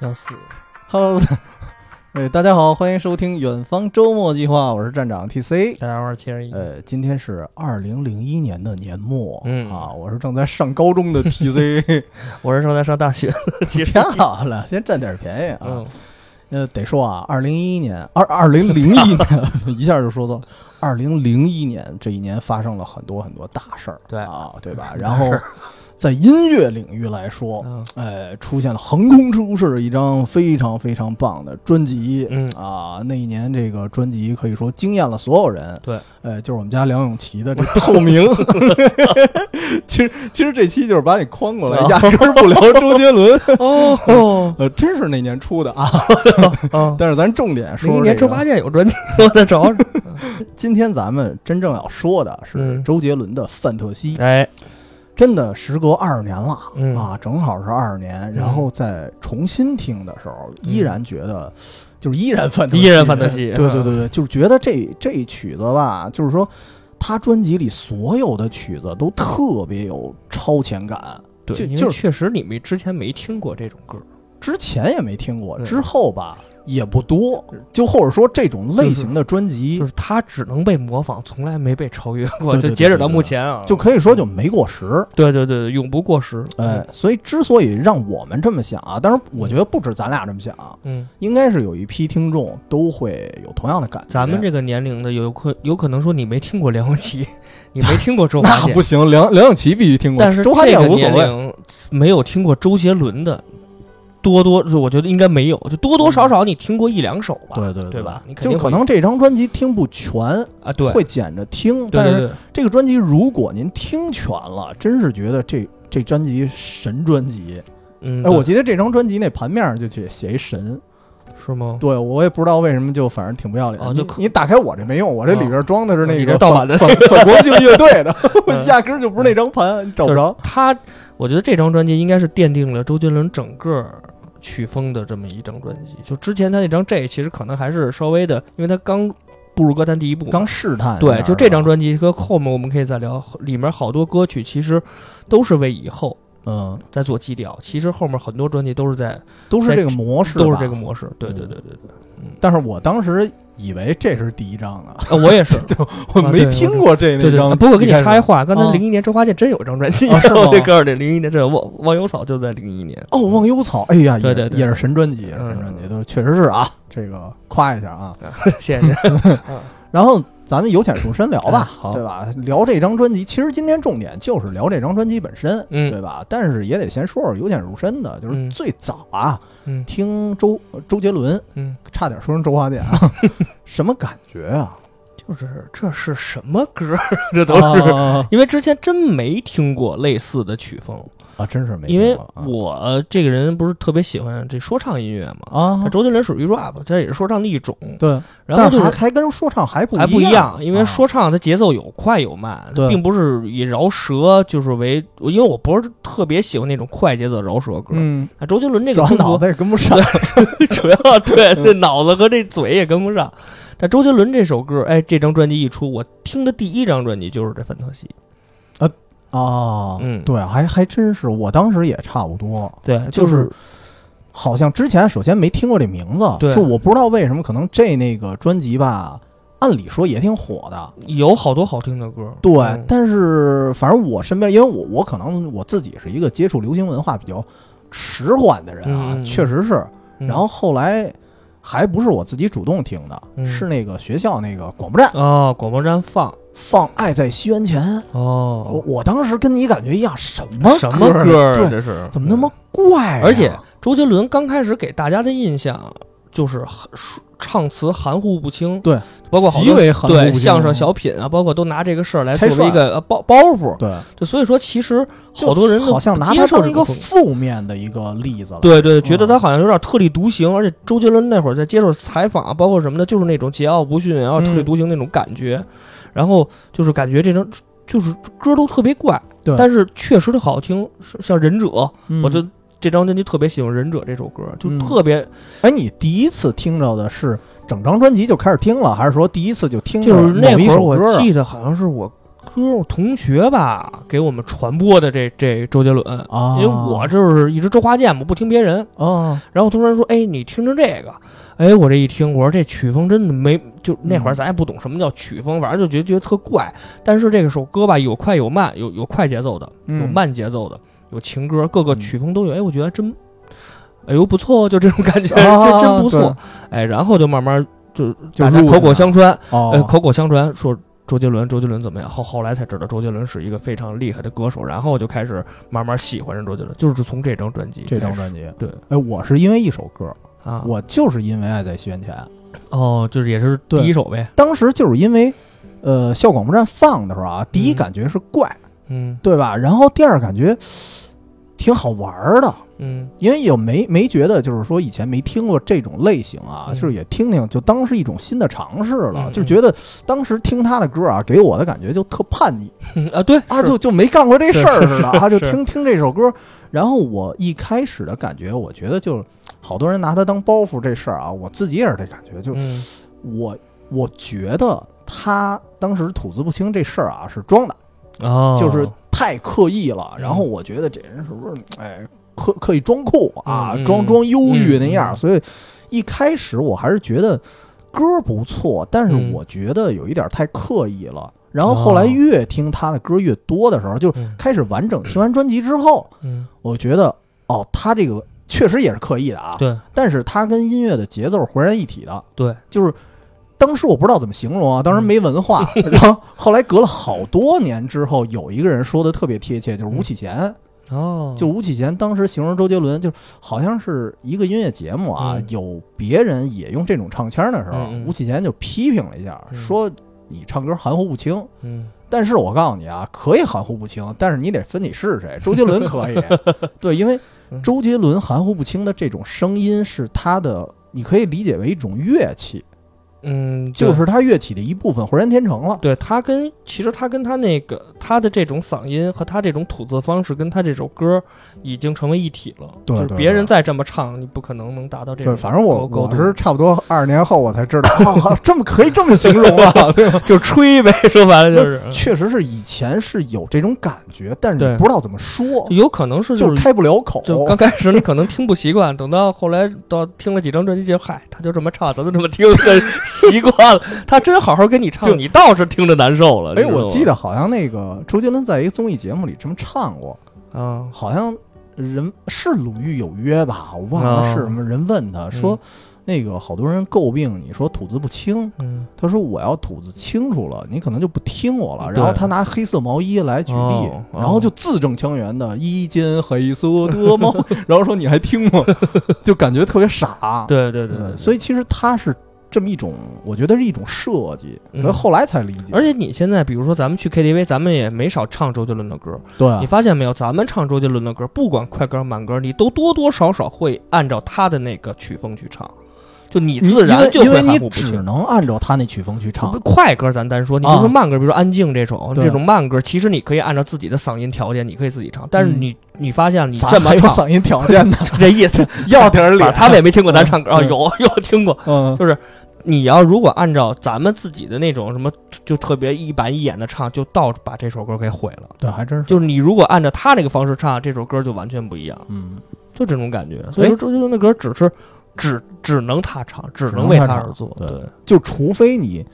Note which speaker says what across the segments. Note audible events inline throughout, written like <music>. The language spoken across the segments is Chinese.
Speaker 1: 要死！Hello，呃，大家好，欢迎收听《远方周末计划》，我是站长 TC。
Speaker 2: 大家好，七二一。
Speaker 1: 呃，今天是二零零一年的年末、
Speaker 2: 嗯
Speaker 1: 啊，我是正在上高中的
Speaker 2: <laughs>
Speaker 1: TC。
Speaker 2: 我是正在上大学
Speaker 1: <laughs>
Speaker 2: 的七二一。
Speaker 1: 漂亮，啊先占点便宜啊！
Speaker 2: 嗯，
Speaker 1: 呃，得说啊，二零一一年，二二零
Speaker 2: <laughs>
Speaker 1: 零一年，一下就说错了。二零零一年这一年发生了很多很多大事儿，
Speaker 2: 对
Speaker 1: 啊，对吧？然后在音乐领域来说，
Speaker 2: 嗯
Speaker 1: 呃，出现了横空出世一张非常非常棒的专辑，
Speaker 2: 嗯
Speaker 1: 啊，那一年这个专辑可以说惊艳了所有人，
Speaker 2: 对，
Speaker 1: 呃，就是我们家梁咏琪的这透
Speaker 2: <laughs>
Speaker 1: 明。其实其实这期就是把你框过来，
Speaker 2: 哦
Speaker 1: 压根儿不聊周杰伦，
Speaker 2: 哦，
Speaker 1: 呃，真是那年出的啊。
Speaker 2: <laughs> 哦，
Speaker 1: 但是咱重点说、这
Speaker 2: 零
Speaker 1: 个，
Speaker 2: 一年周华健有专辑，我再找找。
Speaker 1: 今天咱们真正要说的是
Speaker 2: 嗯
Speaker 1: 周杰伦的《范特西》，
Speaker 2: <laughs> 哎，
Speaker 1: 真的时隔二十年了、
Speaker 2: 嗯
Speaker 1: 啊，正好是二十年。然后再重新听的时候，依然觉得就是依然范特西，
Speaker 2: 嗯依然范特西嗯
Speaker 1: 对对对对，就是觉得这这曲子吧，就是说他专辑里所有的曲子都特别有超前感。就
Speaker 2: 对，因
Speaker 1: 就
Speaker 2: 为
Speaker 1: 是
Speaker 2: 确实你们之前没听过这种歌，
Speaker 1: 之前也没听过，
Speaker 2: 对
Speaker 1: 之后吧也不多，就或者说这种类型的专辑
Speaker 2: 就是它只能被模仿，从来没被超越过。
Speaker 1: 对对
Speaker 2: 就
Speaker 1: 对
Speaker 2: 截止
Speaker 1: 对
Speaker 2: 到
Speaker 1: 对
Speaker 2: 目
Speaker 1: 对
Speaker 2: 前啊，
Speaker 1: 就可以说就没过时。
Speaker 2: 对对对，对永不过时。
Speaker 1: 哎，所以之所以让我们这么想啊，当然我觉得不止咱俩这么想啊，
Speaker 2: 嗯，嗯，
Speaker 1: 应该是有一批听众都会有同样的感觉。
Speaker 2: 咱们这个年龄的有可有可能说你没听过梁咏琪，你没听过周华
Speaker 1: 那
Speaker 2: 健
Speaker 1: 不，行，梁梁咏琪必须听过，
Speaker 2: 但是
Speaker 1: 周华健
Speaker 2: 这个
Speaker 1: 无所
Speaker 2: 年
Speaker 1: 谓。
Speaker 2: 龄没有听过周杰伦的，多多，我觉得应该没有，就多多少少你听过一两首吧，
Speaker 1: 嗯对对
Speaker 2: 对吧你肯定
Speaker 1: 就
Speaker 2: 会
Speaker 1: 可能这张专辑听不全，
Speaker 2: 啊，对，
Speaker 1: 会捡着听。
Speaker 2: 对
Speaker 1: 但
Speaker 2: 对
Speaker 1: 是
Speaker 2: 对，
Speaker 1: 这个专辑如果您听全了，真是觉得这这专辑神专辑。
Speaker 2: 嗯，
Speaker 1: 哎，我
Speaker 2: 对
Speaker 1: 记得这张专辑那盘面上就写写一神，
Speaker 2: 是吗？
Speaker 1: 对我也不知道为什么，就反正挺不要脸。
Speaker 2: 哦
Speaker 1: 你
Speaker 2: 就可哦
Speaker 1: 你打开我这没用，我这里边装的是那
Speaker 2: 你
Speaker 1: 个
Speaker 2: 这盗版的
Speaker 1: 反反国际乐队的，
Speaker 2: <laughs>
Speaker 1: 我
Speaker 2: 嗯
Speaker 1: <laughs> 压根儿就不是那张盘，你找不
Speaker 2: 就是
Speaker 1: 着。
Speaker 2: 他，我觉得这张专辑应该是奠定了周杰伦整个曲风的这么一张专辑。就之前他那张 J，其实可能还是稍微的，因为他刚步入歌坛第一步嘛，
Speaker 1: 刚试探一啊下
Speaker 2: 对，就这张
Speaker 1: 是吧，
Speaker 2: 专辑和后面我们可以再聊，里面好多歌曲其实都是为以后
Speaker 1: 嗯，
Speaker 2: 在做基调，其实后面很多专辑都是在
Speaker 1: 都是这个模式，
Speaker 2: 都是这个。模式，对
Speaker 1: 嗯
Speaker 2: 对对对对，
Speaker 1: 但是我当时以为这是第一张呢，
Speaker 2: 啊，我也
Speaker 1: <laughs>
Speaker 2: 是，
Speaker 1: 我
Speaker 2: 啊
Speaker 1: 没
Speaker 2: 对
Speaker 1: 听过
Speaker 2: 对
Speaker 1: 这那
Speaker 2: 对。啊
Speaker 1: 张。
Speaker 2: 不过给你插一
Speaker 1: 开始
Speaker 2: 话，刚
Speaker 1: 啊
Speaker 2: 才零一年周华健真有一张专辑，
Speaker 1: 啊
Speaker 2: <laughs>
Speaker 1: 是吗
Speaker 2: 我这歌儿里零一年真有《忘忘忧草》就在零一年，
Speaker 1: 哦，忘忧草，哎呀，也
Speaker 2: 对对对
Speaker 1: 也是神专辑，也是神
Speaker 2: 嗯
Speaker 1: 专辑，都确实是啊，这个夸一下啊。
Speaker 2: 谢谢。啊
Speaker 1: 然后咱们由浅入深聊吧，
Speaker 2: 哎好
Speaker 1: 对吧？聊这张专辑，其实今天重点就是聊这张专辑本身，
Speaker 2: 嗯
Speaker 1: 对吧？但是也得先说说由浅入深的，就是
Speaker 2: 嗯
Speaker 1: 最早啊，
Speaker 2: <laughs> 嗯
Speaker 1: 听周周杰伦，
Speaker 2: 嗯，
Speaker 1: 差点说成周华
Speaker 2: <laughs>
Speaker 1: 健啊，什么感觉啊？
Speaker 2: 就是这是什么歌儿？这都是、
Speaker 1: 啊
Speaker 2: <laughs> 因为之前真没听过类似的曲风，
Speaker 1: 啊，真是没
Speaker 2: 因
Speaker 1: 听
Speaker 2: 为
Speaker 1: 过啊，
Speaker 2: 我、这个人不是特别喜欢这说唱音乐嘛。
Speaker 1: 啊
Speaker 2: 这，周杰伦属于 rap，这也是说唱的一种，
Speaker 1: 对，
Speaker 2: 然后
Speaker 1: 但
Speaker 2: 就是
Speaker 1: 还
Speaker 2: 是
Speaker 1: 还跟说唱还不
Speaker 2: 还不一
Speaker 1: 样，啊
Speaker 2: 因为说唱它节奏有快有慢，
Speaker 1: 对
Speaker 2: 并不是以饶舌就是为，因为我不是特别喜欢那种快节奏饶舌歌。
Speaker 1: 嗯，
Speaker 2: 啊，周杰伦这
Speaker 1: 主
Speaker 2: 个
Speaker 1: 要
Speaker 2: 风格
Speaker 1: 脑袋也嗯跟
Speaker 2: <laughs>
Speaker 1: 不上，
Speaker 2: 主要对这脑子和这嘴也跟不上。但周杰伦这首歌，哎，这张专辑一出，我听的第一张专辑就是这《范特西》。
Speaker 1: 哦，
Speaker 2: 嗯
Speaker 1: 对，还还真是，我当时也差不多，
Speaker 2: 对，
Speaker 1: 就
Speaker 2: 就是是
Speaker 1: 好像之前首先没听过这名字，
Speaker 2: 对
Speaker 1: 就我不知道为什么，可能这那个专辑吧，按理说也挺火的。
Speaker 2: 有好多好听的歌。
Speaker 1: 对，
Speaker 2: 嗯
Speaker 1: 但是反正我身边，因为我我可能我自己是一个接触流行文化比较迟缓的人啊，
Speaker 2: 嗯嗯嗯
Speaker 1: 确实是。
Speaker 2: 嗯
Speaker 1: 然后后来还不是我自己主动听的，
Speaker 2: 嗯
Speaker 1: 是那个学校那个广播站
Speaker 2: 哦，广播站放
Speaker 1: 放《爱在西元前》我
Speaker 2: 哦，
Speaker 1: 我当时跟你感觉一样，什么
Speaker 2: 什么
Speaker 1: 歌
Speaker 2: 歌
Speaker 1: 对
Speaker 2: 啊？这是
Speaker 1: 怎么那么怪、啊
Speaker 2: 而且，周杰伦刚开始给大家的印象就是很唱词含糊不清，
Speaker 1: 对，
Speaker 2: 包括好
Speaker 1: 极
Speaker 2: 多
Speaker 1: 为含糊
Speaker 2: 对
Speaker 1: 不清
Speaker 2: 相声、小品啊，包括都拿这个事儿来
Speaker 1: 拆
Speaker 2: 作为一
Speaker 1: 涮
Speaker 2: 个呃包包袱。
Speaker 1: 对，
Speaker 2: 就所以说，其实
Speaker 1: 就
Speaker 2: 好多人都
Speaker 1: 好像
Speaker 2: 不
Speaker 1: 拿
Speaker 2: 接
Speaker 1: 它
Speaker 2: 受
Speaker 1: 当
Speaker 2: 这
Speaker 1: 一个
Speaker 2: 风格
Speaker 1: 负面的一个例子了。
Speaker 2: 对对，觉得
Speaker 1: 嗯
Speaker 2: 他好像有点特立独行，而且周杰伦那会儿在接受采访啊，包括什么的，就是那种桀骜不驯，然后特立
Speaker 1: 嗯
Speaker 2: 独行那种感觉，然后就是感觉这张就是歌都特别怪，
Speaker 1: 对
Speaker 2: 但是确实的好听，是像《忍者》
Speaker 1: 嗯
Speaker 2: 我就这张专辑特别喜欢《忍者》这首歌，就
Speaker 1: 嗯
Speaker 2: 特别、
Speaker 1: 哎，你第一次听着的是整张专辑就开始听了，还是说第一次就听着
Speaker 2: 就是那
Speaker 1: 嗯某一
Speaker 2: 会儿
Speaker 1: 首
Speaker 2: 我
Speaker 1: 歌啊？
Speaker 2: 记得好像是我哥同学吧给我们传播的这这周杰伦，
Speaker 1: 啊
Speaker 2: 因为我就是一直周华健嘛，不听别人。
Speaker 1: 啊，
Speaker 2: 然后同学说：“哎，你听听这个。”哎，我这一听，我说这曲风真的没，就那会儿咱也不懂什么叫曲风，反正就觉得觉得特怪。但是这个首歌吧，有快有慢，有有快节奏的，
Speaker 1: 嗯
Speaker 2: 有慢节奏的，有情歌，各个
Speaker 1: 嗯
Speaker 2: 曲风都有。哎，我觉得真，哎呦不错， <laughs> 就这种感觉，
Speaker 1: 啊
Speaker 2: 这真不错
Speaker 1: 对。
Speaker 2: 哎，然后就慢慢就
Speaker 1: 就
Speaker 2: 大家
Speaker 1: 入
Speaker 2: 口口
Speaker 1: 了
Speaker 2: 相传， <laughs> 呃，
Speaker 1: 哦，
Speaker 2: 口口相传说周杰伦，周杰伦怎么样？后后来才知道周杰伦是一个非常厉害的歌手，然后就开始慢慢喜欢上周杰伦，就是从这张专辑开始。
Speaker 1: 这张专辑，
Speaker 2: 对，
Speaker 1: 哎，我是因为一首歌，
Speaker 2: 啊，
Speaker 1: 我就是因为《爱在西元前》，
Speaker 2: 哦，就是也是第
Speaker 1: 对
Speaker 2: 一首呗。
Speaker 1: 当时就是因为，呃，校广播站放的时候啊，第一
Speaker 2: 嗯
Speaker 1: 感觉是怪，
Speaker 2: 嗯
Speaker 1: 对吧？然后第二感觉挺好玩儿的，
Speaker 2: 嗯
Speaker 1: 因为也没没觉得就是说以前没听过这种类型啊，
Speaker 2: 嗯
Speaker 1: 就是也听听，就当是一种新的尝试了。
Speaker 2: 嗯
Speaker 1: 就觉得当时听他的歌啊，给我的感觉就特叛逆
Speaker 2: 嗯啊，对
Speaker 1: 啊，就就没干过这事儿
Speaker 2: 是
Speaker 1: 似的啊，
Speaker 2: 是
Speaker 1: 就听听这首歌。然后我一开始的感觉，我觉得就是好多人拿它当包袱这事儿啊，我自己也是这感觉，就
Speaker 2: 嗯
Speaker 1: 我我觉得他当时吐字不清这事儿啊是装的，
Speaker 2: 哦，
Speaker 1: 就是太刻意了。
Speaker 2: 嗯
Speaker 1: 然后我觉得这人是不是哎刻刻意装酷啊，
Speaker 2: 嗯嗯
Speaker 1: 装装忧郁那样儿？
Speaker 2: 嗯嗯
Speaker 1: 所以一开始我还是觉得歌不错，但是我觉得有一点太刻意了。然后后来
Speaker 2: 哦
Speaker 1: 越听他的歌越多的时候，就
Speaker 2: 嗯
Speaker 1: 开始完整听完专辑之后，
Speaker 2: 嗯
Speaker 1: 我觉得哦，他这个确实也是刻意的啊，
Speaker 2: 对
Speaker 1: 但是它跟音乐的节奏是浑然一体的。
Speaker 2: 对，
Speaker 1: 就是当时我不知道怎么形容啊，当时没文化。
Speaker 2: 嗯
Speaker 1: <laughs> 然后后来隔了好多年之后，有一个人说的特别贴切，就是吴启贤。
Speaker 2: 哦，
Speaker 1: 就吴启贤当时形容周杰伦，就好像是一个音乐节目啊，
Speaker 2: 嗯
Speaker 1: 有别人也用这种唱腔的时候，
Speaker 2: 嗯嗯
Speaker 1: 吴启贤就批评了一下，
Speaker 2: 嗯
Speaker 1: 说你唱歌含糊不清。
Speaker 2: 嗯
Speaker 1: 但是我告诉你啊，可以含糊不清，但是你得分你
Speaker 2: <laughs>
Speaker 1: 是谁。周杰伦可以，对，因为
Speaker 2: 嗯
Speaker 1: 周杰伦含糊不清的这种声音是他的，你可以理解为一种乐器，
Speaker 2: 嗯，
Speaker 1: 就
Speaker 2: 对
Speaker 1: 是他乐器的一部分，浑然天成了。
Speaker 2: 对他跟其实他跟他那个他的这种嗓音和他这种吐字方式跟他这首歌已经成为一体了。
Speaker 1: 对
Speaker 2: 就是
Speaker 1: 对
Speaker 2: 别人
Speaker 1: 对
Speaker 2: 再这么唱，你不可能能达到这
Speaker 1: 对，
Speaker 2: 种高。
Speaker 1: 反正我
Speaker 2: 高
Speaker 1: 我
Speaker 2: 度
Speaker 1: 是差不多二十年后我才
Speaker 2: <laughs>
Speaker 1: 知道，哦这么可以这么形容啊，对吧？
Speaker 2: 就吹呗，说白了就是，
Speaker 1: 确实是以前是有这种感觉，但是
Speaker 2: 对
Speaker 1: 你不知道怎么说
Speaker 2: 就，有可能是
Speaker 1: 就
Speaker 2: 嗯就是。
Speaker 1: 开不了口。
Speaker 2: 就刚开始你可能听不习惯，等到后来到听了几张专辑，就嗨，他就这么唱，咱就这么听，这
Speaker 1: <laughs>
Speaker 2: 习惯了。他真好好跟你
Speaker 1: 就
Speaker 2: 唱，你倒是听着难受了。你
Speaker 1: 哎，
Speaker 2: 知道
Speaker 1: 我
Speaker 2: 吗
Speaker 1: 记得好像那个周杰伦在一个综艺节目里这么唱过，
Speaker 2: 啊，
Speaker 1: 好像人是鲁豫有约吧，我忘了是什么人问
Speaker 2: 啊嗯
Speaker 1: 他说，那个好多人诟病你说吐字不清，
Speaker 2: 嗯，
Speaker 1: 他说我要吐字清楚了，你可能就不听我了。
Speaker 2: 对
Speaker 1: 然后他拿黑色毛衣来举例
Speaker 2: 哦，哦
Speaker 1: 然后就字正腔圆的一件黑色的
Speaker 2: <laughs>
Speaker 1: 毛，然后说你还听吗？就感觉特别傻。
Speaker 2: 对对对
Speaker 1: 嗯，
Speaker 2: 对，
Speaker 1: 所
Speaker 2: 以
Speaker 1: 以其实他是这么一种，我觉得是一种设计，
Speaker 2: 嗯
Speaker 1: 所以后来才理解。
Speaker 2: 而且你现在比如说咱们去 KTV，咱们也没少唱周杰伦的歌，
Speaker 1: 对啊
Speaker 2: 你发现没有？咱们唱周杰伦的歌，不管快歌慢歌，你都多多少少会按照他的那个曲风去唱，就你
Speaker 1: 你
Speaker 2: 自然就
Speaker 1: 因
Speaker 2: 会
Speaker 1: 为因
Speaker 2: 含
Speaker 1: 为
Speaker 2: 糊
Speaker 1: 你
Speaker 2: 不
Speaker 1: 只
Speaker 2: 清。
Speaker 1: 能按照他那曲风去唱
Speaker 2: 不，快歌咱单说，你比
Speaker 1: 啊
Speaker 2: 如说慢歌，比如说《安静》这首
Speaker 1: 对
Speaker 2: 这种慢歌，其实你可以按照自己的嗓音条件，你可以自己唱。但是
Speaker 1: 嗯
Speaker 2: 你你发现你
Speaker 1: 咱
Speaker 2: 这么
Speaker 1: 还有
Speaker 2: 唱，
Speaker 1: 嗓音条件呢，
Speaker 2: 这意思，
Speaker 1: <laughs> 要点儿脸
Speaker 2: 反正。他们也没听过咱唱歌啊，
Speaker 1: 嗯对
Speaker 2: 有有听过。
Speaker 1: 嗯
Speaker 2: 你要如果按照咱们自己的那种什么，就特别一板一眼的唱，就倒把这首歌给毁了。
Speaker 1: <laughs> 对，还真是。
Speaker 2: 就是你如果按照他那个方式唱，这首歌就完全不一样。
Speaker 1: 嗯，
Speaker 2: 就这种感觉。所
Speaker 1: 哎
Speaker 2: 以说周杰伦的歌只是只只能他唱，只能为他而做。
Speaker 1: 只能他唱
Speaker 2: 对，
Speaker 1: 就除非你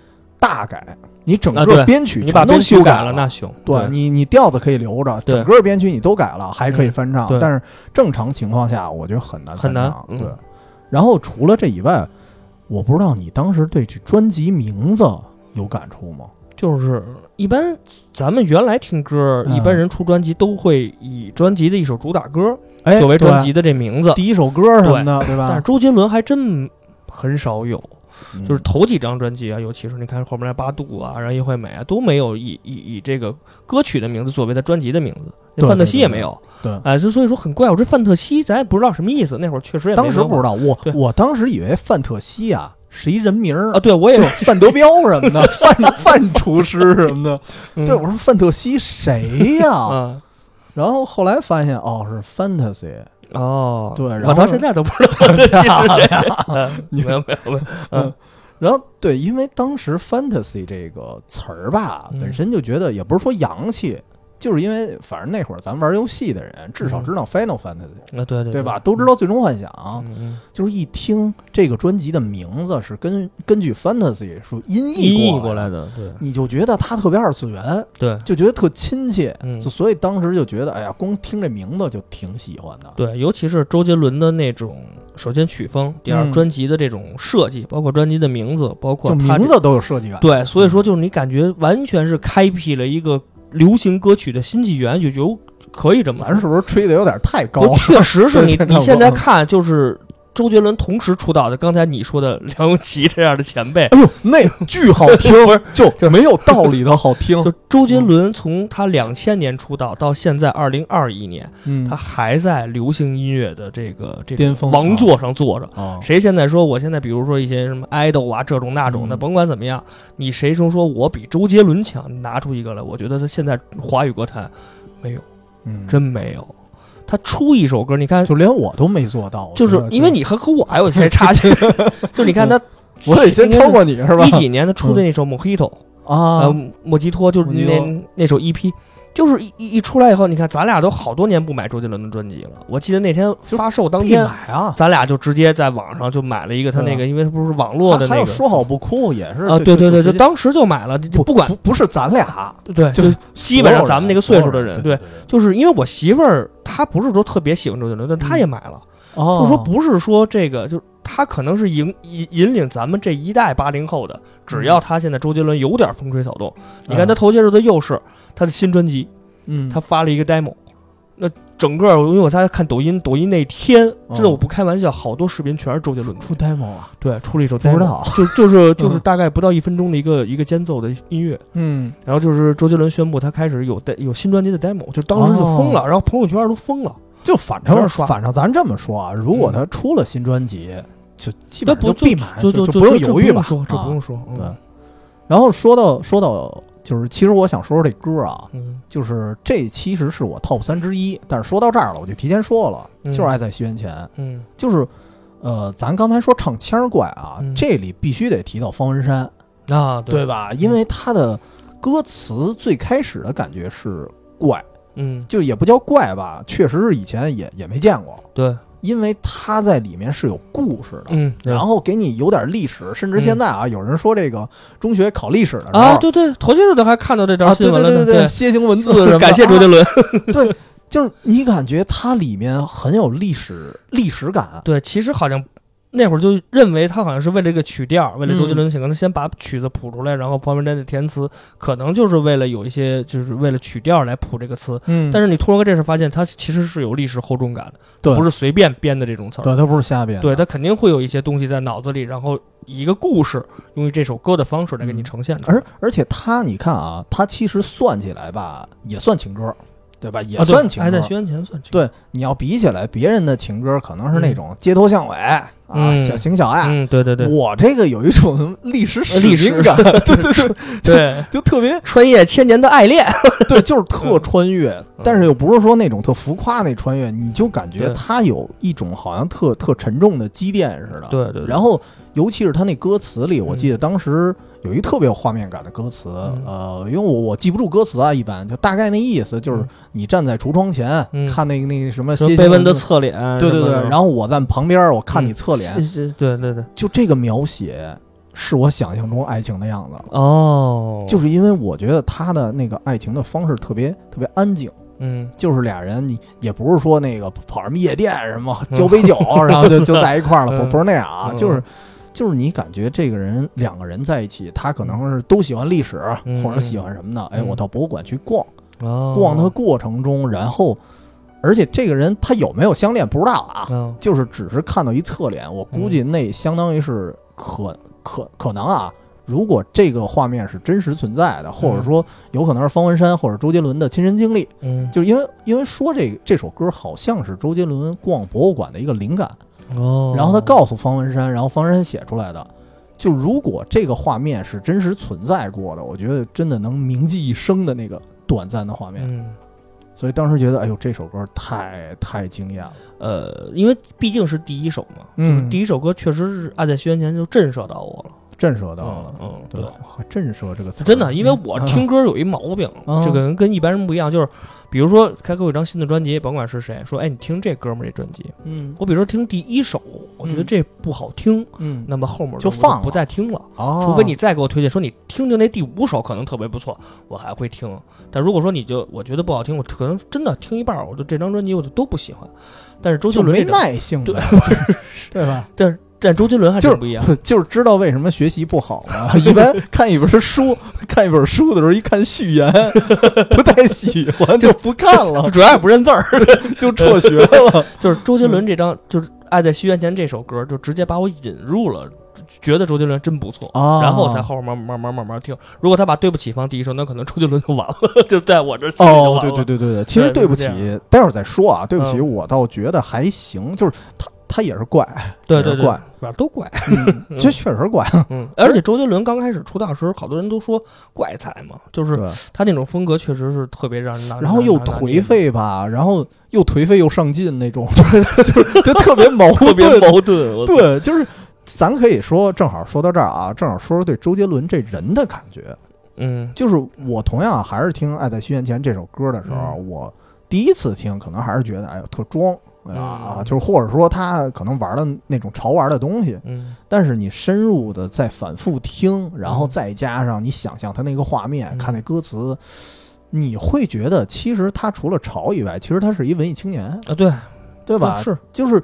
Speaker 1: 大改，你整
Speaker 2: 啊
Speaker 1: 个
Speaker 2: 对
Speaker 1: 编曲
Speaker 2: 你
Speaker 1: 全
Speaker 2: 把
Speaker 1: 都
Speaker 2: 编曲
Speaker 1: 修
Speaker 2: 改
Speaker 1: 了，
Speaker 2: 那行。
Speaker 1: 对你你调子可以留着，
Speaker 2: 对
Speaker 1: 整个编曲你都改了，还可以翻唱
Speaker 2: 嗯。对
Speaker 1: 但是正常情况下，我觉得很难
Speaker 2: 很
Speaker 1: 翻
Speaker 2: 难
Speaker 1: 唱。
Speaker 2: 嗯
Speaker 1: 对，然后除了这以外，我不知道你当时对这专辑名字有感触吗？
Speaker 2: 就是一般咱们原来听歌，
Speaker 1: 嗯
Speaker 2: 一般人出专辑都会以专辑的一首主打歌
Speaker 1: 哎，
Speaker 2: 作为专
Speaker 1: 对
Speaker 2: 辑的这名字，
Speaker 1: 第一首啊歌什么的，
Speaker 2: 但
Speaker 1: 对
Speaker 2: 是
Speaker 1: 吧？
Speaker 2: 周杰伦还真很少有。
Speaker 1: 嗯
Speaker 2: 就是头几张专辑啊，尤其是你看后面的《八度》啊，然后《叶惠美》啊，都没有以以以这个歌曲的名字作为他专辑的名字，那
Speaker 1: 对
Speaker 2: 范特西
Speaker 1: 对
Speaker 2: 也
Speaker 1: 对
Speaker 2: 没有，
Speaker 1: 对
Speaker 2: 哎，就所以说很怪，我这范特西咱也不知道什么意思，那会儿确实也没
Speaker 1: 当时
Speaker 2: 文化
Speaker 1: 不知道，我
Speaker 2: 对
Speaker 1: 我当时以为范特西啊是一人名儿
Speaker 2: 啊，，对我也
Speaker 1: 就范德彪什么的，范范厨师什么的。
Speaker 2: 嗯
Speaker 1: 对，我说范特西谁呀？
Speaker 2: 啊
Speaker 1: 然后后来发现哦，是
Speaker 2: <laughs>
Speaker 1: fantasy。
Speaker 2: 哦，
Speaker 1: 对然
Speaker 2: 我到
Speaker 1: 后 <laughs>
Speaker 2: 现在都不知道这是谁。嗯
Speaker 1: 你 <laughs>
Speaker 2: 没有没有没有，嗯
Speaker 1: 然后对，因为当时 fantasy 这个词儿吧，
Speaker 2: 嗯
Speaker 1: 本身就觉得也不是说洋气，就是因为反正那会儿咱玩游戏的人至少知道 Final Fantasy，、
Speaker 2: 啊，嗯对对
Speaker 1: 对吧？都知道最终幻想，
Speaker 2: 嗯嗯
Speaker 1: 就是一听这个专辑的名字是根根据 fantasy 说音
Speaker 2: 音译
Speaker 1: 过
Speaker 2: 过来
Speaker 1: 的，嗯
Speaker 2: 的，对
Speaker 1: 你就觉得它特别二次元，
Speaker 2: 对
Speaker 1: 就觉得特亲切，
Speaker 2: 嗯
Speaker 1: 就所以当时就觉得，哎呀，光听这名字就挺喜欢的。
Speaker 2: 对，尤其是周杰伦的那种，首先曲风，第二
Speaker 1: 嗯
Speaker 2: 专辑的这种设计，包括专辑的名字，包括
Speaker 1: 就
Speaker 2: 他
Speaker 1: 名
Speaker 2: 这
Speaker 1: 字都有设计感，
Speaker 2: 对，所以说就是你感觉完全是开辟了一个流行歌曲的新纪元，就觉得可以这么
Speaker 1: 咱
Speaker 2: 说。
Speaker 1: 是不是吹的有点太高
Speaker 2: 不，
Speaker 1: 了？ <laughs>
Speaker 2: 确实是你
Speaker 1: 对对
Speaker 2: 你
Speaker 1: <laughs>
Speaker 2: 现在看就是周杰伦同时出道的，刚才你说的梁咏琪这样的前
Speaker 1: <laughs>
Speaker 2: 辈，
Speaker 1: 哎呦，那巨好听，就没有道理的好听。
Speaker 2: 就周杰伦从他两千年出道到现在二零二一年，
Speaker 1: 嗯
Speaker 2: 他还在流行音乐的这个这
Speaker 1: 巅
Speaker 2: 个
Speaker 1: 峰
Speaker 2: 王座上坐着。
Speaker 1: 啊，
Speaker 2: 谁现在说我现在，比如说一些什么 idol 啊这种那种的，
Speaker 1: 嗯
Speaker 2: 甭管怎么样，你谁说说我比周杰伦强，你拿出一个来，我觉得他现在华语歌坛
Speaker 1: 嗯
Speaker 2: 真没有。他出一首歌，你看，
Speaker 1: 就连我都没做到，
Speaker 2: 就
Speaker 1: 我
Speaker 2: 是
Speaker 1: 觉得
Speaker 2: 因为你和和我还有些差
Speaker 1: <laughs>
Speaker 2: 距， <laughs> 就你看他，
Speaker 1: 嗯我得先超过你是吧？
Speaker 2: 一几年他出的那首《Mojito》
Speaker 1: 啊
Speaker 2: 呃，，莫吉托就是
Speaker 1: 莫吉托
Speaker 2: 那那首 EP。就是一一一出来以后，你看咱俩都好多年不买周杰伦的专辑了。我记得那天发售当
Speaker 1: 必
Speaker 2: 天，
Speaker 1: 买啊！
Speaker 2: 咱俩就直接在网上就买了一个他那个，因为他不是网络的
Speaker 1: 嗯还
Speaker 2: 那
Speaker 1: 有
Speaker 2: 个
Speaker 1: 说好不哭也是
Speaker 2: 啊，对对对，
Speaker 1: 就
Speaker 2: 就当时就买了，就就
Speaker 1: 不
Speaker 2: 不管
Speaker 1: 不不是咱俩，
Speaker 2: 对，
Speaker 1: 就
Speaker 2: 就基本上咱们那个岁数的人，
Speaker 1: 对
Speaker 2: 对，，就是因为我媳妇儿她不是说特别喜欢周杰伦，但她也买了，
Speaker 1: 哦
Speaker 2: 就是说不是说这个，就是她可能是引引引领咱们这一代八零后的，只
Speaker 1: 嗯
Speaker 2: 要她现在周杰伦有点风吹草动，你看她头些日子又是她的新专辑，
Speaker 1: 嗯，
Speaker 2: 她发了一个 demo，那整个因为我在看抖音，抖音那天
Speaker 1: 哦
Speaker 2: 真的我不开玩笑，好多视频全是周杰伦的
Speaker 1: 出 demo 了，
Speaker 2: 对，出了一首
Speaker 1: 不
Speaker 2: demo，
Speaker 1: 知道，
Speaker 2: <laughs> 就就是就是大概不到一分钟的一个一个间奏的音乐，
Speaker 1: 嗯，
Speaker 2: 然后就是周杰伦宣布他开始有 de- 有新专辑的 demo，就当时就疯
Speaker 1: 哦
Speaker 2: 了，然后朋友圈都疯了。
Speaker 1: 就反
Speaker 2: 全
Speaker 1: 正
Speaker 2: 是刷
Speaker 1: 反正咱这么说啊，如果他出了新专辑，就基本
Speaker 2: 那
Speaker 1: 上
Speaker 2: 不
Speaker 1: 必买，
Speaker 2: 就
Speaker 1: 就
Speaker 2: 就
Speaker 1: 不用
Speaker 2: 这
Speaker 1: 犹豫吧
Speaker 2: 不用说，这
Speaker 1: 啊
Speaker 2: 不用说。嗯
Speaker 1: 对，然后说到说到，就是其实我想说说这歌啊，
Speaker 2: 嗯，
Speaker 1: 就是这其实是我 top 三之一，但是说到这儿了，我就提前说了，
Speaker 2: 嗯
Speaker 1: 就是爱在西元前，
Speaker 2: 嗯
Speaker 1: 就是呃，咱刚才说唱腔儿怪啊，
Speaker 2: 嗯
Speaker 1: 这里必须得提到方文山，
Speaker 2: 啊，
Speaker 1: 对？吧？因为他的歌词最开始的感觉是怪，
Speaker 2: 嗯，
Speaker 1: 就也不叫怪吧，确实是以前也也没见过，
Speaker 2: 对，
Speaker 1: 因为他在里面是有故事的。
Speaker 2: 嗯，对
Speaker 1: 然后给你有点历史，甚至现在啊，有人说这个中学考历史的时候
Speaker 2: 啊，对对，头些日子还看到这条
Speaker 1: 啊，
Speaker 2: 新
Speaker 1: 对
Speaker 2: 闻了
Speaker 1: 对
Speaker 2: 呢。
Speaker 1: 对，楔形文字什么
Speaker 2: 对嗯
Speaker 1: 的，
Speaker 2: 感谢周杰
Speaker 1: 啊
Speaker 2: 伦。
Speaker 1: <laughs> 对，就是你感觉它里面很有历史历史感，
Speaker 2: 对，其实好像。那会儿就认为他好像是为了这个曲调，为了
Speaker 1: 嗯
Speaker 2: 周杰伦，可能先把曲子谱出来，然后方文山的填词可能就是为了有一些，就是为了曲调来谱这个词。
Speaker 1: 嗯
Speaker 2: 但是你突然跟这事发现，它其实是有历史厚重感的，
Speaker 1: 对
Speaker 2: 不是随便编的这种词儿。
Speaker 1: 对，它不是瞎编，
Speaker 2: 对，它肯定会有一些东西在脑子里，然后以一个故事，用这首歌的方式来给你呈现出来。
Speaker 1: 嗯而而且它你看啊，它其实算起来吧，也算情歌，对吧？也
Speaker 2: 啊，对
Speaker 1: 算情
Speaker 2: 还在
Speaker 1: 歌。
Speaker 2: 宣前算情歌。
Speaker 1: 对，你要比起来，别人的情歌可能是那种街头巷尾啊，
Speaker 2: 嗯
Speaker 1: 小情小爱。
Speaker 2: 嗯，对对对
Speaker 1: 我这个有一种历史使
Speaker 2: 历史
Speaker 1: 命感， <laughs> 对对
Speaker 2: <laughs>
Speaker 1: 对， <laughs>
Speaker 2: 对，
Speaker 1: 就
Speaker 2: <laughs>
Speaker 1: 特别
Speaker 2: 穿越千年的爱恋。
Speaker 1: 对，就是特穿越，嗯但是又不是说那种特浮夸那穿越，你就感觉
Speaker 2: 对
Speaker 1: 它有一种好像特特沉重的积淀似的。
Speaker 2: 对对对
Speaker 1: 然后，尤其是他那歌词里，我记得
Speaker 2: 嗯
Speaker 1: 当时有一特别有画面感的歌词，
Speaker 2: 嗯
Speaker 1: 呃，因为我我记不住歌词啊，一般就大概那意思就是
Speaker 2: 嗯
Speaker 1: 你站在橱窗前、
Speaker 2: 嗯
Speaker 1: 看那个那个什么
Speaker 2: 什
Speaker 1: 楔
Speaker 2: 么
Speaker 1: 形
Speaker 2: 贝温
Speaker 1: 文
Speaker 2: 的
Speaker 1: 字，
Speaker 2: 侧脸，
Speaker 1: 对对
Speaker 2: 什么
Speaker 1: 对
Speaker 2: 的，
Speaker 1: 然后我在旁边，我看你
Speaker 2: 嗯
Speaker 1: 侧脸，
Speaker 2: 是是对对对，
Speaker 1: 就这个描写是我想象中爱情的样子了。
Speaker 2: 哦，
Speaker 1: 就是因为我觉得他的那个爱情的方式特别特别安静，
Speaker 2: 嗯，
Speaker 1: 就是俩人，你也不是说那个跑什么夜店什么交杯
Speaker 2: <laughs>
Speaker 1: 酒，然后就就在一块儿了，不
Speaker 2: 嗯
Speaker 1: 不是那样啊，
Speaker 2: 嗯
Speaker 1: 就是就是你感觉这个人两个人在一起，他可能是都喜欢历史
Speaker 2: 嗯
Speaker 1: 或者喜欢什么的，哎，
Speaker 2: 嗯
Speaker 1: 我到博物馆去逛，
Speaker 2: 哦，
Speaker 1: 逛的过程中，然后而且这个人他有没有相恋不知道啊，
Speaker 2: 嗯，
Speaker 1: 就是只是看到一侧脸，我估计那相当于是可可可能啊。如果这个画面是真实存在的，或者说有可能是方文山或者周杰伦的亲身经历，
Speaker 2: 嗯，
Speaker 1: 就是因为因为说这这首歌好像是周杰伦逛博物馆的一个灵感，
Speaker 2: 哦，
Speaker 1: 然后他告诉方文山，然后方文山写出来的。就如果这个画面是真实存在过的，我觉得真的能铭记一生的那个短暂的画面。
Speaker 2: 嗯。
Speaker 1: 所以当时觉得，哎呦，这首歌太太惊艳了。
Speaker 2: 呃，因为毕竟是第一首嘛，
Speaker 1: 嗯
Speaker 2: 就是第一首歌确实是《爱在西元前》就震慑到我了，
Speaker 1: 震慑到
Speaker 2: 嗯
Speaker 1: 了。
Speaker 2: 嗯，
Speaker 1: 对，哇震慑这个词儿
Speaker 2: 真的，因为我
Speaker 1: 嗯
Speaker 2: 听歌有一毛病，
Speaker 1: 嗯
Speaker 2: 这个人跟一般人不一样，就是比如说开给我一张新的专辑，甭管是谁说，哎，你听这哥们儿这专辑，
Speaker 1: 嗯
Speaker 2: 我比如说听第一首，我觉得
Speaker 1: 嗯
Speaker 2: 这不好听，
Speaker 1: 嗯，
Speaker 2: 那么后面
Speaker 1: 就
Speaker 2: 我
Speaker 1: 放了
Speaker 2: 不再听了，
Speaker 1: 哦，
Speaker 2: 除非你再给我推荐说你听听那第五首可能特别不错，我还会听。但如果说你就我觉得不好听，我可能真的听一半儿，我就这张专辑我就都不喜欢。但是周杰
Speaker 1: 就
Speaker 2: 伦
Speaker 1: 没
Speaker 2: 这张，
Speaker 1: 耐性呗，
Speaker 2: <laughs>
Speaker 1: 对吧？
Speaker 2: 但是但周杰伦还
Speaker 1: 就
Speaker 2: 真
Speaker 1: 是
Speaker 2: 不一
Speaker 1: <laughs>
Speaker 2: 样。
Speaker 1: 就是知道为什么学习不好了。
Speaker 2: <laughs>
Speaker 1: 一般看一本书，看一本书的时候，一看序言， <laughs> 不太喜欢就不看了，
Speaker 2: 主要也不认字
Speaker 1: <laughs>
Speaker 2: 儿，
Speaker 1: 就辍学
Speaker 2: <laughs>
Speaker 1: 了。
Speaker 2: 就是周杰
Speaker 1: 嗯
Speaker 2: 伦这张，就是《爱在西元前》这首歌，就直接把我引入了，觉得周杰伦真不错，
Speaker 1: 啊
Speaker 2: 然后我才后面慢慢慢慢慢听。如果他把《对不起》放第一首，那可能周杰伦就完了， <laughs> 就在我这儿心里就完
Speaker 1: 哦
Speaker 2: 了。，
Speaker 1: 对对对对对，其实
Speaker 2: 对
Speaker 1: 对不
Speaker 2: 是
Speaker 1: 起
Speaker 2: 这样，
Speaker 1: 待会儿再说啊。对不起，
Speaker 2: 嗯
Speaker 1: 我倒觉得还行，就是他他也是怪，
Speaker 2: 对对对，
Speaker 1: 怪
Speaker 2: 反正都怪。嗯
Speaker 1: 这确实怪。
Speaker 2: 嗯，而且周杰伦刚开始出道的时候，好多人都说怪才嘛，就是
Speaker 1: 对，
Speaker 2: 他那种风格确实是特别啊让人难，
Speaker 1: 然后又
Speaker 2: 让人难
Speaker 1: 颓，废吧，然后又颓废又上进那种， <laughs> 就是就是就特别矛
Speaker 2: 特
Speaker 1: <laughs> 盾，
Speaker 2: 别矛盾。我操，
Speaker 1: 对，就是咱可以说，正好说到这儿啊，正好说说对周杰伦这人的感觉。
Speaker 2: 嗯
Speaker 1: 就是我同样还是听《爱在西元前》这首歌的时候，
Speaker 2: 嗯
Speaker 1: 我第一次听，可能还是觉得哎呦特装。哎呀
Speaker 2: 嗯
Speaker 1: 啊，就是或者说他可能玩的那种潮玩的东西，
Speaker 2: 嗯
Speaker 1: 但是你深入的再反复听，然
Speaker 2: 嗯
Speaker 1: 后再加上你想象他那个画面，
Speaker 2: 嗯
Speaker 1: 看那歌词，你会觉得其实他除了潮以外，其实他是一文艺青年，
Speaker 2: 啊，对
Speaker 1: 对
Speaker 2: 对
Speaker 1: 吧？
Speaker 2: 嗯是，
Speaker 1: 就是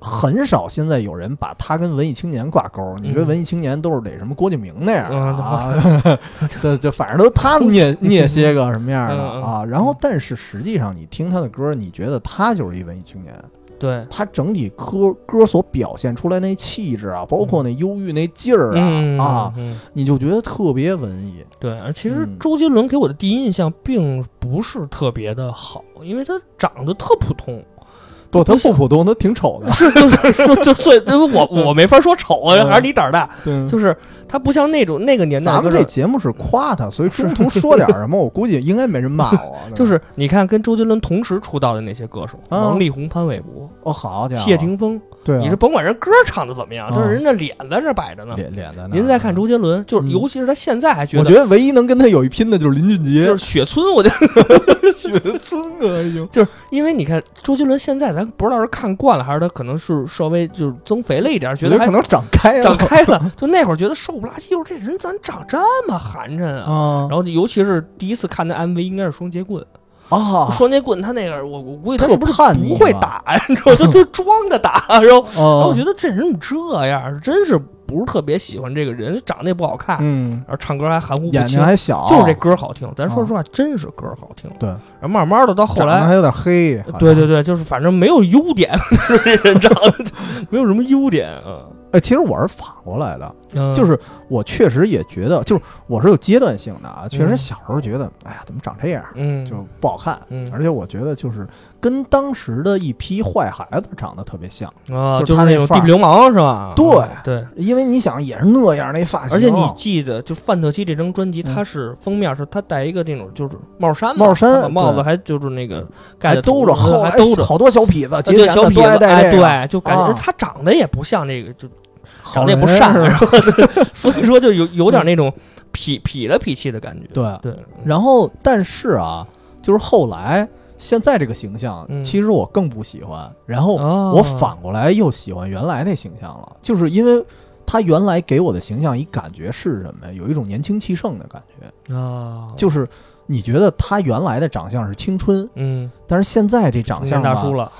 Speaker 1: 很少现在有人把他跟文艺青年挂钩。你觉得
Speaker 2: 嗯
Speaker 1: 文艺青年都是得什么郭敬明那样
Speaker 2: 嗯
Speaker 1: 啊？ <laughs> 对，就反正都
Speaker 2: <laughs>
Speaker 1: 他们捏捏些个什么样的
Speaker 2: 嗯嗯
Speaker 1: 啊？然后，但是实际上你听他的歌，你觉得他就是一文艺青年。
Speaker 2: 对，
Speaker 1: 他整体歌歌所表现出来那气质啊，包括那忧郁那劲儿
Speaker 2: 嗯
Speaker 1: 啊啊，，
Speaker 2: 嗯
Speaker 1: 你就觉得特别文艺。
Speaker 2: 对。而其实
Speaker 1: 嗯
Speaker 2: 周杰伦给我的第一印象并不是特别的好，因为他长得特普通， <laughs>
Speaker 1: 不，他不普通，他挺丑的。
Speaker 2: 是就是说就所以我我没法说丑啊，
Speaker 1: 嗯
Speaker 2: 还是你胆儿大，
Speaker 1: 对
Speaker 2: 就是他不像那种那个年代
Speaker 1: 咱
Speaker 2: 歌
Speaker 1: 们
Speaker 2: 手
Speaker 1: 这。节目是夸他，所以中途说点什么，我估计应该没人骂我。对
Speaker 2: <laughs>
Speaker 1: 吧
Speaker 2: 就是你看，跟周杰伦同时出道的那些歌手，
Speaker 1: 啊
Speaker 2: 王力宏、潘玮柏、
Speaker 1: 哦，好家伙，
Speaker 2: 谢霆锋，
Speaker 1: 对啊，
Speaker 2: 你是甭管人歌唱的怎么样，
Speaker 1: 啊
Speaker 2: 但是人家脸在这摆着呢。
Speaker 1: 脸脸在那儿。
Speaker 2: 您再看周杰伦，就是
Speaker 1: 嗯
Speaker 2: 尤其是他现在还觉
Speaker 1: 我
Speaker 2: 得
Speaker 1: 觉，得唯一能跟他有一拼的就是林俊杰，
Speaker 2: 就是雪村，我就
Speaker 1: <laughs> 雪村啊，已经
Speaker 2: 就是 <laughs> 因为你看周杰伦现在，咱不知道是看惯了，还是他可能是稍微就是增肥了一点，觉得
Speaker 1: 可
Speaker 2: 还
Speaker 1: 能长开了，
Speaker 2: 长开了。就那会儿觉得瘦不拉几，我说这人咱长这么寒碜啊。
Speaker 1: 啊
Speaker 2: 然后就尤其是第一次看的 MV，应该是双截棍。
Speaker 1: 啊，
Speaker 2: 双截棍他那个，我我估计他
Speaker 1: 特
Speaker 2: 是不是
Speaker 1: 叛逆
Speaker 2: 不会
Speaker 1: 吧
Speaker 2: 打呀？你知道，他都装着打，然后然后
Speaker 1: 哦
Speaker 2: 我觉得这人怎么这样？真是不是特别喜欢这个人，长得也不好看，
Speaker 1: 嗯，
Speaker 2: 然后唱歌还含糊不
Speaker 1: 眼睛
Speaker 2: 清，
Speaker 1: 还小，
Speaker 2: 就是这歌好听。咱说
Speaker 1: 啊
Speaker 2: 实话，真是歌好听。
Speaker 1: 对
Speaker 2: 然后慢慢的到后
Speaker 1: 长得
Speaker 2: 来，
Speaker 1: 还有点黑，好像
Speaker 2: 对对对，就是反正没有优点， <laughs> 这人长得就没有什么优点啊。
Speaker 1: 哎，其实我是反过来的，
Speaker 2: 嗯
Speaker 1: 就是我确实也觉得，就是我是有阶段性的啊，确实
Speaker 2: 嗯
Speaker 1: 小时候觉得，哎呀，怎么长这样
Speaker 2: 嗯，
Speaker 1: 就不好看
Speaker 2: 嗯，
Speaker 1: 而且我觉得就是跟当时的一批坏孩子长得特别像，
Speaker 2: 啊，就
Speaker 1: 就是
Speaker 2: 是
Speaker 1: 他
Speaker 2: 那
Speaker 1: 那
Speaker 2: 种
Speaker 1: 范
Speaker 2: 地痞
Speaker 1: 儿
Speaker 2: 流氓是吧？嗯
Speaker 1: 对
Speaker 2: 对。
Speaker 1: 因为你想也是那样那发型，哦
Speaker 2: 而且你记得，就范特西这张专辑，
Speaker 1: 嗯
Speaker 2: 它是封面是它戴一个那种就是帽衫嘛，
Speaker 1: 帽衫
Speaker 2: 他把帽子
Speaker 1: 对
Speaker 2: 还就是那个盖
Speaker 1: 还
Speaker 2: 在头
Speaker 1: 兜着，
Speaker 2: 上
Speaker 1: 后
Speaker 2: 还
Speaker 1: 来
Speaker 2: 兜着，
Speaker 1: 好多小痞子，
Speaker 2: 啊
Speaker 1: 节
Speaker 2: 对
Speaker 1: 前
Speaker 2: 小
Speaker 1: 的
Speaker 2: 痞
Speaker 1: 都
Speaker 2: 子，
Speaker 1: 爱戴
Speaker 2: 哎，
Speaker 1: 这个，
Speaker 2: 对，就感觉
Speaker 1: 啊
Speaker 2: 他长得也不像那个，就 <laughs>
Speaker 1: 好
Speaker 2: 长得也不
Speaker 1: 人
Speaker 2: 善，
Speaker 1: 是吧
Speaker 2: 然后所以说就有有点那种痞痞了痞气的感觉。
Speaker 1: <laughs> 嗯对。
Speaker 2: 对，
Speaker 1: 然后，但是啊，就是后来现在这个形象，
Speaker 2: 嗯
Speaker 1: 其实我更不喜欢。然后
Speaker 2: 哦
Speaker 1: 我反过来又喜欢原来那形象了，就是因为他原来给我的形象一感觉是什么呀？有一种年轻气盛的感觉，
Speaker 2: 啊，
Speaker 1: 就是你觉得他原来的长相是青春，
Speaker 2: 嗯，
Speaker 1: 但是现在这长
Speaker 2: 中
Speaker 1: 相
Speaker 2: 年大
Speaker 1: 吧
Speaker 2: 叔了，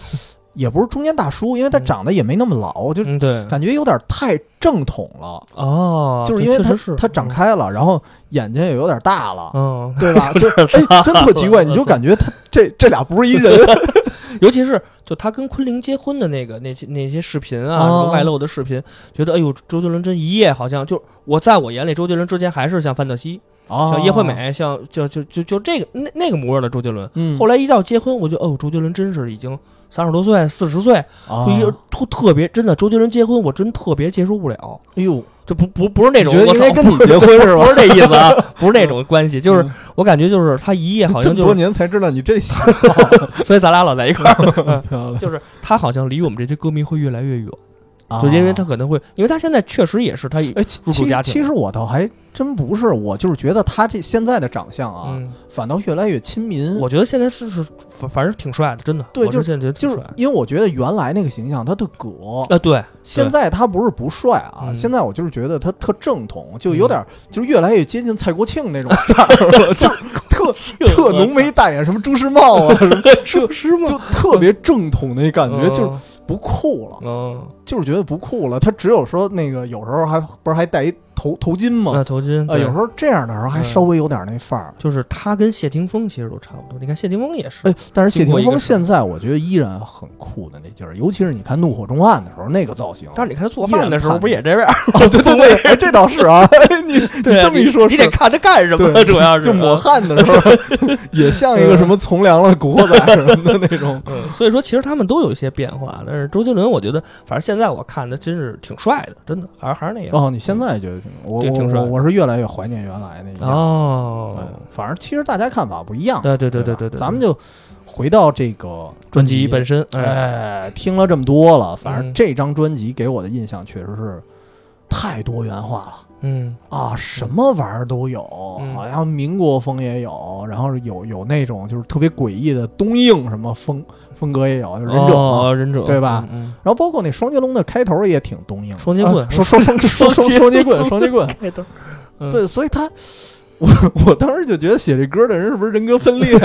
Speaker 1: 也不是中年大叔，因为他
Speaker 2: 嗯
Speaker 1: 长得也没那么老，就
Speaker 2: 嗯，对，
Speaker 1: 感觉有点太正统了。
Speaker 2: 哦，
Speaker 1: 就是
Speaker 2: 对
Speaker 1: 因为
Speaker 2: 确
Speaker 1: 他
Speaker 2: 实是
Speaker 1: 他长，开了，然后眼睛也有点大了，
Speaker 2: 嗯，<laughs>
Speaker 1: 对吧？就哎，真特奇怪，你就感觉他这这俩不是一人。
Speaker 2: 尤其是就他跟昆凌结婚的那个那些那些视频啊，什么
Speaker 1: 哦
Speaker 2: 外露的视频，觉得哎呦，周杰伦真一夜好像就我在我眼里，周杰伦之前还是像范特西、
Speaker 1: 啊哦
Speaker 2: 像叶惠，美、像就就就就这个那那个模样的周杰伦。
Speaker 1: 嗯，
Speaker 2: 后来一到结婚，我就哦，周杰伦真是已经三十多岁、四十岁，
Speaker 1: 来
Speaker 2: 就一特特别真的，周杰伦结婚我真特别接受不了，
Speaker 1: 哎呦，
Speaker 2: 就不不不是那种
Speaker 1: 你觉得
Speaker 2: 我
Speaker 1: 因
Speaker 2: 操
Speaker 1: 为跟你
Speaker 2: 不是
Speaker 1: 结婚是吧
Speaker 2: 不是这意思啊， <laughs> 不是那种关系， <laughs> 就是
Speaker 1: 嗯
Speaker 2: 我感觉就是他一夜好像
Speaker 1: 这么
Speaker 2: 就
Speaker 1: 多
Speaker 2: 是，
Speaker 1: 年才知道你这喜 <laughs>
Speaker 2: 所以咱俩老在一块儿，嗯
Speaker 1: 欢
Speaker 2: <laughs> 就是他好像离我们这些歌迷会越来越远。
Speaker 1: 啊
Speaker 2: 就因为他可能会，因为他现在确实也是他
Speaker 1: 哎，其
Speaker 2: 入住
Speaker 1: 其
Speaker 2: 家庭
Speaker 1: 其实我倒还真不是，我就是觉得他这现在的长相啊，
Speaker 2: 嗯，
Speaker 1: 反倒越来越亲民。
Speaker 2: 我觉得现在是是反反正挺帅的，真的，
Speaker 1: 对
Speaker 2: 我
Speaker 1: 就是
Speaker 2: 现在觉得挺
Speaker 1: 就
Speaker 2: 帅
Speaker 1: 是因为我觉得原来那个形象他特葛，
Speaker 2: 啊，对，
Speaker 1: 现在他不是不帅啊，
Speaker 2: 嗯
Speaker 1: 现在我就是觉得他特正统，就有点、就是越来越接近蔡国
Speaker 2: <laughs>
Speaker 1: 庆那种就特特浓眉大眼，什么朱时茂
Speaker 2: <laughs>
Speaker 1: 啊，什么
Speaker 2: 设施吗？嗯
Speaker 1: 就特别正统那感觉，就是
Speaker 2: 是
Speaker 1: 不酷了，
Speaker 2: 嗯，
Speaker 1: 就是觉得不酷了。他只有说那个有时候还不是还戴一头头巾吗？
Speaker 2: 那头巾
Speaker 1: 啊，有时
Speaker 2: 候
Speaker 1: 候这样的时候还
Speaker 2: 嗯
Speaker 1: 稍微有点那范儿。
Speaker 2: 就是他跟谢霆锋其实都差不多，你看谢霆锋也是
Speaker 1: 哎，但是谢
Speaker 2: 经过
Speaker 1: 霆
Speaker 2: 一个
Speaker 1: 锋
Speaker 2: 时
Speaker 1: 现在我觉得依然很酷的那劲儿，尤其是你看《怒火中案》的时候那个造型。
Speaker 2: 但是你
Speaker 1: <laughs>
Speaker 2: 看他做
Speaker 1: 依然
Speaker 2: 饭的时候
Speaker 1: 看
Speaker 2: 不也这样？
Speaker 1: 啊，对对对，
Speaker 2: <laughs>
Speaker 1: 哎这倒是啊，你你
Speaker 2: 对啊
Speaker 1: 这么一说，
Speaker 2: 你
Speaker 1: 是
Speaker 2: 得看他啊干什么，
Speaker 1: 对
Speaker 2: 主要是
Speaker 1: <laughs> 就抹。汗的时候， <laughs> 也像一个什么从良了古惑仔什么的那
Speaker 2: <laughs>
Speaker 1: 种。
Speaker 2: 嗯，所以说其实他们都有一些变化，但是周杰伦我觉得，反正现在我看他真是挺帅的，真的，还是还是那样。
Speaker 1: 哦，你现在觉得挺我
Speaker 2: 对
Speaker 1: 我
Speaker 2: 挺帅
Speaker 1: 我我是越来越怀念原来那一样。对
Speaker 2: 哦，，
Speaker 1: 反正其实大家看法不一样。
Speaker 2: 对对对对
Speaker 1: 对吧
Speaker 2: 对对，
Speaker 1: 咱们就回到这个
Speaker 2: 专
Speaker 1: 专
Speaker 2: 辑
Speaker 1: 辑
Speaker 2: 本身，哎，
Speaker 1: 哎，听了这么多了，反正
Speaker 2: 嗯
Speaker 1: 这张专辑给我的印象确实是太多元化了。
Speaker 2: 嗯，
Speaker 1: 啊，什么玩意儿都有，
Speaker 2: 嗯
Speaker 1: 好像民国风也有，然后有有那种就是特别诡异的东映什么风风格也有，就是忍者嘛。
Speaker 2: 哦忍者
Speaker 1: 对吧？
Speaker 2: 嗯，
Speaker 1: 然后包括那双截龙的开头也挺东映的，
Speaker 2: 双截棍
Speaker 1: 啊双双双双
Speaker 2: 双
Speaker 1: 双
Speaker 2: 截
Speaker 1: 双截 <laughs> 棍，双截棍。
Speaker 2: 开头，嗯
Speaker 1: 对，所以他，我我当时就觉得写这歌的人是不是人格分 <laughs> 裂？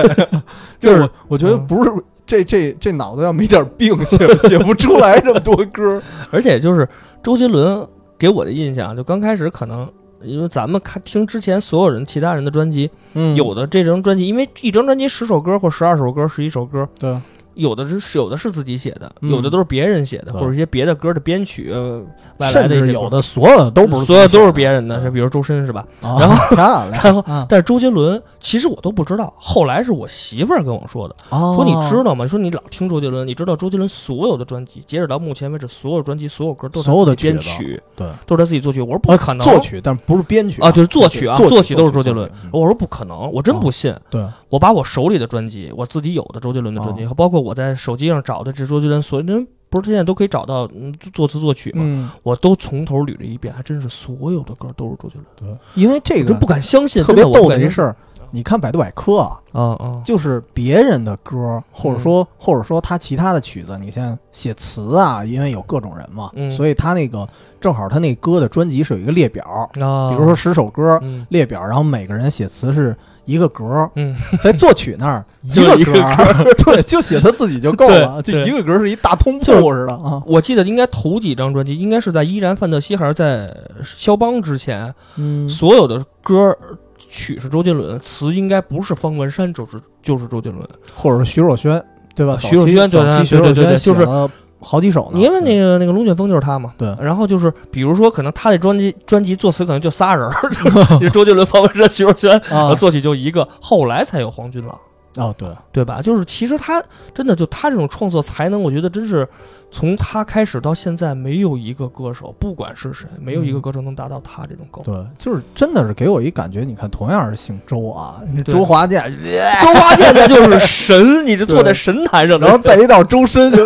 Speaker 1: 就是我我觉得
Speaker 2: 嗯
Speaker 1: 不是这这这脑子要没点病，写写不出来这么多歌。
Speaker 2: <laughs> 而且就是周杰伦给我的印象，就刚开始可能。因为咱们看听之前所有人其他人的专辑，
Speaker 1: <laughs> 嗯
Speaker 2: 有的这张专辑，因为一张专辑十首歌或十二首歌、十一首歌，
Speaker 1: 对，
Speaker 2: 有的是有的是自己写的，
Speaker 1: 嗯
Speaker 2: 有的都是别人写的，
Speaker 1: 对
Speaker 2: 或者一些别的歌的编曲，呃外来
Speaker 1: 甚
Speaker 2: 的一
Speaker 1: 至
Speaker 2: 些
Speaker 1: 有
Speaker 2: 的
Speaker 1: 的所有的都不是
Speaker 2: 所有都是
Speaker 1: 别
Speaker 2: 别人的，
Speaker 1: 嗯
Speaker 2: 是比如周深是吧？
Speaker 1: 啊
Speaker 2: 然
Speaker 1: <laughs> 漂亮，
Speaker 2: 然后
Speaker 1: 啊
Speaker 2: 但是周杰伦其实我都不知道，后来是我媳妇儿跟我说的，说
Speaker 1: 说
Speaker 2: 你知道吗？说你老听周杰伦，你知道周杰伦所有的专辑，截止到目前为止，所有专辑所有歌都是他
Speaker 1: 所有的
Speaker 2: 自己编
Speaker 1: 曲
Speaker 2: 曲，
Speaker 1: 对，
Speaker 2: 都是他自己作曲。我说不
Speaker 1: 呃
Speaker 2: 可能，
Speaker 1: 作曲，但不是编曲
Speaker 2: 啊，就是作曲啊，
Speaker 1: 作
Speaker 2: 作曲都是周杰伦哦
Speaker 1: 作曲。嗯啊
Speaker 2: 我说不可能，我真不信。
Speaker 1: 对，
Speaker 2: 我把我手里的专辑，我自己有的周杰伦的专
Speaker 1: 哦
Speaker 2: 辑，和包括我在手机上找的这周杰伦所有，人不是现在都可以找到嗯作词作曲吗？
Speaker 1: 嗯，
Speaker 2: 我都从头捋了一遍，还真是所有的歌都是周杰伦，
Speaker 1: 对，因为这
Speaker 2: 我真
Speaker 1: 个
Speaker 2: 不敢相信，
Speaker 1: 特
Speaker 2: 真
Speaker 1: 别
Speaker 2: 的我
Speaker 1: 逗
Speaker 2: 不
Speaker 1: 的
Speaker 2: 敢
Speaker 1: 一
Speaker 2: 相
Speaker 1: 事
Speaker 2: 信。
Speaker 1: 儿，你看百度百科啊，
Speaker 2: 啊啊，
Speaker 1: 就是别人的歌，或者
Speaker 2: 嗯
Speaker 1: 说或者说他其他的曲子，你像写词啊，因为有各种人嘛
Speaker 2: 嗯，
Speaker 1: 所以他那个正好他那歌的专辑是有一个列表，
Speaker 2: 啊，
Speaker 1: 比如说，十首歌
Speaker 2: 嗯
Speaker 1: 列表，然后每个人写词是。一
Speaker 2: <laughs>
Speaker 1: 个格，
Speaker 2: 嗯，
Speaker 1: 在作曲那儿一
Speaker 2: 就
Speaker 1: 个
Speaker 2: 一个
Speaker 1: 格儿， <laughs> 对，就写他自己就够了，就
Speaker 2: 对对
Speaker 1: 一个格儿是一大通
Speaker 2: 就是
Speaker 1: 铺似的啊。
Speaker 2: 我记得应该头几张专辑应该是在《依然范特西》还是在肖邦之前，
Speaker 1: 嗯
Speaker 2: 所有的歌曲是周杰伦，词应该不是方文山，就是就是周杰伦。
Speaker 1: 或者是徐若瑄，对吧？
Speaker 2: 徐若瑄
Speaker 1: 早
Speaker 2: 对
Speaker 1: 期
Speaker 2: 对
Speaker 1: 徐若
Speaker 2: 对对
Speaker 1: 瑄
Speaker 2: 对就是
Speaker 1: 写了好几首呢。
Speaker 2: 因为那个那个龙卷风就是他嘛，
Speaker 1: 对
Speaker 2: 然后就是比如说，可能他的专辑专辑作词可能就仨人儿，
Speaker 1: <laughs>
Speaker 2: 就是周杰伦、方文山、徐若瑄，然后
Speaker 1: 啊
Speaker 2: 作曲就一个，后来才有黄俊朗，
Speaker 1: 哦对，
Speaker 2: 对吧？就是其实他真的就他这种创作才能，我觉得真是从他开始到现在，没有一个歌手，不管是谁，没
Speaker 1: 嗯
Speaker 2: 有一个歌手能达到他这种高度。
Speaker 1: 对，就是真的是给我一感觉，你看同样是姓周啊，
Speaker 2: 对
Speaker 1: 周华健，
Speaker 2: 周华健那就是
Speaker 1: <laughs>
Speaker 2: 神，你这坐在
Speaker 1: 对
Speaker 2: 神坛上，
Speaker 1: 然后再一到周深， <laughs> 就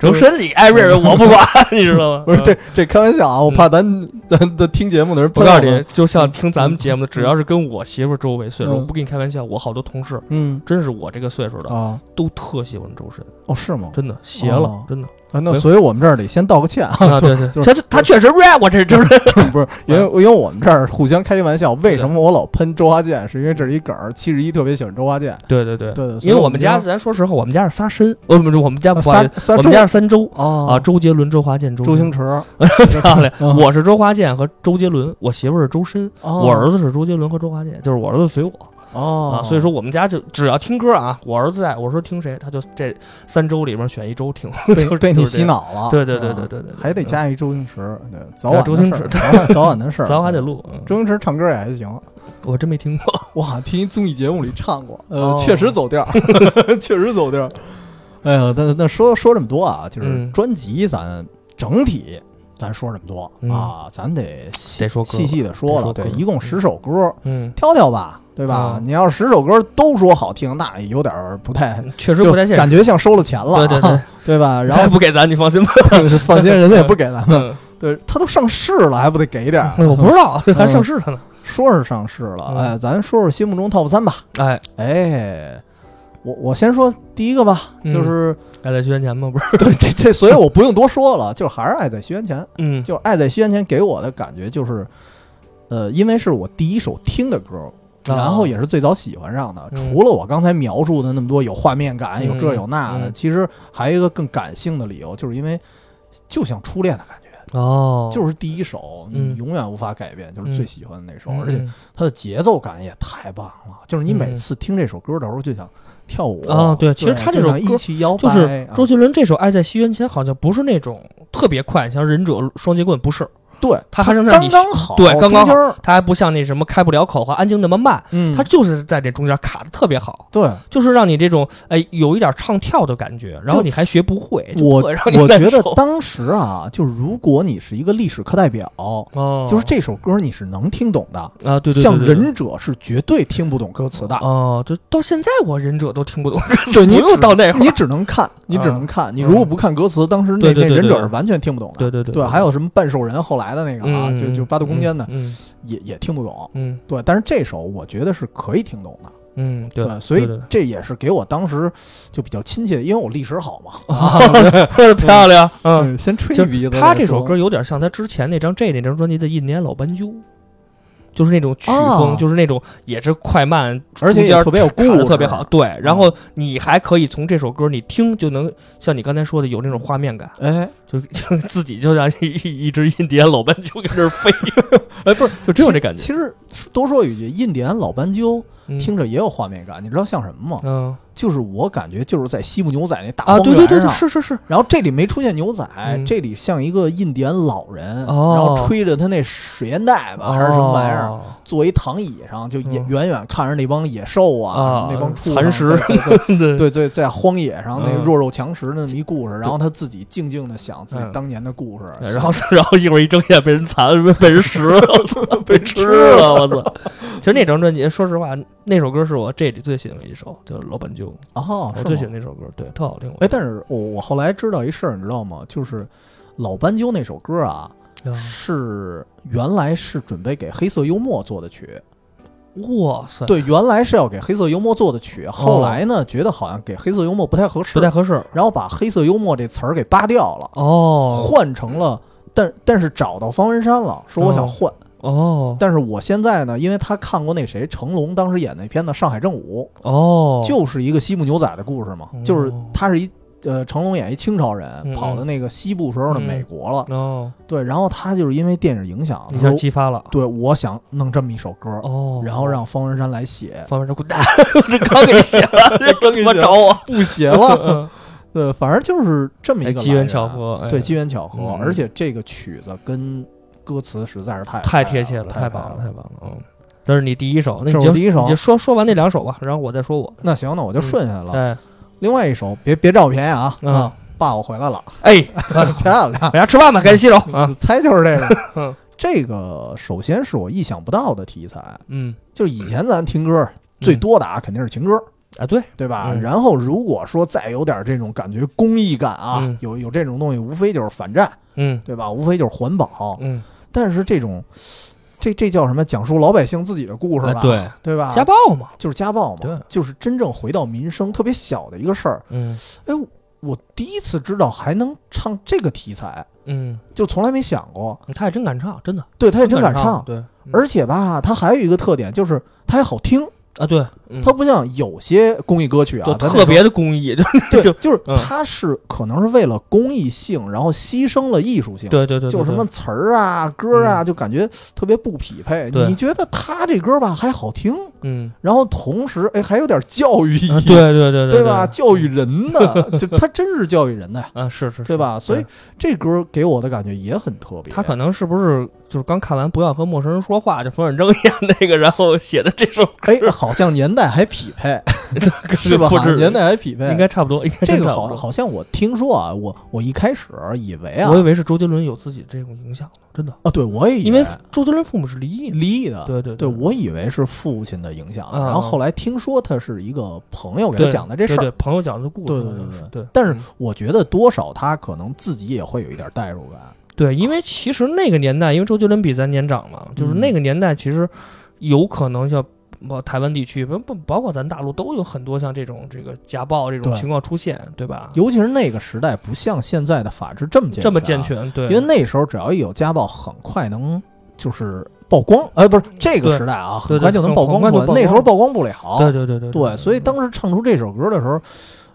Speaker 2: 周深你爱不爱人我不管，你知道吗？
Speaker 1: 不是
Speaker 2: 嗯
Speaker 1: 这这开玩笑啊，我怕咱咱的听节目的人
Speaker 2: 我
Speaker 1: 不
Speaker 2: 告诉你，，就像听咱们节目的，只要是跟我媳妇儿周围岁数，
Speaker 1: 嗯
Speaker 2: 我不跟你开玩笑，我好多同事，
Speaker 1: 嗯
Speaker 2: 真是我这个岁数的，
Speaker 1: 啊
Speaker 2: 都特喜欢周深，
Speaker 1: 哦是吗？
Speaker 2: 真的邪了
Speaker 1: 哦，
Speaker 2: 真的
Speaker 1: 啊
Speaker 2: 没
Speaker 1: 那
Speaker 2: 有
Speaker 1: 所以我们这儿得先道个
Speaker 2: <laughs>
Speaker 1: 歉啊，
Speaker 2: 啊，对对，
Speaker 1: <laughs> 就
Speaker 2: 他他确实 rap，我这就是
Speaker 1: 不是因为
Speaker 2: 嗯
Speaker 1: 因为我们这儿互相开玩笑，为什么我老喷周华健，是因为这是一梗儿，七十一特别喜欢周华健，
Speaker 2: <laughs> 对对对，
Speaker 1: 对对，所以
Speaker 2: 因为我们
Speaker 1: 这
Speaker 2: 家
Speaker 1: 儿
Speaker 2: 咱说实话，我们家是仨深，呃不是我们家不好意
Speaker 1: 仨
Speaker 2: 思，
Speaker 1: 仨
Speaker 2: 我
Speaker 1: 啊周
Speaker 2: 们家是三周啊，
Speaker 1: 啊
Speaker 2: 周杰伦、周华健、周
Speaker 1: 周
Speaker 2: 深
Speaker 1: 星驰，
Speaker 2: <laughs> 漂亮，
Speaker 1: 嗯
Speaker 2: 我是周华健和周杰伦，我媳妇儿是周深，我
Speaker 1: 我
Speaker 2: 儿子是周杰伦和周华健，就是我儿子随我
Speaker 1: 哦
Speaker 2: 啊，所以说我们家就只要听歌啊，我儿子在我说听谁，他就这三周里面选一周听， <laughs> 就是
Speaker 1: 被被你
Speaker 2: 就是这
Speaker 1: 洗
Speaker 2: 样
Speaker 1: 脑了。
Speaker 2: 对对对对
Speaker 1: 啊
Speaker 2: 对对，对
Speaker 1: 还得
Speaker 2: 嗯
Speaker 1: 加一周星驰，对，早晚的
Speaker 2: 周星驰
Speaker 1: 事儿早晚早晚
Speaker 2: <laughs>
Speaker 1: 的事儿，
Speaker 2: 咱还得
Speaker 1: 对。
Speaker 2: 录，嗯
Speaker 1: <laughs> 周星驰唱歌也还行，
Speaker 2: 我真没听过。
Speaker 1: 我好像听一综艺节目里唱过，呃
Speaker 2: 哦，
Speaker 1: <laughs> 确实走调儿，确实走调儿。哎呀，那那说说这么多啊，就是
Speaker 2: 嗯
Speaker 1: 专辑咱整体咱说这么多、
Speaker 2: 嗯
Speaker 1: 啊，咱得细
Speaker 2: 得说歌吧
Speaker 1: 细细的
Speaker 2: 得
Speaker 1: 说
Speaker 2: 说
Speaker 1: 了，
Speaker 2: 歌
Speaker 1: 对，一共十首歌，
Speaker 2: 嗯，
Speaker 1: 挑挑吧，对吧？
Speaker 2: 嗯
Speaker 1: 你要是十首歌都说好听，那有点儿不太，
Speaker 2: 确实
Speaker 1: 就
Speaker 2: 不太现
Speaker 1: 感
Speaker 2: 实。
Speaker 1: 觉像收了钱了，
Speaker 2: 对对对，
Speaker 1: 对吧？ <laughs> 然
Speaker 2: <laughs> 他
Speaker 1: 后
Speaker 2: 不给咱，你放心
Speaker 1: <laughs>
Speaker 2: 吧。
Speaker 1: 放心，人家也不给咱
Speaker 2: 嗯
Speaker 1: 们，对他都上市了，还不得给点儿？
Speaker 2: <laughs> 我不知道，这还上市了呢。
Speaker 1: 说是上市了，
Speaker 2: 嗯
Speaker 1: 哎，咱说说心目中 top 三吧。
Speaker 2: 哎，
Speaker 1: 哎，我我先说第一个吧，
Speaker 2: 嗯
Speaker 1: 就是、
Speaker 2: 还在学前吗？不是，
Speaker 1: 对这这，所以我不用多说了，就是还是爱在西元前，
Speaker 2: <laughs> 嗯，
Speaker 1: 就是爱在西元前给我的感觉就是，呃，因为是我第一首听的歌。然后也是最早喜欢上的，
Speaker 2: 啊嗯
Speaker 1: 除了我刚才描述的那么多有画面感、
Speaker 2: 嗯
Speaker 1: 有这有那的，
Speaker 2: 嗯
Speaker 1: 其实还有一个更感性的理由，就是因为就像初恋的感觉，
Speaker 2: 哦，
Speaker 1: 就是第一首
Speaker 2: 嗯
Speaker 1: 你永远无法改变，就是最喜欢的那首，
Speaker 2: 嗯
Speaker 1: 而且它的节奏感也太棒了，就是你每次听这首歌的时候就想跳舞
Speaker 2: 啊对其实他这首
Speaker 1: 就想一起摇摆，
Speaker 2: 就是
Speaker 1: 啊
Speaker 2: 周杰伦这首《爱在西元前》好像不是那种特别快，像《忍者双截棍》不是，
Speaker 1: 对，
Speaker 2: 他还能让
Speaker 1: 刚
Speaker 2: 你，
Speaker 1: 刚好，
Speaker 2: 对刚刚好
Speaker 1: 中间儿，
Speaker 2: 他还不像那什么开不了口和安静那么慢，
Speaker 1: 嗯，
Speaker 2: 他就是在这中间卡的特别好，
Speaker 1: 对，
Speaker 2: 就是让你这种哎有一点唱跳的感觉，然后你还学不会，就
Speaker 1: 我
Speaker 2: 特让你
Speaker 1: 我
Speaker 2: 难
Speaker 1: 觉得
Speaker 2: 受
Speaker 1: 当时啊，就如果你是一个历史课代表，
Speaker 2: 哦，
Speaker 1: 就是这首歌你是能听懂的，
Speaker 2: 啊，对对对，
Speaker 1: 像
Speaker 2: 对对
Speaker 1: 忍者是绝对听不懂歌词的，
Speaker 2: 哦，就到现在我忍者都听不懂，不
Speaker 1: 对你
Speaker 2: 用
Speaker 1: 只
Speaker 2: 到那会
Speaker 1: 你
Speaker 2: 儿，嗯
Speaker 1: 只能看，你只能看，你如果不看歌词，当时那
Speaker 2: 对对
Speaker 1: 那
Speaker 2: 对
Speaker 1: 忍
Speaker 2: 对
Speaker 1: 者
Speaker 2: 对
Speaker 1: 是完全听不懂的。
Speaker 2: 对对对
Speaker 1: 对，还有什么半兽人后来的那个啊，
Speaker 2: 嗯
Speaker 1: 就就八度空间的、
Speaker 2: 嗯
Speaker 1: 也也听不懂。
Speaker 2: 嗯
Speaker 1: 对，但是这首我觉得是可以听懂的，
Speaker 2: 嗯，嗯对
Speaker 1: 对，所以
Speaker 2: 对对
Speaker 1: <laughs>
Speaker 2: <laughs>
Speaker 1: 这也是给我当时就比较亲切，因为我历史好嘛。
Speaker 2: 对漂亮，嗯。
Speaker 1: 嗯，先吹
Speaker 2: 就
Speaker 1: 一鼻
Speaker 2: 是
Speaker 1: 子再说。
Speaker 2: 他这首歌有点像他之前那张 J 那张专辑的《印第安老斑鸠》，就是那种曲风，
Speaker 1: 啊
Speaker 2: 就是那种也是快慢，
Speaker 1: 而且
Speaker 2: 中间
Speaker 1: 也特别有
Speaker 2: 卡得
Speaker 1: 故事嗯
Speaker 2: 特别好。对，然后你还可以从这首歌你听就能像你刚才说的有那种画面感，
Speaker 1: 哎
Speaker 2: 就 <laughs> 就自己就像一一一只印第安老斑鸠跟这儿 <laughs> 飞，
Speaker 1: 哎，不是，
Speaker 2: 就真有这感觉。
Speaker 1: 其实多说一句，印第安老斑鸠
Speaker 2: 嗯
Speaker 1: 听着也有画面感，你知道像什么吗？
Speaker 2: 嗯
Speaker 1: 就是我感觉就是在西部牛仔那大
Speaker 2: 啊，
Speaker 1: 荒
Speaker 2: 对对
Speaker 1: 原
Speaker 2: 对对，
Speaker 1: 上
Speaker 2: 是是是，
Speaker 1: 然后这里没出现牛仔，
Speaker 2: 嗯
Speaker 1: 这里像一个印第安老人，
Speaker 2: 哦
Speaker 1: 然后吹着他那水烟袋吧，还是什么玩意儿，
Speaker 2: 哦？
Speaker 1: 坐一躺椅上，就也
Speaker 2: 嗯
Speaker 1: 远远看着那帮野兽啊，
Speaker 2: 啊
Speaker 1: 那帮畜
Speaker 2: 蚕 <laughs>
Speaker 1: 生
Speaker 2: 食
Speaker 1: 在在在
Speaker 2: 对，
Speaker 1: <laughs> 对对，在荒野上那个
Speaker 2: 嗯
Speaker 1: 弱肉强食的那么一故事，然后他自己静静的想自己当年的故事，
Speaker 2: 嗯然后然后一会儿一睁眼被人残，被被人食 <laughs> 了，我操被吃了，我操！ <laughs> 其实那张专辑，说实话，那首歌是我这里最喜欢的一首，就是《老板鸠》，
Speaker 1: 哦，
Speaker 2: 我最喜
Speaker 1: 是吗
Speaker 2: 欢那首歌，对，特好听。
Speaker 1: 哎，但是我我后来知道一事儿，你知道吗？就是老斑鸠那首歌啊，
Speaker 2: 但
Speaker 1: 是原来是准备给黑色幽默做的曲。
Speaker 2: 哇塞，
Speaker 1: 对，原来是要给黑色幽默做的曲，后来呢，觉得好像给黑色幽默不太合适，
Speaker 2: 哦不太合适
Speaker 1: 然后把黑色幽默这词儿给扒掉了，
Speaker 2: 哦
Speaker 1: 换成了。但但是找到方文山了，说我想换，
Speaker 2: 哦
Speaker 1: 但是我现在呢，因为他看过那谁成龙当时演那片子《上海正午》，
Speaker 2: 哦，
Speaker 1: 就是一个西部牛仔的故事嘛，
Speaker 2: 哦
Speaker 1: 就是他是一呃成龙演一清朝人，
Speaker 2: 嗯嗯嗯
Speaker 1: 跑到那个西部时候的美国了，
Speaker 2: 哦，
Speaker 1: 对，然后他就是因为电影影响，
Speaker 2: 一
Speaker 1: 他
Speaker 2: 下
Speaker 1: 说
Speaker 2: 激发了
Speaker 1: 对我想弄这么一首歌，
Speaker 2: 哦，
Speaker 1: 然后让方文山来写，
Speaker 2: 方文山滚蛋，我这刚给你写了，这他妈找我，
Speaker 1: 不写了。
Speaker 2: 嗯
Speaker 1: 对，反正就是这么一
Speaker 2: 哎
Speaker 1: 个
Speaker 2: 机
Speaker 1: 来
Speaker 2: 缘
Speaker 1: 源
Speaker 2: 巧，合，哎
Speaker 1: 对，机缘巧合。
Speaker 2: 嗯
Speaker 1: 而且这个曲子跟歌词实在是太
Speaker 2: 太
Speaker 1: 贴
Speaker 2: 贴切了，
Speaker 1: 太
Speaker 2: 棒了，太
Speaker 1: 拍
Speaker 2: 棒了，嗯。这是你第一首，那
Speaker 1: 这
Speaker 2: 你
Speaker 1: 是我
Speaker 2: 就
Speaker 1: 第一首
Speaker 2: 你就说说完那两首吧，然后我再说我。
Speaker 1: 那行，那我就顺下来了。
Speaker 2: 哎
Speaker 1: 另外一首，别别占我便宜啊！
Speaker 2: 嗯
Speaker 1: 啊，爸，我回
Speaker 2: <laughs>
Speaker 1: 来了，
Speaker 2: 哎，
Speaker 1: 漂亮！
Speaker 2: 回家吃饭吧，赶紧洗手啊。
Speaker 1: 猜就是这个
Speaker 2: <laughs> 嗯。
Speaker 1: 这个首先是我意想不到的题材，
Speaker 2: 嗯
Speaker 1: 就是以前咱听歌最多的啊，肯定是情歌，
Speaker 2: 啊，对，
Speaker 1: 对吧？
Speaker 2: 嗯
Speaker 1: 然后如果说再有点这种感觉公益感啊，
Speaker 2: 嗯
Speaker 1: 有有这种东西，无非就是反战，
Speaker 2: 嗯
Speaker 1: 对吧？无非就是环保，
Speaker 2: 嗯，
Speaker 1: 但是这种，这这叫什么？讲述老百姓自己的故事吧，
Speaker 2: 啊对，
Speaker 1: 对吧？
Speaker 2: 家暴嘛，
Speaker 1: 就是家暴嘛
Speaker 2: 对，
Speaker 1: 就是真正回到民生，特别小的一个事儿。
Speaker 2: 嗯
Speaker 1: 哎，我我第一次知道还能唱这个题材，
Speaker 2: 嗯，
Speaker 1: 就从来没想过。
Speaker 2: 他也真敢唱，真的，
Speaker 1: 对，他也真敢唱，
Speaker 2: 对，
Speaker 1: 而且吧，他还有一个特点就是他还好听，
Speaker 2: 啊对，嗯
Speaker 1: 他不像有些公益歌曲啊，
Speaker 2: 就
Speaker 1: 咱
Speaker 2: 特别的公益，就
Speaker 1: 对，
Speaker 2: 就
Speaker 1: 就是
Speaker 2: 嗯
Speaker 1: 他是可能是为了公益性，然后牺牲了艺术性。
Speaker 2: 对对对，对嗯
Speaker 1: 就什么，词儿啊、歌啊，就感觉特别不匹配。
Speaker 2: 对
Speaker 1: 你觉得他这歌吧还好听，
Speaker 2: 对嗯，
Speaker 1: 然后同时哎还有点教育意义，
Speaker 2: 啊对对对
Speaker 1: 对
Speaker 2: 对
Speaker 1: 吧？教育人的，就他真是教育人的呀，
Speaker 2: 啊是是，是
Speaker 1: 对吧？所以这歌给我的感觉也很特别。
Speaker 2: 他可能是不是就是刚看完《不要和
Speaker 1: <laughs>
Speaker 2: 陌生人说话》，就冯远征演那个，然后写的这首 <laughs>
Speaker 1: 哎，好像年代还匹配，是吧？
Speaker 2: 复制
Speaker 1: 感觉那还匹配，
Speaker 2: 应该差不多，应该
Speaker 1: 这
Speaker 2: 真
Speaker 1: 个
Speaker 2: 差不
Speaker 1: 好，
Speaker 2: 多
Speaker 1: 好像我听说啊，我我一开始以为啊
Speaker 2: 我以，为是周杰伦有自己这种影响呢，真的，
Speaker 1: 啊，对我也以
Speaker 2: 因为周杰伦父母是离异的，
Speaker 1: 离异的，
Speaker 2: 对对
Speaker 1: 对，我以为是父亲的影响，啊
Speaker 2: 嗯
Speaker 1: 然后后来听说他是一个朋友给他
Speaker 2: 对
Speaker 1: 讲的这事
Speaker 2: 对
Speaker 1: 儿，
Speaker 2: 对朋友讲的故事，
Speaker 1: 对对
Speaker 2: 好像
Speaker 1: 对
Speaker 2: 是
Speaker 1: 对
Speaker 2: 对
Speaker 1: 但是
Speaker 2: 嗯
Speaker 1: 我觉得多少他可能自己也会有一点代入感，
Speaker 2: 对，因为其实那个年代，因为周杰伦比咱年长嘛，就是
Speaker 1: 嗯
Speaker 2: 那个年代其实有可能像包台湾地区，不不包括咱大陆都有很多像这种这个家暴这种
Speaker 1: 对
Speaker 2: 情况出现，对吧？
Speaker 1: 尤其是那个时代，不像现在的法制这么健啊
Speaker 2: 这么
Speaker 1: 健
Speaker 2: 健，全，对，
Speaker 1: 因为那时候只要一有家暴，很快能就是曝光，呃，不是这个
Speaker 2: 对
Speaker 1: 时代啊，很
Speaker 2: 对
Speaker 1: 快
Speaker 2: 对
Speaker 1: 就能
Speaker 2: 很
Speaker 1: 曝
Speaker 2: 很
Speaker 1: 光
Speaker 2: 快
Speaker 1: 出
Speaker 2: 就
Speaker 1: 来，
Speaker 2: 曝
Speaker 1: 那时候
Speaker 2: 光
Speaker 1: 曝光不了，
Speaker 2: 对对对对
Speaker 1: 对，所以当时唱出这首歌的时候，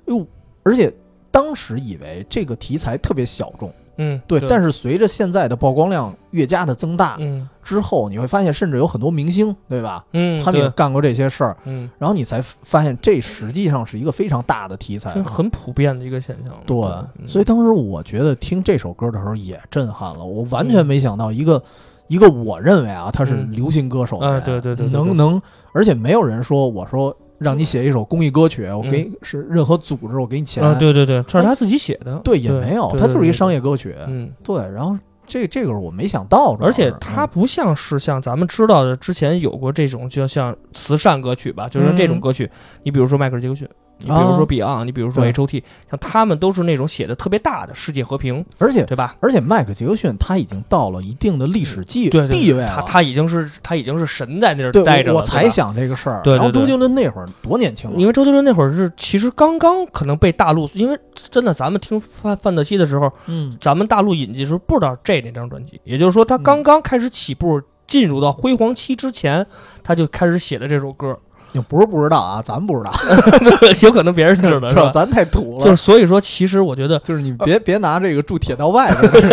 Speaker 1: 哟，而且当时以为这个题材特别小众，
Speaker 2: 嗯
Speaker 1: 对，
Speaker 2: 对，
Speaker 1: 但
Speaker 2: 是
Speaker 1: 是随着现在的曝光量越加的增大
Speaker 2: 嗯
Speaker 1: 之后，你会发现，甚至有很多明星，对吧？
Speaker 2: 嗯，
Speaker 1: 他们也
Speaker 2: 对
Speaker 1: 干过这些事儿，
Speaker 2: 嗯，
Speaker 1: 然后你才发现这实际上是一个非常大的题材
Speaker 2: 这。很普遍的一个现象了，
Speaker 1: 对，
Speaker 2: 嗯
Speaker 1: 所以当时我觉得听这首歌的时候也震撼了，我完全没想到一个一个我认为啊，他是
Speaker 2: 嗯
Speaker 1: 流行歌手的人，
Speaker 2: 哎对对对对对
Speaker 1: 能能，而且没有人说我说让你写一首公益歌曲，我给是任何组织我给你钱，
Speaker 2: 嗯啊，对对对，这是他自己写的，
Speaker 1: 哎对也没有，
Speaker 2: 对
Speaker 1: 他
Speaker 2: 对
Speaker 1: 就是一
Speaker 2: 对
Speaker 1: 商业歌曲，
Speaker 2: 嗯。
Speaker 1: 对，然后这这个是我没想到，主要
Speaker 2: 而且
Speaker 1: 是
Speaker 2: 它
Speaker 1: 嗯
Speaker 2: 不像是像咱们知道的，之前有过这种，就像慈善歌曲吧，就是这种歌曲。你比如说迈克尔·杰克逊，你比如
Speaker 1: 嗯啊
Speaker 2: 说 Beyond，你比如说
Speaker 1: 对
Speaker 2: H.O.T，像他们都是那种写的特别大的世界和平，
Speaker 1: 而且
Speaker 2: 对吧？
Speaker 1: 而且迈克尔·杰克逊他已经到了一定的历史
Speaker 2: 嗯
Speaker 1: 地
Speaker 2: 对对对
Speaker 1: 地位
Speaker 2: 他
Speaker 1: 了。
Speaker 2: 他已经是他已经是神在那儿
Speaker 1: 对，
Speaker 2: 待着
Speaker 1: 我
Speaker 2: 了，
Speaker 1: 我才
Speaker 2: 对吧。
Speaker 1: 想这个事儿。
Speaker 2: 对对
Speaker 1: 然后周
Speaker 2: 对
Speaker 1: 杰伦那会儿多年轻啊，
Speaker 2: 因为周杰伦那会儿是，其实刚刚可能被大陆，因为真的，咱们听范范特西的时候，
Speaker 1: 嗯，
Speaker 2: 咱们大陆引进时候不知道这那张专辑，也就是说他刚刚开始起步，进入到辉煌期之前，他就开始写的这首
Speaker 1: <laughs>
Speaker 2: 歌，
Speaker 1: 也不是不知道啊，咱不知道，
Speaker 2: 有可能别人知道
Speaker 1: 是吧？
Speaker 2: 吧？
Speaker 1: 咱太土
Speaker 2: 就是。
Speaker 1: 了
Speaker 2: 所以说，其实我觉
Speaker 1: <laughs>
Speaker 2: 得，
Speaker 1: 就是你别别拿这个住铁道外的人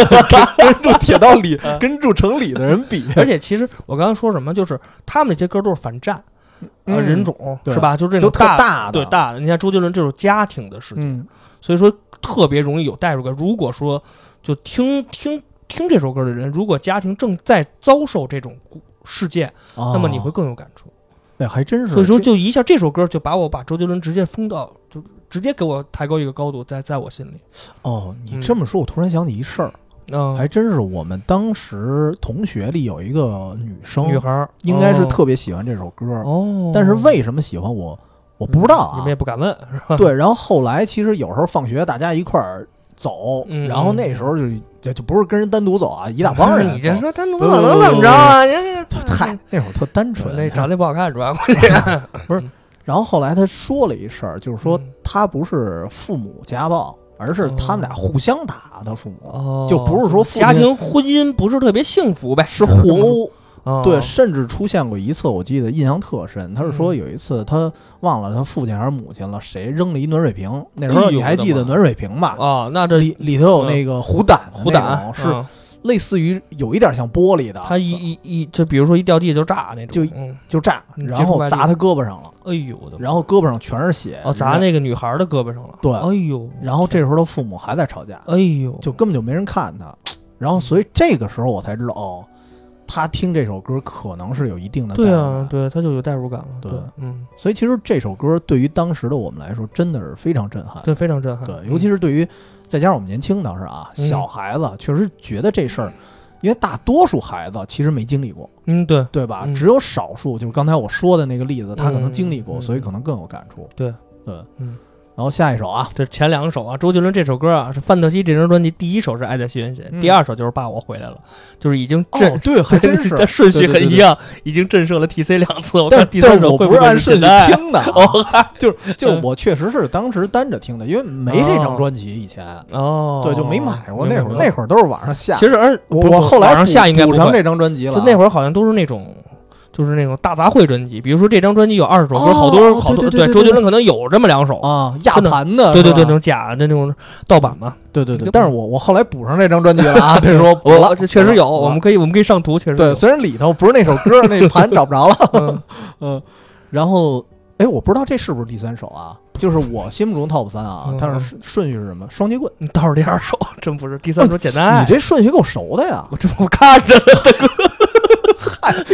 Speaker 1: 跟住铁道里
Speaker 2: 嗯
Speaker 1: 跟住城里的人
Speaker 2: <laughs>
Speaker 1: 比，
Speaker 2: 而且其实我刚刚说什么，就是他们这些歌都是反战，
Speaker 1: 嗯
Speaker 2: 呃，人种
Speaker 1: 对
Speaker 2: 是吧？就是这
Speaker 1: 都
Speaker 2: 种
Speaker 1: 特
Speaker 2: 大
Speaker 1: 大的
Speaker 2: 对大的。你像周杰伦这种家庭的事情，
Speaker 1: 嗯，
Speaker 2: 所以说特别容易有代入感。如果说就听听听这首歌的人，如果家庭正在遭受这种事件，
Speaker 1: 那
Speaker 2: 那么你会更有感触。
Speaker 1: 哎，哦还真是。
Speaker 2: 所以说，
Speaker 1: 这
Speaker 2: 就一下这首歌就把我把周杰伦直接封到，就直接给我抬高一个高度，在在我心里。
Speaker 1: 哦，你
Speaker 2: 嗯
Speaker 1: 这么说，我突然想起一事儿，
Speaker 2: 嗯，
Speaker 1: 还真是我们当时同学里有一个女生，
Speaker 2: 女孩儿
Speaker 1: 应该是
Speaker 2: 哦
Speaker 1: 特别喜欢这首歌，
Speaker 2: 哦，嗯
Speaker 1: 但是为什么喜欢我，我不知道
Speaker 2: 你
Speaker 1: 啊
Speaker 2: 们。也不敢问，是吧？
Speaker 1: 对，然后后来其实有时候放学大家一块儿走，
Speaker 2: 嗯
Speaker 1: 然后那时候就就就不是跟人单独走啊，一大帮人
Speaker 2: <laughs>
Speaker 1: 走。
Speaker 2: 你这说单独
Speaker 1: 不
Speaker 2: 怎
Speaker 1: 不不
Speaker 2: 么怎么着啊？你
Speaker 1: 对嗨，那会儿特单纯。
Speaker 2: 那长得也不好看，
Speaker 1: <laughs>
Speaker 2: 主要
Speaker 1: 然后后来他说了一事儿，就是说
Speaker 2: 嗯
Speaker 1: 他不是父母家暴，而是他们俩互相打的父母，
Speaker 2: 哦
Speaker 1: 就不是说父亲
Speaker 2: 家庭婚姻不是特别幸福呗？
Speaker 1: 是互殴。
Speaker 2: <laughs> 哦
Speaker 1: 对，甚至出现过一次，我记得印象特深。他是
Speaker 2: 嗯
Speaker 1: 说有一次他忘了他父亲还是母亲了，谁扔了一暖水瓶。那时
Speaker 2: 哎
Speaker 1: 候
Speaker 2: 呦
Speaker 1: 你还
Speaker 2: 我的
Speaker 1: 记得
Speaker 2: 妈
Speaker 1: 暖水瓶吧？
Speaker 2: 哦，那这
Speaker 1: 里里头有那个虎胆的那种，
Speaker 2: 虎胆
Speaker 1: 是
Speaker 2: 嗯
Speaker 1: 类似于有一点像玻璃的，
Speaker 2: 他一一一就比如说一掉地就炸那种，
Speaker 1: 就
Speaker 2: 嗯
Speaker 1: 就炸，
Speaker 2: 嗯
Speaker 1: 然
Speaker 2: 接触
Speaker 1: 后
Speaker 2: 外力
Speaker 1: 砸他胳膊上了，
Speaker 2: 哎呦我的妈，
Speaker 1: 然后胳膊上全是血。
Speaker 2: 哦砸那个女孩的胳膊上了，
Speaker 1: 对
Speaker 2: 哎呦，
Speaker 1: 然后这时候他父母还在吵架，
Speaker 2: 哎呦，
Speaker 1: 就根本就没人看他。然后
Speaker 2: 嗯
Speaker 1: 所以这个时候我才知道，哦，他听这首歌可能是有一定的
Speaker 2: 对
Speaker 1: 代入
Speaker 2: 啊
Speaker 1: 感，
Speaker 2: 对，他就有代入感了，
Speaker 1: 对
Speaker 2: 对，嗯，
Speaker 1: 所以其实这首歌对于当时的我们来说真的是非常震撼。
Speaker 2: 对，非常震撼，
Speaker 1: 对，尤其
Speaker 2: 是
Speaker 1: 是对于再加上我们年轻当时啊，
Speaker 2: 嗯
Speaker 1: 小孩子确实觉得这事儿，因为大多数孩子其实没经历过，
Speaker 2: 嗯，对
Speaker 1: 对吧？
Speaker 2: 嗯
Speaker 1: 只有少数，就是刚才我说的那个例子，他可能
Speaker 2: 嗯
Speaker 1: 经历过，
Speaker 2: 嗯
Speaker 1: 所以可能更有感触。
Speaker 2: 对
Speaker 1: 对，
Speaker 2: 嗯。
Speaker 1: 然后下一首啊，
Speaker 2: 这前两首啊，周杰伦这首歌啊是范特西这张专辑第一首是《爱在西元前》，
Speaker 1: 嗯
Speaker 2: 第二首就是《爸我回来了》，就是已经震
Speaker 1: 哦，对，还真
Speaker 2: <laughs>
Speaker 1: 是。
Speaker 2: 它顺序很一样，已经震慑了 T C 两次。我看
Speaker 1: 但
Speaker 2: T
Speaker 1: 但
Speaker 2: 三
Speaker 1: 是
Speaker 2: 首
Speaker 1: 我
Speaker 2: 会
Speaker 1: 不是
Speaker 2: 会
Speaker 1: 按
Speaker 2: 是
Speaker 1: 顺序
Speaker 2: 爱？
Speaker 1: 听的啊，
Speaker 2: <laughs> 哦嗨
Speaker 1: <laughs> 就是就是
Speaker 2: 嗯
Speaker 1: 我确实是当时单着听的，因为没这张专辑以前，
Speaker 2: 哦，
Speaker 1: 对就没买过。那会儿
Speaker 2: 明白
Speaker 1: 那会儿都是网上下，
Speaker 2: 其实而
Speaker 1: 我
Speaker 2: 不是
Speaker 1: 我后来
Speaker 2: 网上下
Speaker 1: 补
Speaker 2: 应该不
Speaker 1: 补上
Speaker 2: 会，
Speaker 1: 这张专辑了啊，
Speaker 2: 就那会儿好像都是那种。就是那种大杂烩专辑，比如说这张专辑有二十首歌，
Speaker 1: 哦
Speaker 2: 好多人好
Speaker 1: 对
Speaker 2: 多
Speaker 1: 对对对
Speaker 2: 周杰伦可能有这么两首，
Speaker 1: 啊亚
Speaker 2: 真的
Speaker 1: 盘的，
Speaker 2: 对对
Speaker 1: 是吧
Speaker 2: 对，那种假的那种盗版嘛。
Speaker 1: 对对对，
Speaker 2: 就
Speaker 1: 但是我我后来补上这张专辑了
Speaker 2: <laughs>
Speaker 1: 啊，别说补了
Speaker 2: 我，这确实有，
Speaker 1: 补了
Speaker 2: 我们可以我们可以上图，确实
Speaker 1: 啊对，
Speaker 2: 有
Speaker 1: 虽然里头不是那首歌，
Speaker 2: <laughs>
Speaker 1: 那盘找不着了，
Speaker 2: 嗯
Speaker 1: 嗯，然后哎，我不知道这是不是第三首啊，就是我心目中 top 三啊
Speaker 2: 嗯，
Speaker 1: 但是顺序是什么？双截棍，
Speaker 2: 你倒数第二首，真不哎
Speaker 1: <laughs>
Speaker 2: 是第三首简单爱， <laughs>
Speaker 1: 你这顺序够熟的呀，
Speaker 2: 我这不看着呢，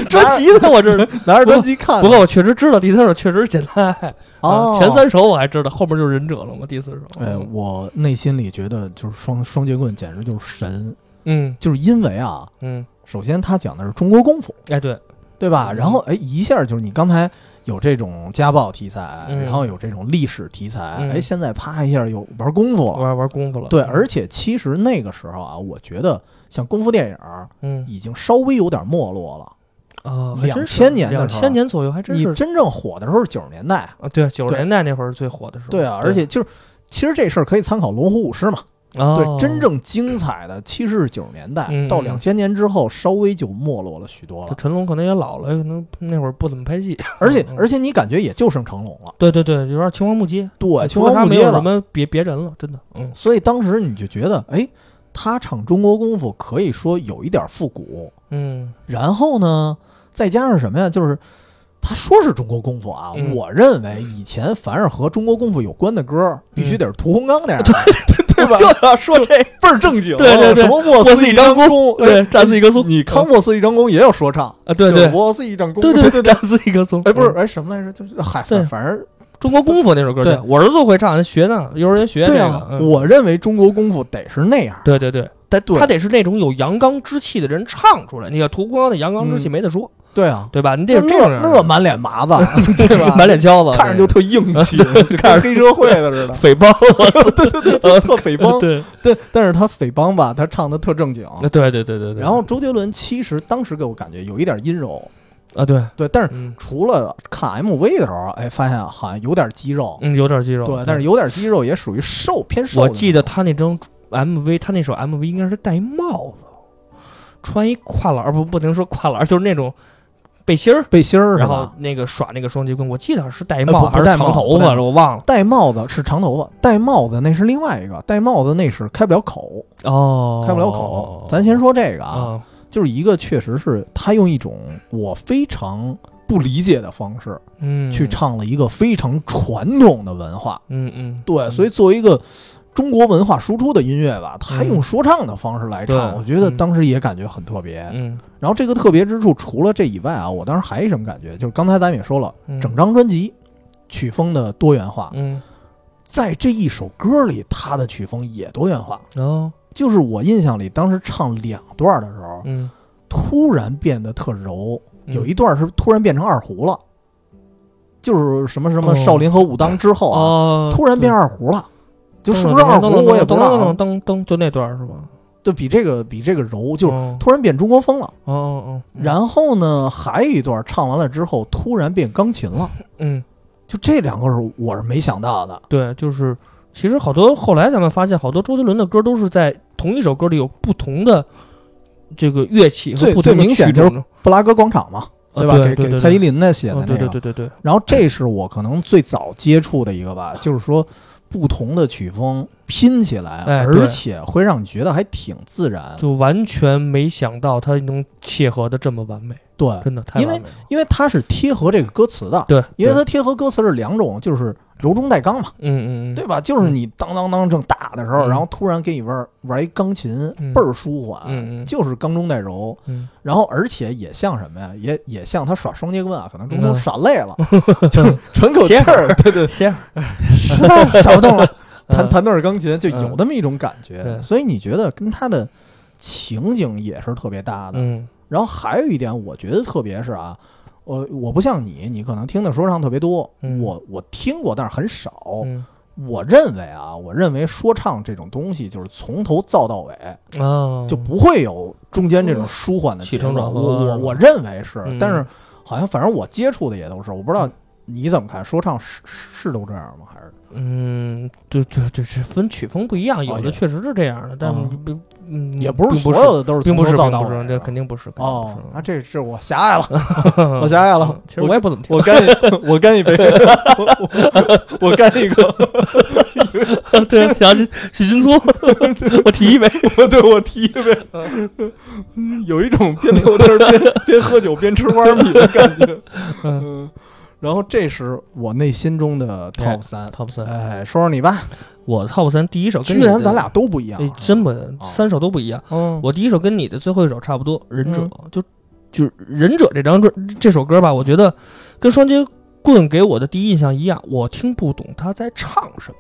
Speaker 2: 专辑呢，我这
Speaker 1: 拿着专辑看。啊
Speaker 2: 不过我确实知道第三首确实是简单爱，啊
Speaker 1: 哦，
Speaker 2: <laughs> 前三首我还知道，后面就是忍者了嘛，第四首。
Speaker 1: 哎，我内心里觉得就是双双截棍简直就是神，
Speaker 2: 嗯
Speaker 1: 就是因为啊，
Speaker 2: 嗯，
Speaker 1: 首先他讲的是中国功夫，
Speaker 2: 哎对，
Speaker 1: 对吧？
Speaker 2: 嗯
Speaker 1: 然后哎，一下就是你刚才有这种家暴题材，
Speaker 2: 嗯
Speaker 1: 然后有这种历史题材，
Speaker 2: 嗯
Speaker 1: 哎，现在啪一下有玩功夫。
Speaker 2: 玩玩功夫了。
Speaker 1: 哦
Speaker 2: 嗯
Speaker 1: 对，而且其实那个时候啊，我觉得像功夫电影儿
Speaker 2: 嗯
Speaker 1: 已经稍微有点没落了。
Speaker 2: 啊，
Speaker 1: 2000年的
Speaker 2: 两
Speaker 1: 时候
Speaker 2: 千年左右还真
Speaker 1: 你
Speaker 2: 是
Speaker 1: 真正火的时候是九十年代，
Speaker 2: 啊，对，九十
Speaker 1: 对
Speaker 2: 年代那会儿是最火的时候。
Speaker 1: 对啊，而且就是其实这事儿可以参考《龙虎舞狮》嘛，
Speaker 2: 对啊
Speaker 1: 对，真正精彩的其实是九十年代
Speaker 2: 哦嗯
Speaker 1: 到
Speaker 2: 嗯
Speaker 1: 两千年之后，稍微就没落了许多
Speaker 2: 就
Speaker 1: 了，
Speaker 2: 成龙可能也老了，可能那会儿不怎么拍戏。
Speaker 1: 而且
Speaker 2: 嗯
Speaker 1: 而且你感觉也就剩成龙了，
Speaker 2: 对对对，有点青黄不接，
Speaker 1: 对，青
Speaker 2: 除了他
Speaker 1: 黄不
Speaker 2: 没
Speaker 1: 接
Speaker 2: 有什
Speaker 1: 了，
Speaker 2: 么别别人了，真的。嗯
Speaker 1: 所以当时你就觉得，哎，他唱中国功夫可以说有一点复古，
Speaker 2: 嗯
Speaker 1: 然后呢，再加上什么呀，就是。他说是中国功夫啊，
Speaker 2: 嗯
Speaker 1: 我认为以前凡是和中国功夫有关的歌，必须得是屠洪刚那
Speaker 2: <laughs>
Speaker 1: 样的，对吧？
Speaker 2: 要说这个，
Speaker 1: 倍儿正经，
Speaker 2: 对对对
Speaker 1: 什么我
Speaker 2: 我
Speaker 1: 是
Speaker 2: 是
Speaker 1: 一
Speaker 2: 一
Speaker 1: 张
Speaker 2: 张
Speaker 1: 弓，
Speaker 2: 对，战死一棵松，
Speaker 1: 你看我是一张弓也有说唱，
Speaker 2: 啊，对
Speaker 1: 就是
Speaker 2: 对
Speaker 1: 我是一张弓，
Speaker 2: 对
Speaker 1: 对
Speaker 2: 对，
Speaker 1: 对
Speaker 2: 战，死一棵松。
Speaker 1: 哎，不是
Speaker 2: 嗯
Speaker 1: 哎什么来着？就是嗨，
Speaker 2: 对
Speaker 1: 反反正
Speaker 2: 中国功夫那首歌，
Speaker 1: 对
Speaker 2: 我儿子会唱，学呢，幼儿园学这
Speaker 1: 对
Speaker 2: 个
Speaker 1: 啊。，
Speaker 2: 嗯
Speaker 1: 我认为中国功夫得是那样，
Speaker 2: 对对对，
Speaker 1: 但对
Speaker 2: 他得是那种有阳刚之气的人唱出来。你看屠光的阳刚之气
Speaker 1: 嗯
Speaker 2: 没得说，
Speaker 1: 对啊，
Speaker 2: 对吧？你得
Speaker 1: 就
Speaker 2: 有这种人
Speaker 1: 那那满脸麻子，
Speaker 2: <laughs>
Speaker 1: 对吧？
Speaker 2: 满脸胶子，，
Speaker 1: 看着就特硬气，就跟黑社会的似
Speaker 2: <laughs>
Speaker 1: 的
Speaker 2: 匪帮，。
Speaker 1: 对对对，就 <laughs> 特匪帮
Speaker 2: 对
Speaker 1: 对，但是他匪帮吧，他唱的特正经。
Speaker 2: 对对对对对。
Speaker 1: 然后周杰伦其实当时给我感觉有一点阴柔，
Speaker 2: 啊，对，
Speaker 1: 对，但是
Speaker 2: 嗯
Speaker 1: 除了看 MV 的时候，哎，发现好像有点肌肉，
Speaker 2: 嗯，有点肌肉，
Speaker 1: 对，但是有点肌肉也属于瘦偏瘦的那
Speaker 2: 我
Speaker 1: 种。
Speaker 2: 记得他那张 MV，他那首 MV 应该是戴一帽子，穿一跨栏儿，不不能说跨栏儿，就是那种背心儿，
Speaker 1: 背心儿是吧，
Speaker 2: 然后那个耍那个双截棍，我记得是戴一
Speaker 1: 呃
Speaker 2: 帽
Speaker 1: 不
Speaker 2: 子还是
Speaker 1: 不戴帽
Speaker 2: 长
Speaker 1: 子
Speaker 2: 头
Speaker 1: 不戴
Speaker 2: 发，我忘了。
Speaker 1: 戴帽子是长头发，戴帽子那是另外一个，戴帽子那是开不了口，
Speaker 2: 哦，
Speaker 1: 开不了口。咱先说这个啊，
Speaker 2: 啊，
Speaker 1: 就是一个确实是他用一种我非常不理解的方式
Speaker 2: 嗯，
Speaker 1: 去，唱了一个非常传统的文化，
Speaker 2: 嗯嗯，
Speaker 1: 对，所以
Speaker 2: 以
Speaker 1: 作为一个。中国文化输出的音乐吧，他
Speaker 2: 嗯
Speaker 1: 用说唱的方式来唱，
Speaker 2: 对
Speaker 1: 我觉得
Speaker 2: 嗯
Speaker 1: 当时也感觉很特别。
Speaker 2: 嗯，
Speaker 1: 然后这个特别之处，除了这以外啊，我当时还有一什么感觉，就是刚才咱们也说了，
Speaker 2: 嗯
Speaker 1: 整，张专辑曲风的多元化，
Speaker 2: 嗯，
Speaker 1: 在这一首歌里，他的曲风也多元化。
Speaker 2: 然后，
Speaker 1: 就是我印象里，当时唱两段的时候，
Speaker 2: 嗯，
Speaker 1: 突然变得特柔，
Speaker 2: 嗯
Speaker 1: 有一段是突然变成二胡了，就是什么什么
Speaker 2: 哦
Speaker 1: 少林和武当之后啊，
Speaker 2: 哦，
Speaker 1: 突然变
Speaker 2: 对。
Speaker 1: 二胡了，就是不是二胡我也不知道
Speaker 2: 噔噔
Speaker 1: 啊，
Speaker 2: 噔噔，就那段儿是吧？
Speaker 1: 就比这个比这个柔，就是
Speaker 2: 哦
Speaker 1: 突然变中国风了。
Speaker 2: 哦哦哦，
Speaker 1: 然后呢，还有一段唱完了之后，突然变钢琴了，
Speaker 2: 嗯，
Speaker 1: 就这两个是我是没想到的。
Speaker 2: 对，就是其实好多后来咱们发现，好多周杰伦的歌都是在同一首歌里有不同的这个乐器和
Speaker 1: 最
Speaker 2: 不同
Speaker 1: 最
Speaker 2: 的
Speaker 1: 明
Speaker 2: 曲
Speaker 1: 显就是
Speaker 2: 种呢，
Speaker 1: 布拉格广场嘛，
Speaker 2: 啊对
Speaker 1: 吧？给
Speaker 2: 对
Speaker 1: 给
Speaker 2: 对
Speaker 1: 蔡依
Speaker 2: 对
Speaker 1: 林的写的那
Speaker 2: 啊
Speaker 1: 个。
Speaker 2: 对对对对对，
Speaker 1: 然后这是我可能最早接触的一个
Speaker 2: <laughs>
Speaker 1: 吧，就是说不同的曲风拼起来，
Speaker 2: 哎对
Speaker 1: 而且会让你觉得还挺自然。
Speaker 2: 就完全没想到他能切合的这么完美，
Speaker 1: 对，
Speaker 2: 真的太完美了。
Speaker 1: 啊因为它是贴合这个歌词的，
Speaker 2: 对，
Speaker 1: 因为
Speaker 2: 对
Speaker 1: 它贴合歌词是两种，就是柔中带刚嘛，
Speaker 2: 嗯嗯嗯，
Speaker 1: 对吧？就是你当当当正打的时候，
Speaker 2: 嗯
Speaker 1: 然后突然给你玩玩一钢琴，
Speaker 2: 嗯
Speaker 1: 倍儿舒缓，
Speaker 2: 嗯嗯
Speaker 1: 就是刚中带柔。
Speaker 2: 嗯
Speaker 1: 然后而且也像什么呀？也也像他耍双截棍啊，可能中
Speaker 2: 嗯
Speaker 1: 途耍累
Speaker 2: <laughs>
Speaker 1: 了，就喘口气
Speaker 2: 歇会
Speaker 1: 儿，对对，
Speaker 2: 歇会儿，
Speaker 1: <laughs> 实在是耍不动了。弹
Speaker 2: 嗯
Speaker 1: 弹段钢琴就
Speaker 2: 嗯
Speaker 1: 有那么一种感觉，
Speaker 2: 对
Speaker 1: 所以你觉得跟他的情景也是特别搭的。
Speaker 2: 嗯
Speaker 1: 然后还有一点，我觉得特别是啊，我我不像你，你可能听的说唱特别多，
Speaker 2: 嗯
Speaker 1: 我我听过，但是很少。
Speaker 2: 嗯
Speaker 1: 我认为啊，我认为说唱这种东西就是从头造到尾，
Speaker 2: 啊，
Speaker 1: 就不会有中间这种舒缓
Speaker 2: 嗯
Speaker 1: 的
Speaker 2: 起
Speaker 1: 节
Speaker 2: 承
Speaker 1: 奏。
Speaker 2: 转合
Speaker 1: 我我
Speaker 2: 是吧
Speaker 1: 我认为是，
Speaker 2: 嗯
Speaker 1: 但是好像反正我接触的也都是，我不知道
Speaker 2: 嗯
Speaker 1: 你怎么看，说唱是是都这样吗？还是
Speaker 2: 嗯，对对对，是分曲风不一样，有
Speaker 1: 哦也
Speaker 2: 的确实是这样的，但
Speaker 1: 啊
Speaker 2: 你不嗯
Speaker 1: 也不是
Speaker 2: 并不
Speaker 1: 所
Speaker 2: 是
Speaker 1: 有的都是
Speaker 2: 并
Speaker 1: 从
Speaker 2: 不
Speaker 1: 头
Speaker 2: 是，
Speaker 1: 造
Speaker 2: 并
Speaker 1: 到
Speaker 2: 不
Speaker 1: 尾
Speaker 2: 是，这
Speaker 1: 的
Speaker 2: 肯定不是。肯定不
Speaker 1: 哦
Speaker 2: 是，
Speaker 1: 那这是我狭隘了，我
Speaker 2: 我
Speaker 1: 狭隘了。
Speaker 2: <laughs> 嗯其实我也不怎么听。
Speaker 1: 我干一 <laughs> 我干一杯，我我 <laughs> 我干一个，
Speaker 2: <laughs> 对，啊想起许金
Speaker 1: <laughs>
Speaker 2: 聪，我提一杯。
Speaker 1: 我对我提一杯，嗯有一种边溜达边边喝酒边吃花米的感
Speaker 2: <laughs>
Speaker 1: 觉。嗯，然后这是我内心中的 top 三。
Speaker 2: <laughs> Top 三，
Speaker 1: 哎，说说你吧，
Speaker 2: 我 Top 三第一首跟
Speaker 1: 居
Speaker 2: 你
Speaker 1: 然
Speaker 2: 的哎
Speaker 1: 咱俩都不一样
Speaker 2: 哎，真不三首都不一样。
Speaker 1: 嗯，
Speaker 2: 我第一首跟你的最后一首差不多，《忍者》就就是《忍者》这张专这首歌吧，我觉得跟双截棍给我的第一印象一样，我听不懂他在唱什么。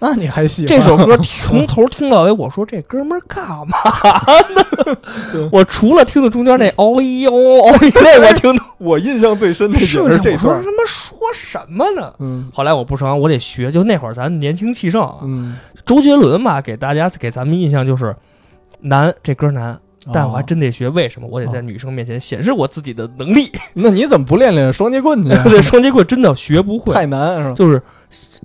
Speaker 1: 那你还喜欢
Speaker 2: 这首歌从头听到尾，我说这哥们儿干嘛呢
Speaker 1: 对？
Speaker 2: 我除了听的中间
Speaker 1: <laughs>
Speaker 2: 那哦呦哦呦那我听懂，
Speaker 1: 我印象最深的也
Speaker 2: 剩
Speaker 1: 是
Speaker 2: 下
Speaker 1: 这
Speaker 2: 我说
Speaker 1: 段
Speaker 2: 他。妈说什么呢？
Speaker 1: 嗯
Speaker 2: 后来我不成，我得学。就那会儿咱年轻气盛啊，
Speaker 1: 嗯，
Speaker 2: 周杰伦嘛，给大家给咱们印象就是难，这歌难，但我还
Speaker 1: 哦
Speaker 2: 真得学。为什么？我得在女生面前显示我自己的能
Speaker 1: <laughs>
Speaker 2: 力。
Speaker 1: 那你怎么不练练双截棍去？啊
Speaker 2: 这双截棍真的学不 <laughs> 会，
Speaker 1: 太难是吧？
Speaker 2: 就是《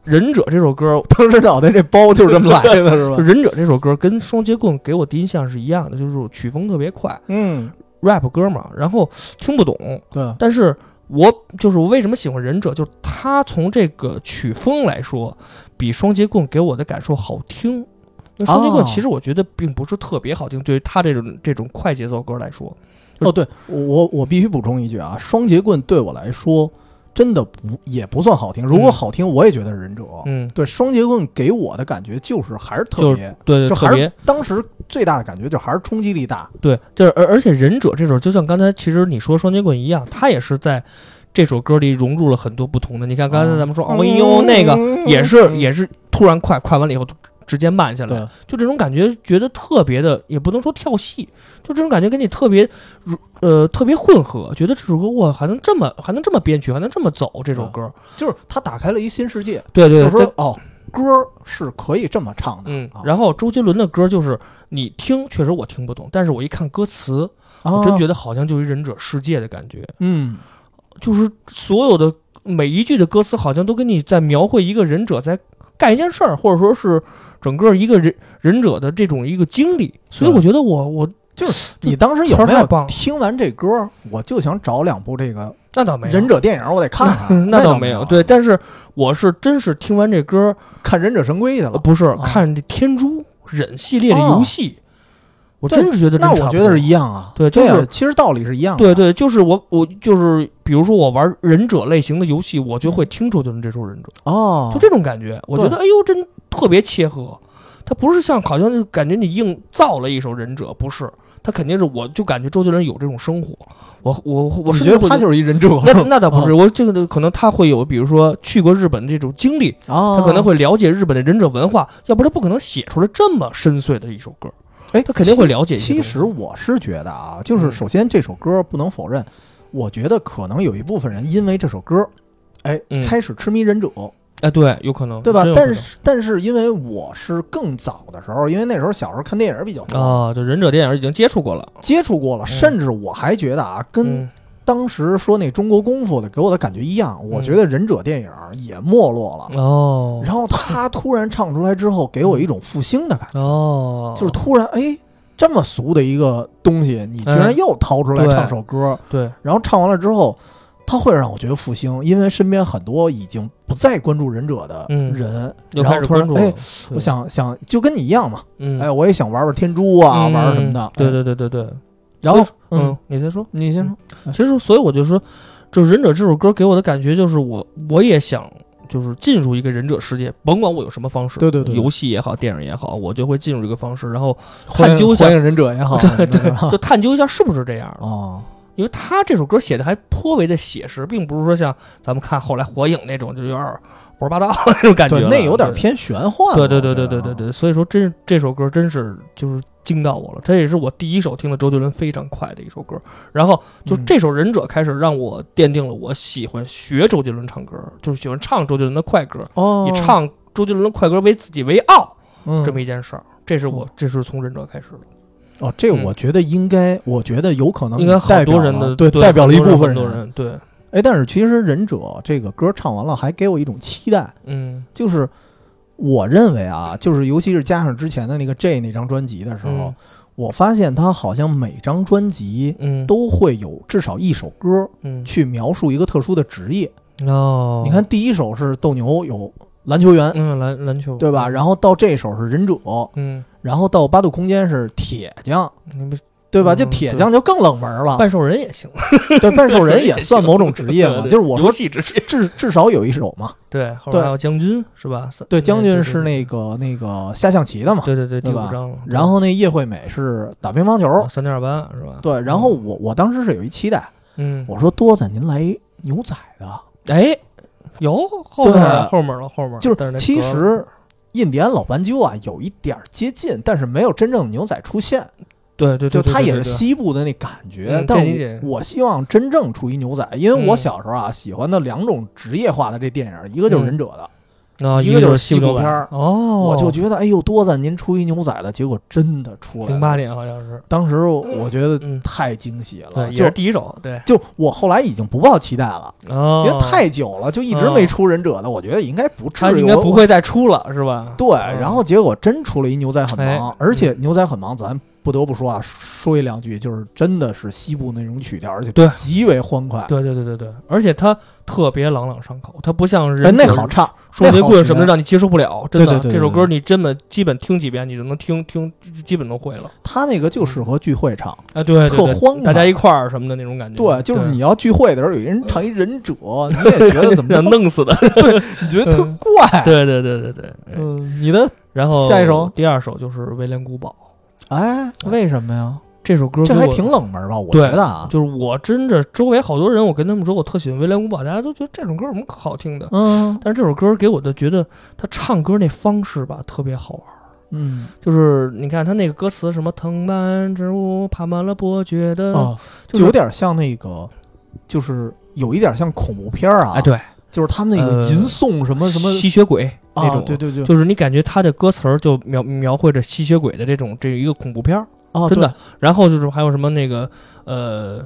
Speaker 2: 忍者》这首歌，
Speaker 1: 当时脑袋这包就是这么来的，是
Speaker 2: 就
Speaker 1: 吧
Speaker 2: 《忍者》这首歌跟双截棍给我第一印象是一样的，就是曲风特别快
Speaker 1: 嗯，
Speaker 2: ，rap 歌嘛，然后听不懂，
Speaker 1: 对，
Speaker 2: 但是。我就是我为什么喜欢忍者，就是他从这个曲风来说，比双截棍给我的感受好听。那双截棍
Speaker 1: 哦
Speaker 2: 其实我觉得并不是特别好听，对于他这种这种快节奏歌来说，
Speaker 1: 哦，对我我我必须补充一句啊，双截棍对我来说真的不也不算好听，如
Speaker 2: 嗯
Speaker 1: 果好听，我也觉得是忍者。
Speaker 2: 嗯，
Speaker 1: 对，双截棍给我的感觉就是还是特
Speaker 2: 就
Speaker 1: 别，
Speaker 2: 对，
Speaker 1: 就
Speaker 2: 特
Speaker 1: 还
Speaker 2: 别
Speaker 1: 是当时最大的感觉就还是冲击力大。
Speaker 2: 对，就是而而且忍者这首，就像刚才其实你说双截棍一样，它也是在这首歌里融入了很多不同的。你看刚才咱们说
Speaker 1: 嗯
Speaker 2: 哦哎呦那个也是也是突然快，快完了以后直接慢下来
Speaker 1: 对，，
Speaker 2: 就这种感觉，觉得特别的，也不能说跳戏，就这种感觉跟你特别如呃特别混合，觉得这首歌哇还能这么还能这么编曲，还能这么走这首歌，
Speaker 1: 就是他打开了一新世界，
Speaker 2: 对对，
Speaker 1: 嗯就
Speaker 2: 对
Speaker 1: 说
Speaker 2: 在
Speaker 1: 哦，歌是可以这么唱的。
Speaker 2: 嗯
Speaker 1: 啊，
Speaker 2: 然后周杰伦的歌就是你听，确实我听不懂，但是我一看歌词，我
Speaker 1: 哦
Speaker 2: 真觉得好像就是忍者世界的感觉。
Speaker 1: 啊嗯，
Speaker 2: 就是所有的每一句的歌词，好像都跟你在描绘一个忍者在干一件事儿，或者说是整个一个忍忍者的这种一个经历。所以我觉得我我
Speaker 1: 你当时有
Speaker 2: 词儿
Speaker 1: 没
Speaker 2: 太
Speaker 1: 有
Speaker 2: 棒了
Speaker 1: 听完这歌，我就想找两部这个
Speaker 2: 那倒没有
Speaker 1: 忍。者电影，我得看
Speaker 2: <laughs>
Speaker 1: 看。
Speaker 2: 那
Speaker 1: 倒啊
Speaker 2: 倒没有，对，但是我是真是听完这歌，
Speaker 1: 看《忍者神龟》去
Speaker 2: 呃
Speaker 1: 了。
Speaker 2: 不是
Speaker 1: 啊
Speaker 2: 看这《天珠忍》系列的游戏，我
Speaker 1: 哦对
Speaker 2: 真是觉得真
Speaker 1: 那
Speaker 2: 差
Speaker 1: 我
Speaker 2: 不
Speaker 1: 觉得
Speaker 2: 多
Speaker 1: 是一样啊，
Speaker 2: 对就
Speaker 1: 对啊
Speaker 2: 是
Speaker 1: 其实道理是一样的。
Speaker 2: 对对，就是我我就是比如说我玩忍者类型的游戏，我就会听出就是这首忍者。
Speaker 1: 嗯哦，
Speaker 2: 就这种感觉，我觉
Speaker 1: 对
Speaker 2: 得哎呦，真特别切合。他不是像好像就感觉你硬造了一首忍者，不是，他肯定是我就感觉周杰伦有这种生活，我我我
Speaker 1: 你
Speaker 2: 甚
Speaker 1: 觉
Speaker 2: 至
Speaker 1: 得
Speaker 2: 会
Speaker 1: 他就是哦一忍者？
Speaker 2: <laughs> 那那倒不是，我这个可能他会有，比如说去过日本的这种经历，
Speaker 1: 哦，
Speaker 2: 他可能会了解日本的忍者文化，要不然不可能写出来这么深邃的一首歌，
Speaker 1: 哎，
Speaker 2: 他肯定会了解一些
Speaker 1: 其
Speaker 2: 东西。
Speaker 1: 实我是觉得啊，就是
Speaker 2: 嗯
Speaker 1: 首先这首歌不能否认，我觉得可能有一部分人因为这首歌，哎，
Speaker 2: 嗯
Speaker 1: 开始痴迷忍者，
Speaker 2: 哎，对，有可能，
Speaker 1: 对吧
Speaker 2: 真？有可
Speaker 1: 但
Speaker 2: 能
Speaker 1: 是但是因为我是更早的时候，因为那时候小时候看电影比较多，
Speaker 2: 啊，就忍者电影已经接触过了，
Speaker 1: 接触过了，甚至我还觉得啊，跟
Speaker 2: 嗯
Speaker 1: 当时说那中国功夫的给我的感觉一样，我
Speaker 2: 嗯
Speaker 1: 觉得忍者电影也没落了。
Speaker 2: 哦
Speaker 1: 然后他突然唱出来之后，给我一种复兴的感觉。
Speaker 2: 哦，
Speaker 1: 就是突然哎，这么俗的一个东西，你居然
Speaker 2: 嗯
Speaker 1: 又掏出来
Speaker 2: 对
Speaker 1: 唱首歌，
Speaker 2: 对，
Speaker 1: 然后唱完了之后，它会让我觉得复兴，因为身边很多已经不再关注忍者的
Speaker 2: 嗯
Speaker 1: 人，
Speaker 2: 又
Speaker 1: 然
Speaker 2: 开
Speaker 1: 后
Speaker 2: 始
Speaker 1: 突
Speaker 2: 关
Speaker 1: 然
Speaker 2: 注
Speaker 1: 哎
Speaker 2: 了，。
Speaker 1: 我想想，就跟你一样嘛，
Speaker 2: 嗯，
Speaker 1: 哎，我也想玩玩天珠啊，
Speaker 2: 嗯
Speaker 1: 玩什么的。
Speaker 2: 对
Speaker 1: 哎，
Speaker 2: 对对对对。
Speaker 1: 然后哎
Speaker 2: 所以嗯，，你再说。
Speaker 1: 你先说，
Speaker 2: 其实，所以我就说，就是《忍者》这首歌给我的感觉就是我，我也想就是进入一个忍者世界，甭管我有什么方式，
Speaker 1: 对对对对
Speaker 2: 游戏也好，电影也好，我就会进入这个方式，然后
Speaker 1: 欢
Speaker 2: 探究
Speaker 1: 迎
Speaker 2: 一下
Speaker 1: 欢迎忍者也好，对对
Speaker 2: 就探究一下是不是这样的。
Speaker 1: <laughs> 哦，
Speaker 2: 因为他这首歌写的还颇为的写实，并不是说像咱们看后来《火影》那种就有点儿胡说八道那种感觉
Speaker 1: 对，
Speaker 2: 了，
Speaker 1: 那有点
Speaker 2: 对
Speaker 1: 偏玄幻了。
Speaker 2: 对对对
Speaker 1: 我觉
Speaker 2: 对对
Speaker 1: 得
Speaker 2: 对
Speaker 1: 啊，
Speaker 2: 对，所以说真是这首歌真是就是惊到我了，这也是我第一首听的周杰伦非常快的一首歌。然后就
Speaker 1: 嗯
Speaker 2: 这首《忍者》开始让我奠定了我喜欢学周杰伦唱歌，就是喜欢唱周杰伦的快歌，
Speaker 1: 哦，
Speaker 2: 以唱周杰伦的快歌为自己为傲
Speaker 1: 嗯
Speaker 2: 这么一件事儿。这是我，这是从忍者开始的，
Speaker 1: 哦，这
Speaker 2: 嗯
Speaker 1: 我觉得应该，我觉得有可能
Speaker 2: 应该好
Speaker 1: 啊代表
Speaker 2: 多人
Speaker 1: 了
Speaker 2: 的
Speaker 1: 对
Speaker 2: 对
Speaker 1: 代表了一部分
Speaker 2: 很多人，很多人对，
Speaker 1: 哎，但是其实《忍者》这个歌唱完了，还给我一种期待，
Speaker 2: 嗯
Speaker 1: 就是我认为啊，就是尤其是加上之前的那个 J 那张专辑的时候，
Speaker 2: 嗯
Speaker 1: 我发现他好像每张专辑
Speaker 2: 嗯
Speaker 1: 都会有至少一首歌
Speaker 2: 嗯
Speaker 1: 去描述一个特殊的职业。
Speaker 2: 哦，
Speaker 1: 你看第一首是斗牛，有篮球员，
Speaker 2: 嗯篮篮球
Speaker 1: 对吧？然后到这首是忍者，
Speaker 2: 嗯
Speaker 1: 然后到八度空间是铁匠，
Speaker 2: 你不
Speaker 1: 对吧？
Speaker 2: 嗯
Speaker 1: 这铁
Speaker 2: 对
Speaker 1: 匠就更冷门了，
Speaker 2: 半兽人也行，
Speaker 1: 对，半兽啊人也算某种职业嘛。
Speaker 2: 对
Speaker 1: 就是我
Speaker 2: 游
Speaker 1: 说
Speaker 2: 戏职业，
Speaker 1: 至至少有一手嘛。
Speaker 2: 对，后边还有将军是吧？三
Speaker 1: 对，将军是
Speaker 2: 对
Speaker 1: 那个那个下象棋的嘛，
Speaker 2: 对对对第
Speaker 1: 对
Speaker 2: 五
Speaker 1: 吧
Speaker 2: 章了，
Speaker 1: 然后那叶惠美是打乒乓球。
Speaker 2: 三点二八是吧？
Speaker 1: 对，然后我我当时是有一期待，
Speaker 2: 嗯，
Speaker 1: 我说多子您来一牛仔的，
Speaker 2: 哎，有后面了
Speaker 1: 对
Speaker 2: 后面了后面了，
Speaker 1: 就
Speaker 2: 但是
Speaker 1: 是
Speaker 2: 那
Speaker 1: 其
Speaker 2: 格儿
Speaker 1: 实印第安老斑鸠啊有一点儿接近，但是没有真正的牛仔出现，
Speaker 2: 对对，
Speaker 1: 就
Speaker 2: 对
Speaker 1: 它
Speaker 2: 对
Speaker 1: 也
Speaker 2: 对
Speaker 1: 是
Speaker 2: 对
Speaker 1: 西部的那感觉
Speaker 2: 嗯。
Speaker 1: 但
Speaker 2: 这理解
Speaker 1: 我我希望真正出一牛仔，因为我
Speaker 2: 嗯
Speaker 1: 小时候啊喜欢的两种职业化的这电影，一个就
Speaker 2: 嗯
Speaker 1: 是忍者的，
Speaker 2: 啊，
Speaker 1: 一
Speaker 2: 一
Speaker 1: 个就
Speaker 2: 是
Speaker 1: 是西
Speaker 2: 西
Speaker 1: 部
Speaker 2: 部
Speaker 1: 片
Speaker 2: 版
Speaker 1: 儿
Speaker 2: 哦，
Speaker 1: 我就觉得哎呦多赞您出一牛仔的，结果真的出来
Speaker 2: 零
Speaker 1: 了。
Speaker 2: 八年好像是，
Speaker 1: 当时我觉得
Speaker 2: 嗯，
Speaker 1: 太惊喜了，
Speaker 2: 对，也
Speaker 1: 就是
Speaker 2: 第一首，对，
Speaker 1: 就我后来已经不抱期待了，因
Speaker 2: 哦，
Speaker 1: 为太久了，就一直没出忍者的，我觉得应该不至
Speaker 2: 他
Speaker 1: 于，
Speaker 2: 应该
Speaker 1: 我
Speaker 2: 不。会嗯再出了是吧？
Speaker 1: 对，然后结果真出了一牛仔很忙
Speaker 2: 哎，
Speaker 1: 而且牛仔很忙，咱不得不说啊，说一两句，就是真的是西部那种曲调，而且
Speaker 2: 对
Speaker 1: 极为欢快。
Speaker 2: 对对对对对，而且他特别朗朗上口，他不像
Speaker 1: 哎，
Speaker 2: 人
Speaker 1: 那
Speaker 2: 者
Speaker 1: 好唱，
Speaker 2: 双截
Speaker 1: 那好
Speaker 2: 棍什么的
Speaker 1: 学
Speaker 2: 让你接受不了，真
Speaker 1: 对
Speaker 2: 的
Speaker 1: 对对对
Speaker 2: 这首
Speaker 1: 对
Speaker 2: 歌你真的基本听几遍你就能听听，基本都会了。
Speaker 1: 啊他那个就适合聚会唱。
Speaker 2: 哎，对，对
Speaker 1: 特
Speaker 2: 对
Speaker 1: 欢
Speaker 2: 大家
Speaker 1: 快
Speaker 2: 一块儿什么的那种感觉。
Speaker 1: 对，就是你要聚会的时候，有一人唱一忍者，
Speaker 2: 嗯
Speaker 1: 你也觉得
Speaker 2: <laughs>
Speaker 1: 怎么
Speaker 2: 想
Speaker 1: 那么
Speaker 2: 弄
Speaker 1: <laughs>
Speaker 2: 死的。
Speaker 1: 你觉得特怪？，
Speaker 2: 对对对对对。哎
Speaker 1: 嗯，你的
Speaker 2: 然后
Speaker 1: 下一首
Speaker 2: 第二首就是《威廉古堡》
Speaker 1: 哎，为什么呀？
Speaker 2: 这首歌，
Speaker 1: 这还挺。冷门吧？我
Speaker 2: 对
Speaker 1: 觉得啊，
Speaker 2: 就是我真的周围好多人，我跟他们说我特喜欢《威廉古堡》，大家都觉得这首歌有什么可好听的。
Speaker 1: 嗯
Speaker 2: 但是这首歌给我的觉得他唱歌那方式吧特别好玩。
Speaker 1: 嗯
Speaker 2: 就是你看他那个歌词，什么藤蔓植物爬满了伯爵的，
Speaker 1: 哦，
Speaker 2: 就是
Speaker 1: 就有点像那个，就是有一点像恐怖片儿啊。
Speaker 2: 哎，，对，
Speaker 1: 就是他们那个
Speaker 2: 呃
Speaker 1: 吟诵什么什么
Speaker 2: 吸血鬼
Speaker 1: 啊
Speaker 2: 那种，
Speaker 1: 对对对，
Speaker 2: 就是你感觉他的歌词儿就描描绘着吸血鬼的这种这一个恐怖片儿，
Speaker 1: 啊，
Speaker 2: 真的。然后就是还有什么那个呃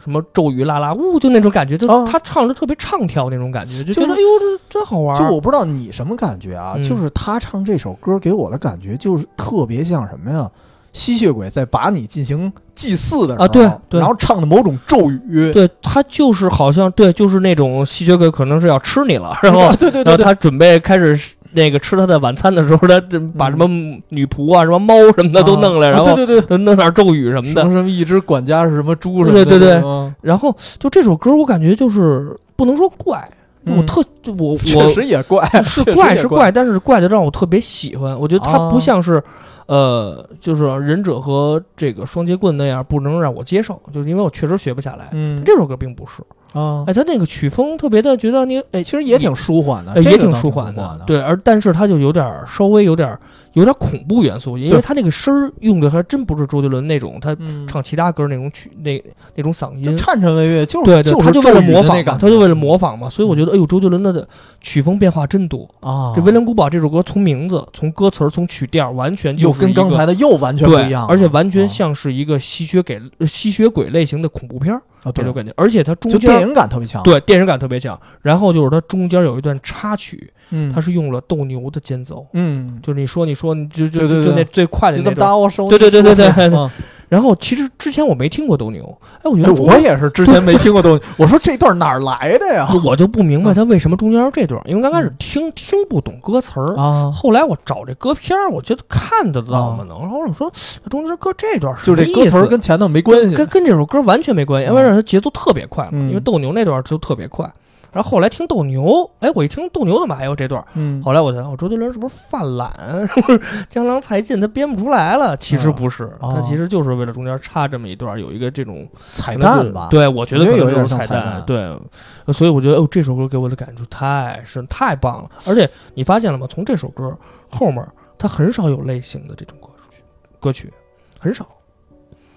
Speaker 2: 什么咒语啦啦呜，就那种感觉，就
Speaker 1: 啊
Speaker 2: 他唱着特别唱跳那种感觉，就
Speaker 1: 就
Speaker 2: 觉得哎呦这真好玩
Speaker 1: 对。
Speaker 2: 儿。
Speaker 1: 就我不知道你什么感觉啊，
Speaker 2: 嗯
Speaker 1: 就是他唱这首歌给我的感觉就是特别像什么呀？吸血鬼在把你进行祭祀的时候，
Speaker 2: 啊对对
Speaker 1: 然后唱的某种咒语，
Speaker 2: 对他就是好像对，就是那种吸血鬼可能是要吃你了，然后
Speaker 1: 啊对
Speaker 2: 然
Speaker 1: 对对
Speaker 2: 后
Speaker 1: 对，
Speaker 2: 他准备开始那个吃他的晚餐的时候，他这把什么女仆啊、什么猫什么的都弄来，
Speaker 1: 嗯啊
Speaker 2: 然
Speaker 1: 对
Speaker 2: 后
Speaker 1: 对对，
Speaker 2: 都弄点咒语什么
Speaker 1: 什么
Speaker 2: 的。
Speaker 1: 什么一只管家是什么猪什么
Speaker 2: 对对
Speaker 1: 的，
Speaker 2: 对
Speaker 1: 嗯
Speaker 2: 然后就这首歌，我感觉就是不能说怪，我
Speaker 1: 嗯
Speaker 2: 特就我
Speaker 1: 确
Speaker 2: 我
Speaker 1: 实也怪，
Speaker 2: <laughs> 是
Speaker 1: 确实
Speaker 2: 怪
Speaker 1: 也
Speaker 2: 是
Speaker 1: 怪，
Speaker 2: 怪，但是怪的让我特别喜欢。我觉得它不
Speaker 1: 啊
Speaker 2: 像是呃，就是忍者和这个双截棍那样不能让我接受，就是因为我确实学不下来。
Speaker 1: 嗯
Speaker 2: 这首歌并不是，
Speaker 1: 啊，
Speaker 2: 哎，他那个曲风特别的觉得你哎，
Speaker 1: 其实也挺舒缓的，
Speaker 2: 呃，
Speaker 1: 啊这
Speaker 2: 也
Speaker 1: 个
Speaker 2: 挺
Speaker 1: 倒
Speaker 2: 舒
Speaker 1: 挺
Speaker 2: 缓
Speaker 1: 的，
Speaker 2: 对，而但是它就有点儿稍微有点儿有点儿恐怖元素，因为
Speaker 1: 对
Speaker 2: 它那个声儿用的还真不是周杰伦那种，他
Speaker 1: 嗯，
Speaker 2: 唱其他歌那种曲那那种嗓
Speaker 1: 就
Speaker 2: 音。
Speaker 1: 颤颤巍巍，就是
Speaker 2: 对对，
Speaker 1: 就是
Speaker 2: 他就为了模仿
Speaker 1: 咒语的那
Speaker 2: 嘛，他
Speaker 1: 感觉，嗯
Speaker 2: 就为了模仿嘛，所以我觉得，哎呦，周杰伦的曲风变化真多。
Speaker 1: 啊，
Speaker 2: 这《威廉古堡》这首歌，从名字、从歌词儿、从曲调，完全就
Speaker 1: 又
Speaker 2: 是一
Speaker 1: 跟刚
Speaker 2: 个
Speaker 1: 才的又完全不
Speaker 2: 对
Speaker 1: 一样了，，
Speaker 2: 而且完全
Speaker 1: 啊
Speaker 2: 像是一个吸血鬼、呃吸血鬼类型的恐怖片儿
Speaker 1: 啊，
Speaker 2: 这
Speaker 1: 对
Speaker 2: 种，感觉。而且它中
Speaker 1: 就
Speaker 2: 间
Speaker 1: 电
Speaker 2: 儿
Speaker 1: 影感特别强，，
Speaker 2: 对电影感特别强，然后就是它中间有一段插曲，
Speaker 1: 嗯，
Speaker 2: 他是用了斗牛的间奏，
Speaker 1: 嗯，
Speaker 2: 就是你说你说你就就
Speaker 1: 对对
Speaker 2: 就就
Speaker 1: 对
Speaker 2: 那最快的
Speaker 1: 就
Speaker 2: 那
Speaker 1: 这么
Speaker 2: 种。
Speaker 1: 搭我手，
Speaker 2: 对对对对对对
Speaker 1: 啊
Speaker 2: 然后其实之前我没听过斗牛，哎，我觉
Speaker 1: 哎
Speaker 2: 得
Speaker 1: 我也是之前没听过东西，我说这段哪儿来的呀？
Speaker 2: 我就不明
Speaker 1: 嗯
Speaker 2: 白他为什么中间要这段，因为刚开始听听不懂歌词儿。
Speaker 1: 啊，
Speaker 2: 后来我找这歌片儿，我觉得看得到吗？能，然后我说中间搁这段什
Speaker 1: 就
Speaker 2: 么
Speaker 1: 这歌
Speaker 2: 意
Speaker 1: 词儿
Speaker 2: 思
Speaker 1: 跟前头没关系
Speaker 2: 跟，跟这首歌完全没关系，因为它节奏特别快嘛，
Speaker 1: 嗯
Speaker 2: 因为斗牛那段就特别快。然后后来听斗牛，哎，我一听斗牛怎么还有这段？
Speaker 1: 嗯，
Speaker 2: 后来我才想，我周杰伦是不是犯懒， <laughs> 是不是江郎才尽，他编不出来了？其实不是，
Speaker 1: 哦
Speaker 2: 他其实就是为了中间插这么一段，有一个这种
Speaker 1: 彩蛋吧，
Speaker 2: 对，我觉得
Speaker 1: 我
Speaker 2: 可能
Speaker 1: 觉得有
Speaker 2: 就是
Speaker 1: 点像彩
Speaker 2: 蛋
Speaker 1: 蛋。
Speaker 2: 对，呃所以我觉得哦，这首歌给我的感触太深，太棒了。而且你发现了吗？从这首歌后面，它很少有类型的这种歌曲，歌曲很少。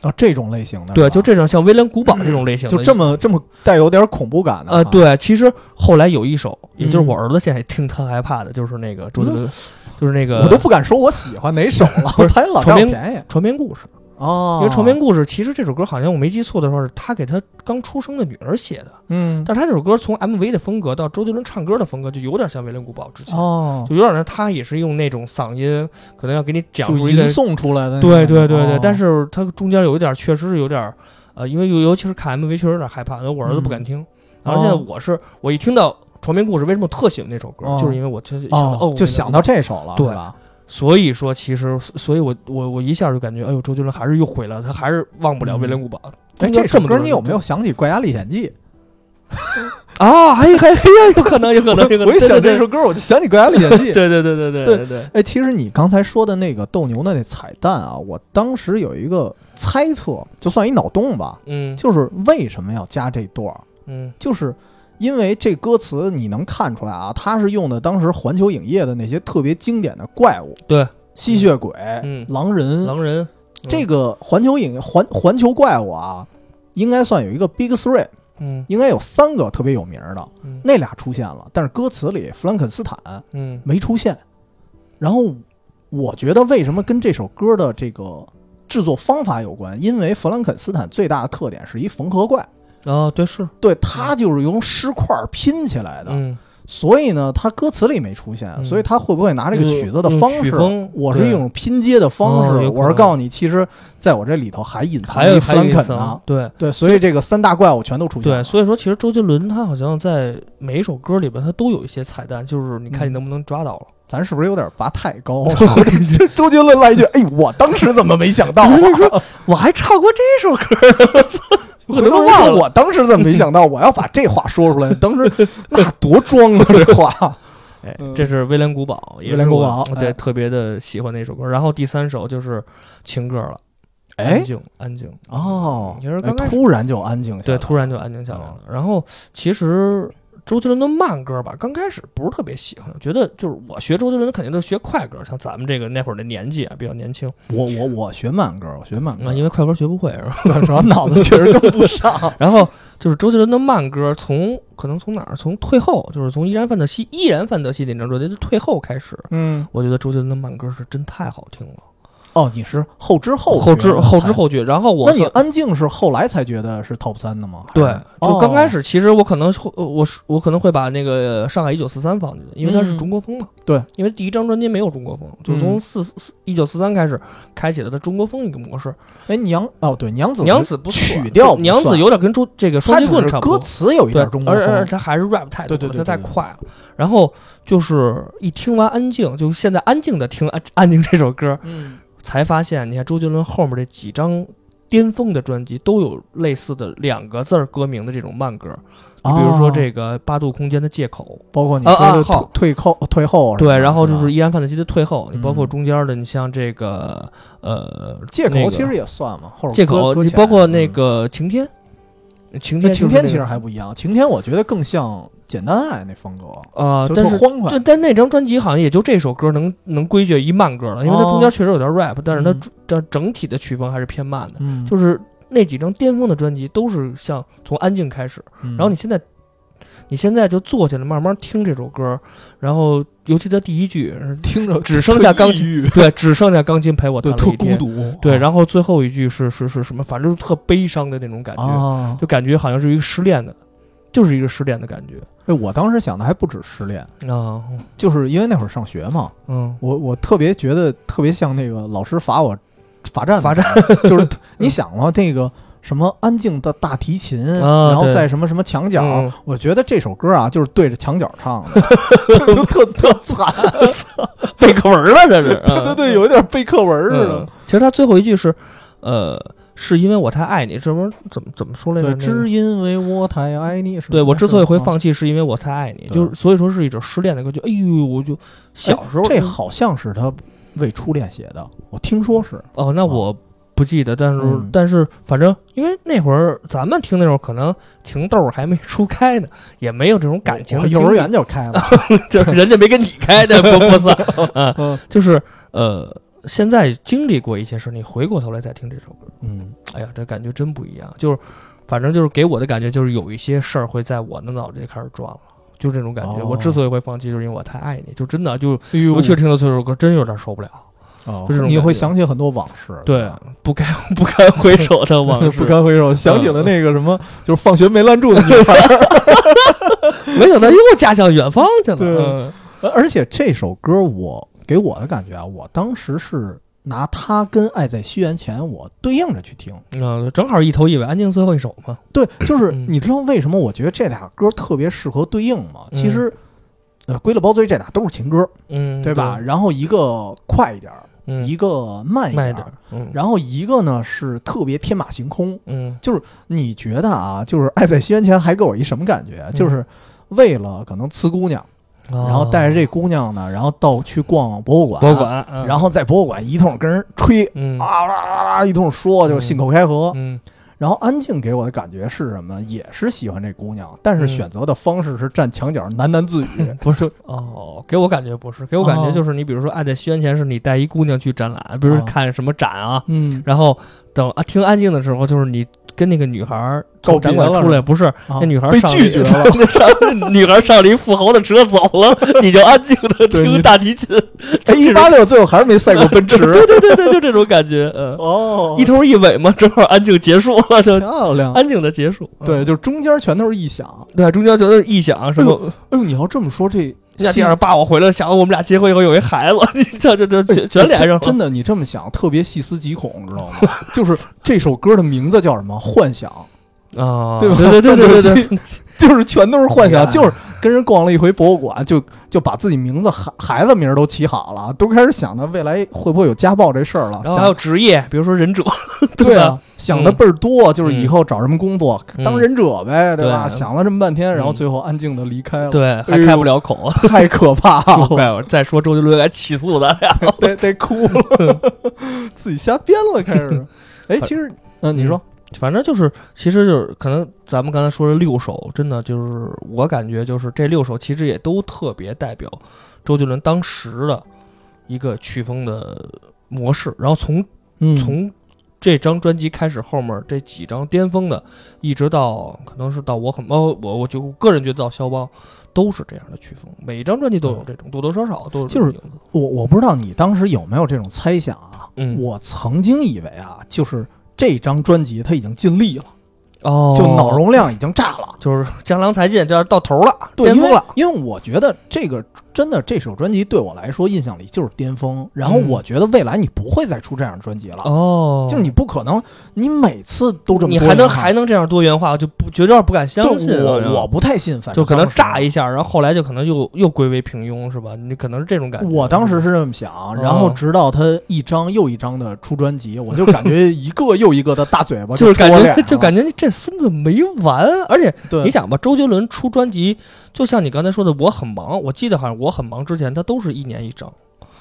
Speaker 1: 啊，这种类型的，
Speaker 2: 对，就。这种像《威廉古堡》这种类型的，
Speaker 1: 嗯就这么这么带有点恐怖感的
Speaker 2: 呃，
Speaker 1: 啊，
Speaker 2: 对，其实后来有一首，也就是
Speaker 1: 嗯
Speaker 2: 我儿子现在听他害怕的，就是那个周杰伦，就是那个
Speaker 1: 我都不敢说我喜欢哪首了，
Speaker 2: 不是
Speaker 1: 他老
Speaker 2: 崇
Speaker 1: 占我
Speaker 2: 明
Speaker 1: 便宜
Speaker 2: 床边故事，
Speaker 1: 哦
Speaker 2: 因为床边故事其实这首歌好像我没记错的话是他给他刚出生的女儿写的，
Speaker 1: 嗯
Speaker 2: 但是他这首歌从 MV 的风格到周杰伦唱歌的风格就有点像《威廉古堡》之前，
Speaker 1: 哦，
Speaker 2: 就有点像他也是用那种嗓音，可能要给你讲
Speaker 1: 就
Speaker 2: 述一
Speaker 1: 吟
Speaker 2: 个，
Speaker 1: 诵出来的那种，
Speaker 2: 对对对对，
Speaker 1: 哦
Speaker 2: 但是他中间有一点确实是有点，呃，因为尤尤其是看 MV 确实有点害怕，那我儿子不敢
Speaker 1: 嗯
Speaker 2: 听，然后现在我是我一听到。床边故事为什么我特喜欢那首歌？
Speaker 1: 哦
Speaker 2: 就是因为我就想到
Speaker 1: 哦，就想到这首了，
Speaker 2: 对
Speaker 1: 是吧？
Speaker 2: 所以说，其实，所以我我我一下就感觉，哎呦，周杰伦还是又毁了，他还是忘不了
Speaker 1: 嗯
Speaker 2: 威廉古堡。
Speaker 1: 哎，
Speaker 2: 中间这
Speaker 1: 这首
Speaker 2: 么
Speaker 1: 歌
Speaker 2: 多人
Speaker 1: 你有没有想起《怪侠历
Speaker 2: <laughs>
Speaker 1: 险记》？
Speaker 2: 啊？还还还有可能，有可能，有可能。
Speaker 1: 我一想这
Speaker 2: 对
Speaker 1: 首，歌，我就想起《怪侠历险 <laughs> 记》。
Speaker 2: 对对对对对对对对，
Speaker 1: 哎，其实你刚才说的那个斗牛的那彩蛋啊，我当时有一个猜测，就算一脑洞吧，
Speaker 2: 嗯
Speaker 1: 就是为什么要加这段儿？
Speaker 2: 嗯
Speaker 1: 就是因为这歌词你能看出来啊，它是用的当时环球影业的那些特别经典的怪物，
Speaker 2: 对，
Speaker 1: 吸血鬼、
Speaker 2: 嗯
Speaker 1: 狼人、
Speaker 2: 狼人
Speaker 1: 这个环球影环环球怪物啊，应该算有一个 Big Three，
Speaker 2: 嗯
Speaker 1: 应该有三个特别有名儿的，
Speaker 2: 嗯
Speaker 1: 那俩出现了，但是歌词里弗兰肯斯坦
Speaker 2: 嗯
Speaker 1: 没出现。然后我觉得为什么跟这首歌的这个制作方法有关？因为弗兰肯斯坦最大的特点是一缝合怪，
Speaker 2: 啊，对是
Speaker 1: 哦对，它就是用尸块拼起来的，
Speaker 2: 嗯
Speaker 1: 所以呢，它歌词里没出现，
Speaker 2: 嗯
Speaker 1: 所以他会不会拿这个曲子的
Speaker 2: 用
Speaker 1: 方
Speaker 2: 曲
Speaker 1: 式？
Speaker 2: 风
Speaker 1: 我是
Speaker 2: 对
Speaker 1: 用拼接的方
Speaker 2: 哦
Speaker 1: 式，
Speaker 2: 有可能
Speaker 1: 我是告诉你，其实在我这里头还隐藏
Speaker 2: 还
Speaker 1: 了
Speaker 2: 有
Speaker 1: 一
Speaker 2: 还
Speaker 1: 弗
Speaker 2: 有
Speaker 1: 兰
Speaker 2: 一
Speaker 1: 啊肯呢
Speaker 2: 层。对。
Speaker 1: 对，所以这个三大怪物全都出现
Speaker 2: 对，
Speaker 1: 了。
Speaker 2: 所以说其实周杰伦他好像在每一首歌里边，他都有一些彩蛋，就是你
Speaker 1: 嗯
Speaker 2: 看你能不能抓到了。
Speaker 1: 咱是不是有点拔太
Speaker 2: <laughs>
Speaker 1: 高？这周杰伦来一句：“哎，我当时怎么没想到、啊？”
Speaker 2: 我还唱过这首歌，
Speaker 1: 我
Speaker 2: 我都
Speaker 1: 都
Speaker 2: 忘了
Speaker 1: 我当时怎么没想到我要把这话说
Speaker 2: <laughs>
Speaker 1: 出来？当时那多装啊，这话。
Speaker 2: 哎
Speaker 1: 嗯，
Speaker 2: 这是威廉古堡，也
Speaker 1: 威廉
Speaker 2: 是
Speaker 1: 古
Speaker 2: 我
Speaker 1: 堡哎
Speaker 2: 对，特别的喜欢那首歌。然后第三首就是情歌了，安
Speaker 1: 哎，
Speaker 2: 静，安静。
Speaker 1: 哦，
Speaker 2: 其实
Speaker 1: 哎
Speaker 2: 刚开始
Speaker 1: 突然就安静下来了。嗯
Speaker 2: 对，突然就安静下来了。然后其实周杰伦的慢歌吧，刚开始不是特别喜欢，觉得就是我学周杰伦肯定都学快歌，像咱们这个那会儿的年纪啊，比较年轻，
Speaker 1: 我我我学慢歌，我学慢歌
Speaker 2: 啊，，因为快歌学不会，是吧？ <laughs>
Speaker 1: 对主要脑子确实跟不上。
Speaker 2: 然后就是周杰伦的慢歌，从可能从哪儿，从退后，就是从《依然范特西》《依然范特西》那张专辑的退后开始，
Speaker 1: 嗯，
Speaker 2: 我觉得周杰伦的慢歌是真太好听了，
Speaker 1: 哦，你是后知后
Speaker 2: 后知
Speaker 1: 觉
Speaker 2: 后知
Speaker 1: 才。
Speaker 2: 后觉。然后我
Speaker 1: 那你啊
Speaker 2: 算
Speaker 1: 安静是后来才觉得是 top 三的吗？还是
Speaker 2: 对，就刚开、
Speaker 1: 哦
Speaker 2: 始，其实我可能会，呃我是我可能会把那个《上海一九四三》放进去，因为它是
Speaker 1: 嗯
Speaker 2: 中国风嘛。
Speaker 1: 对，
Speaker 2: 因为第一张专辑没有中国风，就
Speaker 1: 嗯
Speaker 2: 从四四一九四三开始开启了它中国风一个模式。
Speaker 1: 哎娘哦对娘子
Speaker 2: 娘子不错啊
Speaker 1: 曲调不
Speaker 2: 娘子
Speaker 1: 算
Speaker 2: 有点跟周这个双
Speaker 1: 它
Speaker 2: 截
Speaker 1: 只
Speaker 2: 棍
Speaker 1: 是
Speaker 2: 差不
Speaker 1: 歌
Speaker 2: 多。
Speaker 1: 词有一
Speaker 2: 对
Speaker 1: 点中，国
Speaker 2: 而而
Speaker 1: 风，
Speaker 2: 他还是 rap 太多
Speaker 1: 对对
Speaker 2: 了，
Speaker 1: 对
Speaker 2: 他太
Speaker 1: 对对
Speaker 2: 快了。然后就是一听完《安静》，就现在安静的听《安安静》这首歌，
Speaker 1: 嗯，
Speaker 2: 才发现，你看周杰伦后面这几张巅峰的专辑都有类似的两个字儿歌名的这种慢歌，你比如说
Speaker 1: 哦，
Speaker 2: 这个八度空间的借口，
Speaker 1: 包括你
Speaker 2: 啊
Speaker 1: 说的
Speaker 2: 暗号
Speaker 1: 退退后退后啊什么的，
Speaker 2: 对，然后就是
Speaker 1: 吧
Speaker 2: 依然范特西的退后，你包括
Speaker 1: 嗯
Speaker 2: 中间的，你像这个呃
Speaker 1: 借
Speaker 2: 那
Speaker 1: 口
Speaker 2: 个
Speaker 1: 其实也算嘛，后
Speaker 2: 借口，你包括那。
Speaker 1: 搁搁起来嗯
Speaker 2: 个晴天，晴
Speaker 1: 那
Speaker 2: 天
Speaker 1: 晴
Speaker 2: 就是
Speaker 1: 天
Speaker 2: 那
Speaker 1: 其实
Speaker 2: 个
Speaker 1: 还不一样，晴天我觉得更像简单爱那风格，
Speaker 2: 啊
Speaker 1: 就，
Speaker 2: 但
Speaker 1: 特
Speaker 2: 是
Speaker 1: 欢快
Speaker 2: 就。但那张专辑好像也就这首歌能能归结于慢歌了，因为它中间确实有点 rap，但是它
Speaker 1: 哦嗯
Speaker 2: 主它整体的曲风还是偏慢的，
Speaker 1: 嗯，
Speaker 2: 就是那几张巅峰的专辑都是像从安静开始。
Speaker 1: 然
Speaker 2: 然后你现在，你现在就坐下来慢慢听这首歌，然后尤其他第一
Speaker 1: <laughs>
Speaker 2: 句，
Speaker 1: <laughs> 听着
Speaker 2: 只剩下钢琴
Speaker 1: 琴，
Speaker 2: 对，只剩下钢琴陪我弹
Speaker 1: <laughs> 对，
Speaker 2: 了
Speaker 1: 特
Speaker 2: 一
Speaker 1: 孤
Speaker 2: 天，
Speaker 1: 独，啊
Speaker 2: 对，然后最后一句是是是什么，反正就特悲伤的那种感
Speaker 1: 后
Speaker 2: 觉，
Speaker 1: 啊，
Speaker 2: 就感觉好像是一个失恋的，就是一个失恋的感觉
Speaker 1: 哎，我当时想的还不止失恋，
Speaker 2: 啊，
Speaker 1: 就是因为那会儿上学嘛，
Speaker 2: 嗯，
Speaker 1: 我我特别觉得特别像那个老师罚我罚站的
Speaker 2: 罚站， <laughs> 嗯
Speaker 1: 就是你想嘛，那个什么安静的大提琴，
Speaker 2: 啊
Speaker 1: 然后
Speaker 2: 对
Speaker 1: 在什么什么墙角，
Speaker 2: 嗯 <laughs>
Speaker 1: 我觉得这首歌啊就是对着墙角唱的，就特特惨，
Speaker 2: 背课文了
Speaker 1: <laughs>
Speaker 2: 这是，
Speaker 1: 对对对，有一点背课文似的
Speaker 2: 嗯。。其实他最后一句是，呃，是因为我太爱你，这不是怎么怎么说来着
Speaker 1: 对，
Speaker 2: 那个？
Speaker 1: 只因为我太爱你。是吧
Speaker 2: 对我之所以会，
Speaker 1: 哎
Speaker 2: 放弃，是因为我太爱你，
Speaker 1: 对
Speaker 2: 就是所以说是一种失恋的歌曲。哎呦，我就小时候嗯
Speaker 1: 这好像是他为初恋写的，我听说是。
Speaker 2: 哦，那我不记得，但是、
Speaker 1: 嗯
Speaker 2: 但是反正因为那会儿咱们听那时候可能情窦还没初开呢，也没有这种感情
Speaker 1: 我
Speaker 2: 的经历。
Speaker 1: 幼
Speaker 2: <laughs>
Speaker 1: 儿园就开了，
Speaker 2: 就是人家没跟你开的，不不算啊，
Speaker 1: 嗯
Speaker 2: 就是呃。现在经历过一些事儿，你回过头来再听这首歌，
Speaker 1: 嗯，
Speaker 2: 哎呀，这感觉真不一样。就是，反正就是给我的感觉就是有一些事儿会在我的脑子里开始转了，就这种感觉。
Speaker 1: 哦
Speaker 2: 我之所以会放弃，就是因为我太爱你，就真的就
Speaker 1: 哎呦
Speaker 2: 尤其是听到最后这首歌，真有点受不了。
Speaker 1: 哦
Speaker 2: 就这种
Speaker 1: 你
Speaker 2: 感
Speaker 1: 会
Speaker 2: 觉
Speaker 1: 想起很多往事，
Speaker 2: 对嗯
Speaker 1: 吧，
Speaker 2: 不该不该回首的往事，
Speaker 1: 嗯不堪回首，想起了那个什么，就是放学没拦住的女孩。
Speaker 2: 没想到又家向远方去了。
Speaker 1: 对
Speaker 2: 嗯
Speaker 1: 呃而且这首歌我给我的感觉啊，我当时是拿它跟《爱在西元前》我对应着去听。
Speaker 2: 嗯，正好一头一尾，安静最后一首嘛。 <clears throat>
Speaker 1: 对，就是
Speaker 2: 嗯
Speaker 1: 你知道为什么我觉得这俩歌特别适合对应吗？
Speaker 2: 嗯
Speaker 1: 其实呃，归了包追这俩都是情歌，
Speaker 2: 嗯，
Speaker 1: 对吧？？然后一个快一点儿，
Speaker 2: 嗯，
Speaker 1: 一个慢一
Speaker 2: 慢一
Speaker 1: 点
Speaker 2: 点
Speaker 1: 儿，，
Speaker 2: 嗯，
Speaker 1: 然后一个呢是特别天马行空。
Speaker 2: 嗯
Speaker 1: 你觉得啊，就是《爱在西元前》还给我一什么感觉？啊就是
Speaker 2: 嗯
Speaker 1: 为了可能呲姑娘，然后带着这姑娘呢，然后到去逛博物馆，
Speaker 2: 哦博物，馆，嗯
Speaker 1: 然后在博物馆一通跟人吹
Speaker 2: 嗯
Speaker 1: 啊啦啦啦一通说，就信口开河。
Speaker 2: 嗯
Speaker 1: 然后安静给我的感觉是什么？也是喜欢这姑娘，但
Speaker 2: 嗯
Speaker 1: 是选择的方式是站墙角喃喃自语。
Speaker 2: <laughs> 不
Speaker 1: <laughs>
Speaker 2: 是哦，给我感觉不是，给我感觉
Speaker 1: 哦
Speaker 2: 就是你比如说《爱在西元前》是你带一姑娘去展览，比如说
Speaker 1: 哦
Speaker 2: 看什么展啊，
Speaker 1: 嗯，
Speaker 2: 然后等啊听安静的时候，就是你跟那个女孩儿
Speaker 1: 告
Speaker 2: 从
Speaker 1: 别
Speaker 2: 展馆
Speaker 1: 了
Speaker 2: 出来，不是
Speaker 1: 啊
Speaker 2: 那女孩儿
Speaker 1: 被
Speaker 2: 上。
Speaker 1: 拒绝了
Speaker 2: 那上女孩儿上了一富豪的车走
Speaker 1: <laughs>
Speaker 2: 了，你就安静的
Speaker 1: 对
Speaker 2: 听
Speaker 1: 你
Speaker 2: 大提琴，
Speaker 1: 哎，一八六最后还是没赛过奔
Speaker 2: <laughs>
Speaker 1: 驰。
Speaker 2: 对对对对，就这种感觉，嗯，
Speaker 1: <laughs> 哦
Speaker 2: 一，头一尾嘛，正好安静结束了，就
Speaker 1: 漂亮。
Speaker 2: 安静的结束。嗯
Speaker 1: 对，就是中间全都是臆想。
Speaker 2: 对，中间就是臆想什么，
Speaker 1: 哎呦，你要这么说，这
Speaker 2: 那第二爸我回来想我们俩结婚以后有一孩子， <laughs> 你这这这全全连上了，
Speaker 1: 哎真的，你这么想，特别细思极恐，知道吗？就是这首歌的名字叫什么？幻想，
Speaker 2: 啊，
Speaker 1: 对吧
Speaker 2: 对对对对对对，
Speaker 1: <laughs> 就是全都是幻
Speaker 2: 哎
Speaker 1: 想，
Speaker 2: 呀
Speaker 1: 就是跟人逛了一回博物馆，就就把自己名字、孩孩子名儿都起好了，都开始想着未来会不会有家暴这事儿了。
Speaker 2: 然后还有
Speaker 1: 想
Speaker 2: 职业，比如说忍者，
Speaker 1: 对
Speaker 2: 吧
Speaker 1: 啊？，想的
Speaker 2: 嗯
Speaker 1: 倍儿多，就是
Speaker 2: 嗯
Speaker 1: 以后找什么工作，
Speaker 2: 嗯
Speaker 1: 当忍者呗，对
Speaker 2: 对
Speaker 1: 吧？
Speaker 2: 啊
Speaker 1: 想了这么半天，然后
Speaker 2: 嗯
Speaker 1: 最后安静的离开了，
Speaker 2: 对， <laughs> 还
Speaker 1: 哎呦
Speaker 2: 开不了口，
Speaker 1: 太可怕
Speaker 2: <laughs>
Speaker 1: 了，
Speaker 2: 怪我再说周杰伦该起诉咱俩。
Speaker 1: 得得哭
Speaker 2: <laughs>
Speaker 1: 了，自己瞎编了，开始。哎，其实，嗯，你说，
Speaker 2: 反正就是，其实就是可能咱们刚才说的六首，真的就是我感觉就是这六首其实也都特别代表周杰伦当时的一个曲风的模式。然后从
Speaker 1: 嗯
Speaker 2: 从这张专辑开始，后面这几张巅峰的，一直到可能是到我很哦，我我就个人觉得到肖邦都是这样的曲风，每一张专辑都有这种，多多少少都有这种
Speaker 1: 嗯就是
Speaker 2: 影子。
Speaker 1: 我我不知道你当时有没有这种猜想啊？
Speaker 2: 嗯
Speaker 1: 我曾经以为啊，就是这张专辑他已经尽力了，
Speaker 2: 哦，
Speaker 1: 就脑容量已经炸了，
Speaker 2: 就是江郎才尽，这到头了，
Speaker 1: 对，
Speaker 2: 巅
Speaker 1: 因
Speaker 2: 峰
Speaker 1: 为
Speaker 2: 了。
Speaker 1: 因为我觉得这个真的这首专辑对我来说印象里就是巅峰，然后
Speaker 2: 嗯
Speaker 1: 我觉得未来你不会再出这样的专辑了。
Speaker 2: 哦，
Speaker 1: 就是你不可能，你每次都这么
Speaker 2: 你
Speaker 1: 多
Speaker 2: 还
Speaker 1: 元
Speaker 2: 能
Speaker 1: 化
Speaker 2: 还能这样多元化，我就不觉得有点不敢
Speaker 1: 啊对
Speaker 2: 相信啊。这
Speaker 1: 我
Speaker 2: 样
Speaker 1: 我不太信，反正
Speaker 2: 就可能炸
Speaker 1: 一。
Speaker 2: 一下，然后后来就可能又又归为平庸，是吧？你可能是这种感觉。嗯
Speaker 1: 我当时是这么
Speaker 2: 哦
Speaker 1: 想，然后直到他一张又一张的出专辑，我就感
Speaker 2: <laughs>
Speaker 1: 觉一个又一个的大嘴巴
Speaker 2: 就是感
Speaker 1: 戳脸
Speaker 2: 觉
Speaker 1: 了
Speaker 2: 就感觉这孙子没完，而且
Speaker 1: 对，
Speaker 2: 你想吧，周杰伦出专辑，就像你刚才说的，我很忙，我记得好像我很忙之前，他都是一年一张，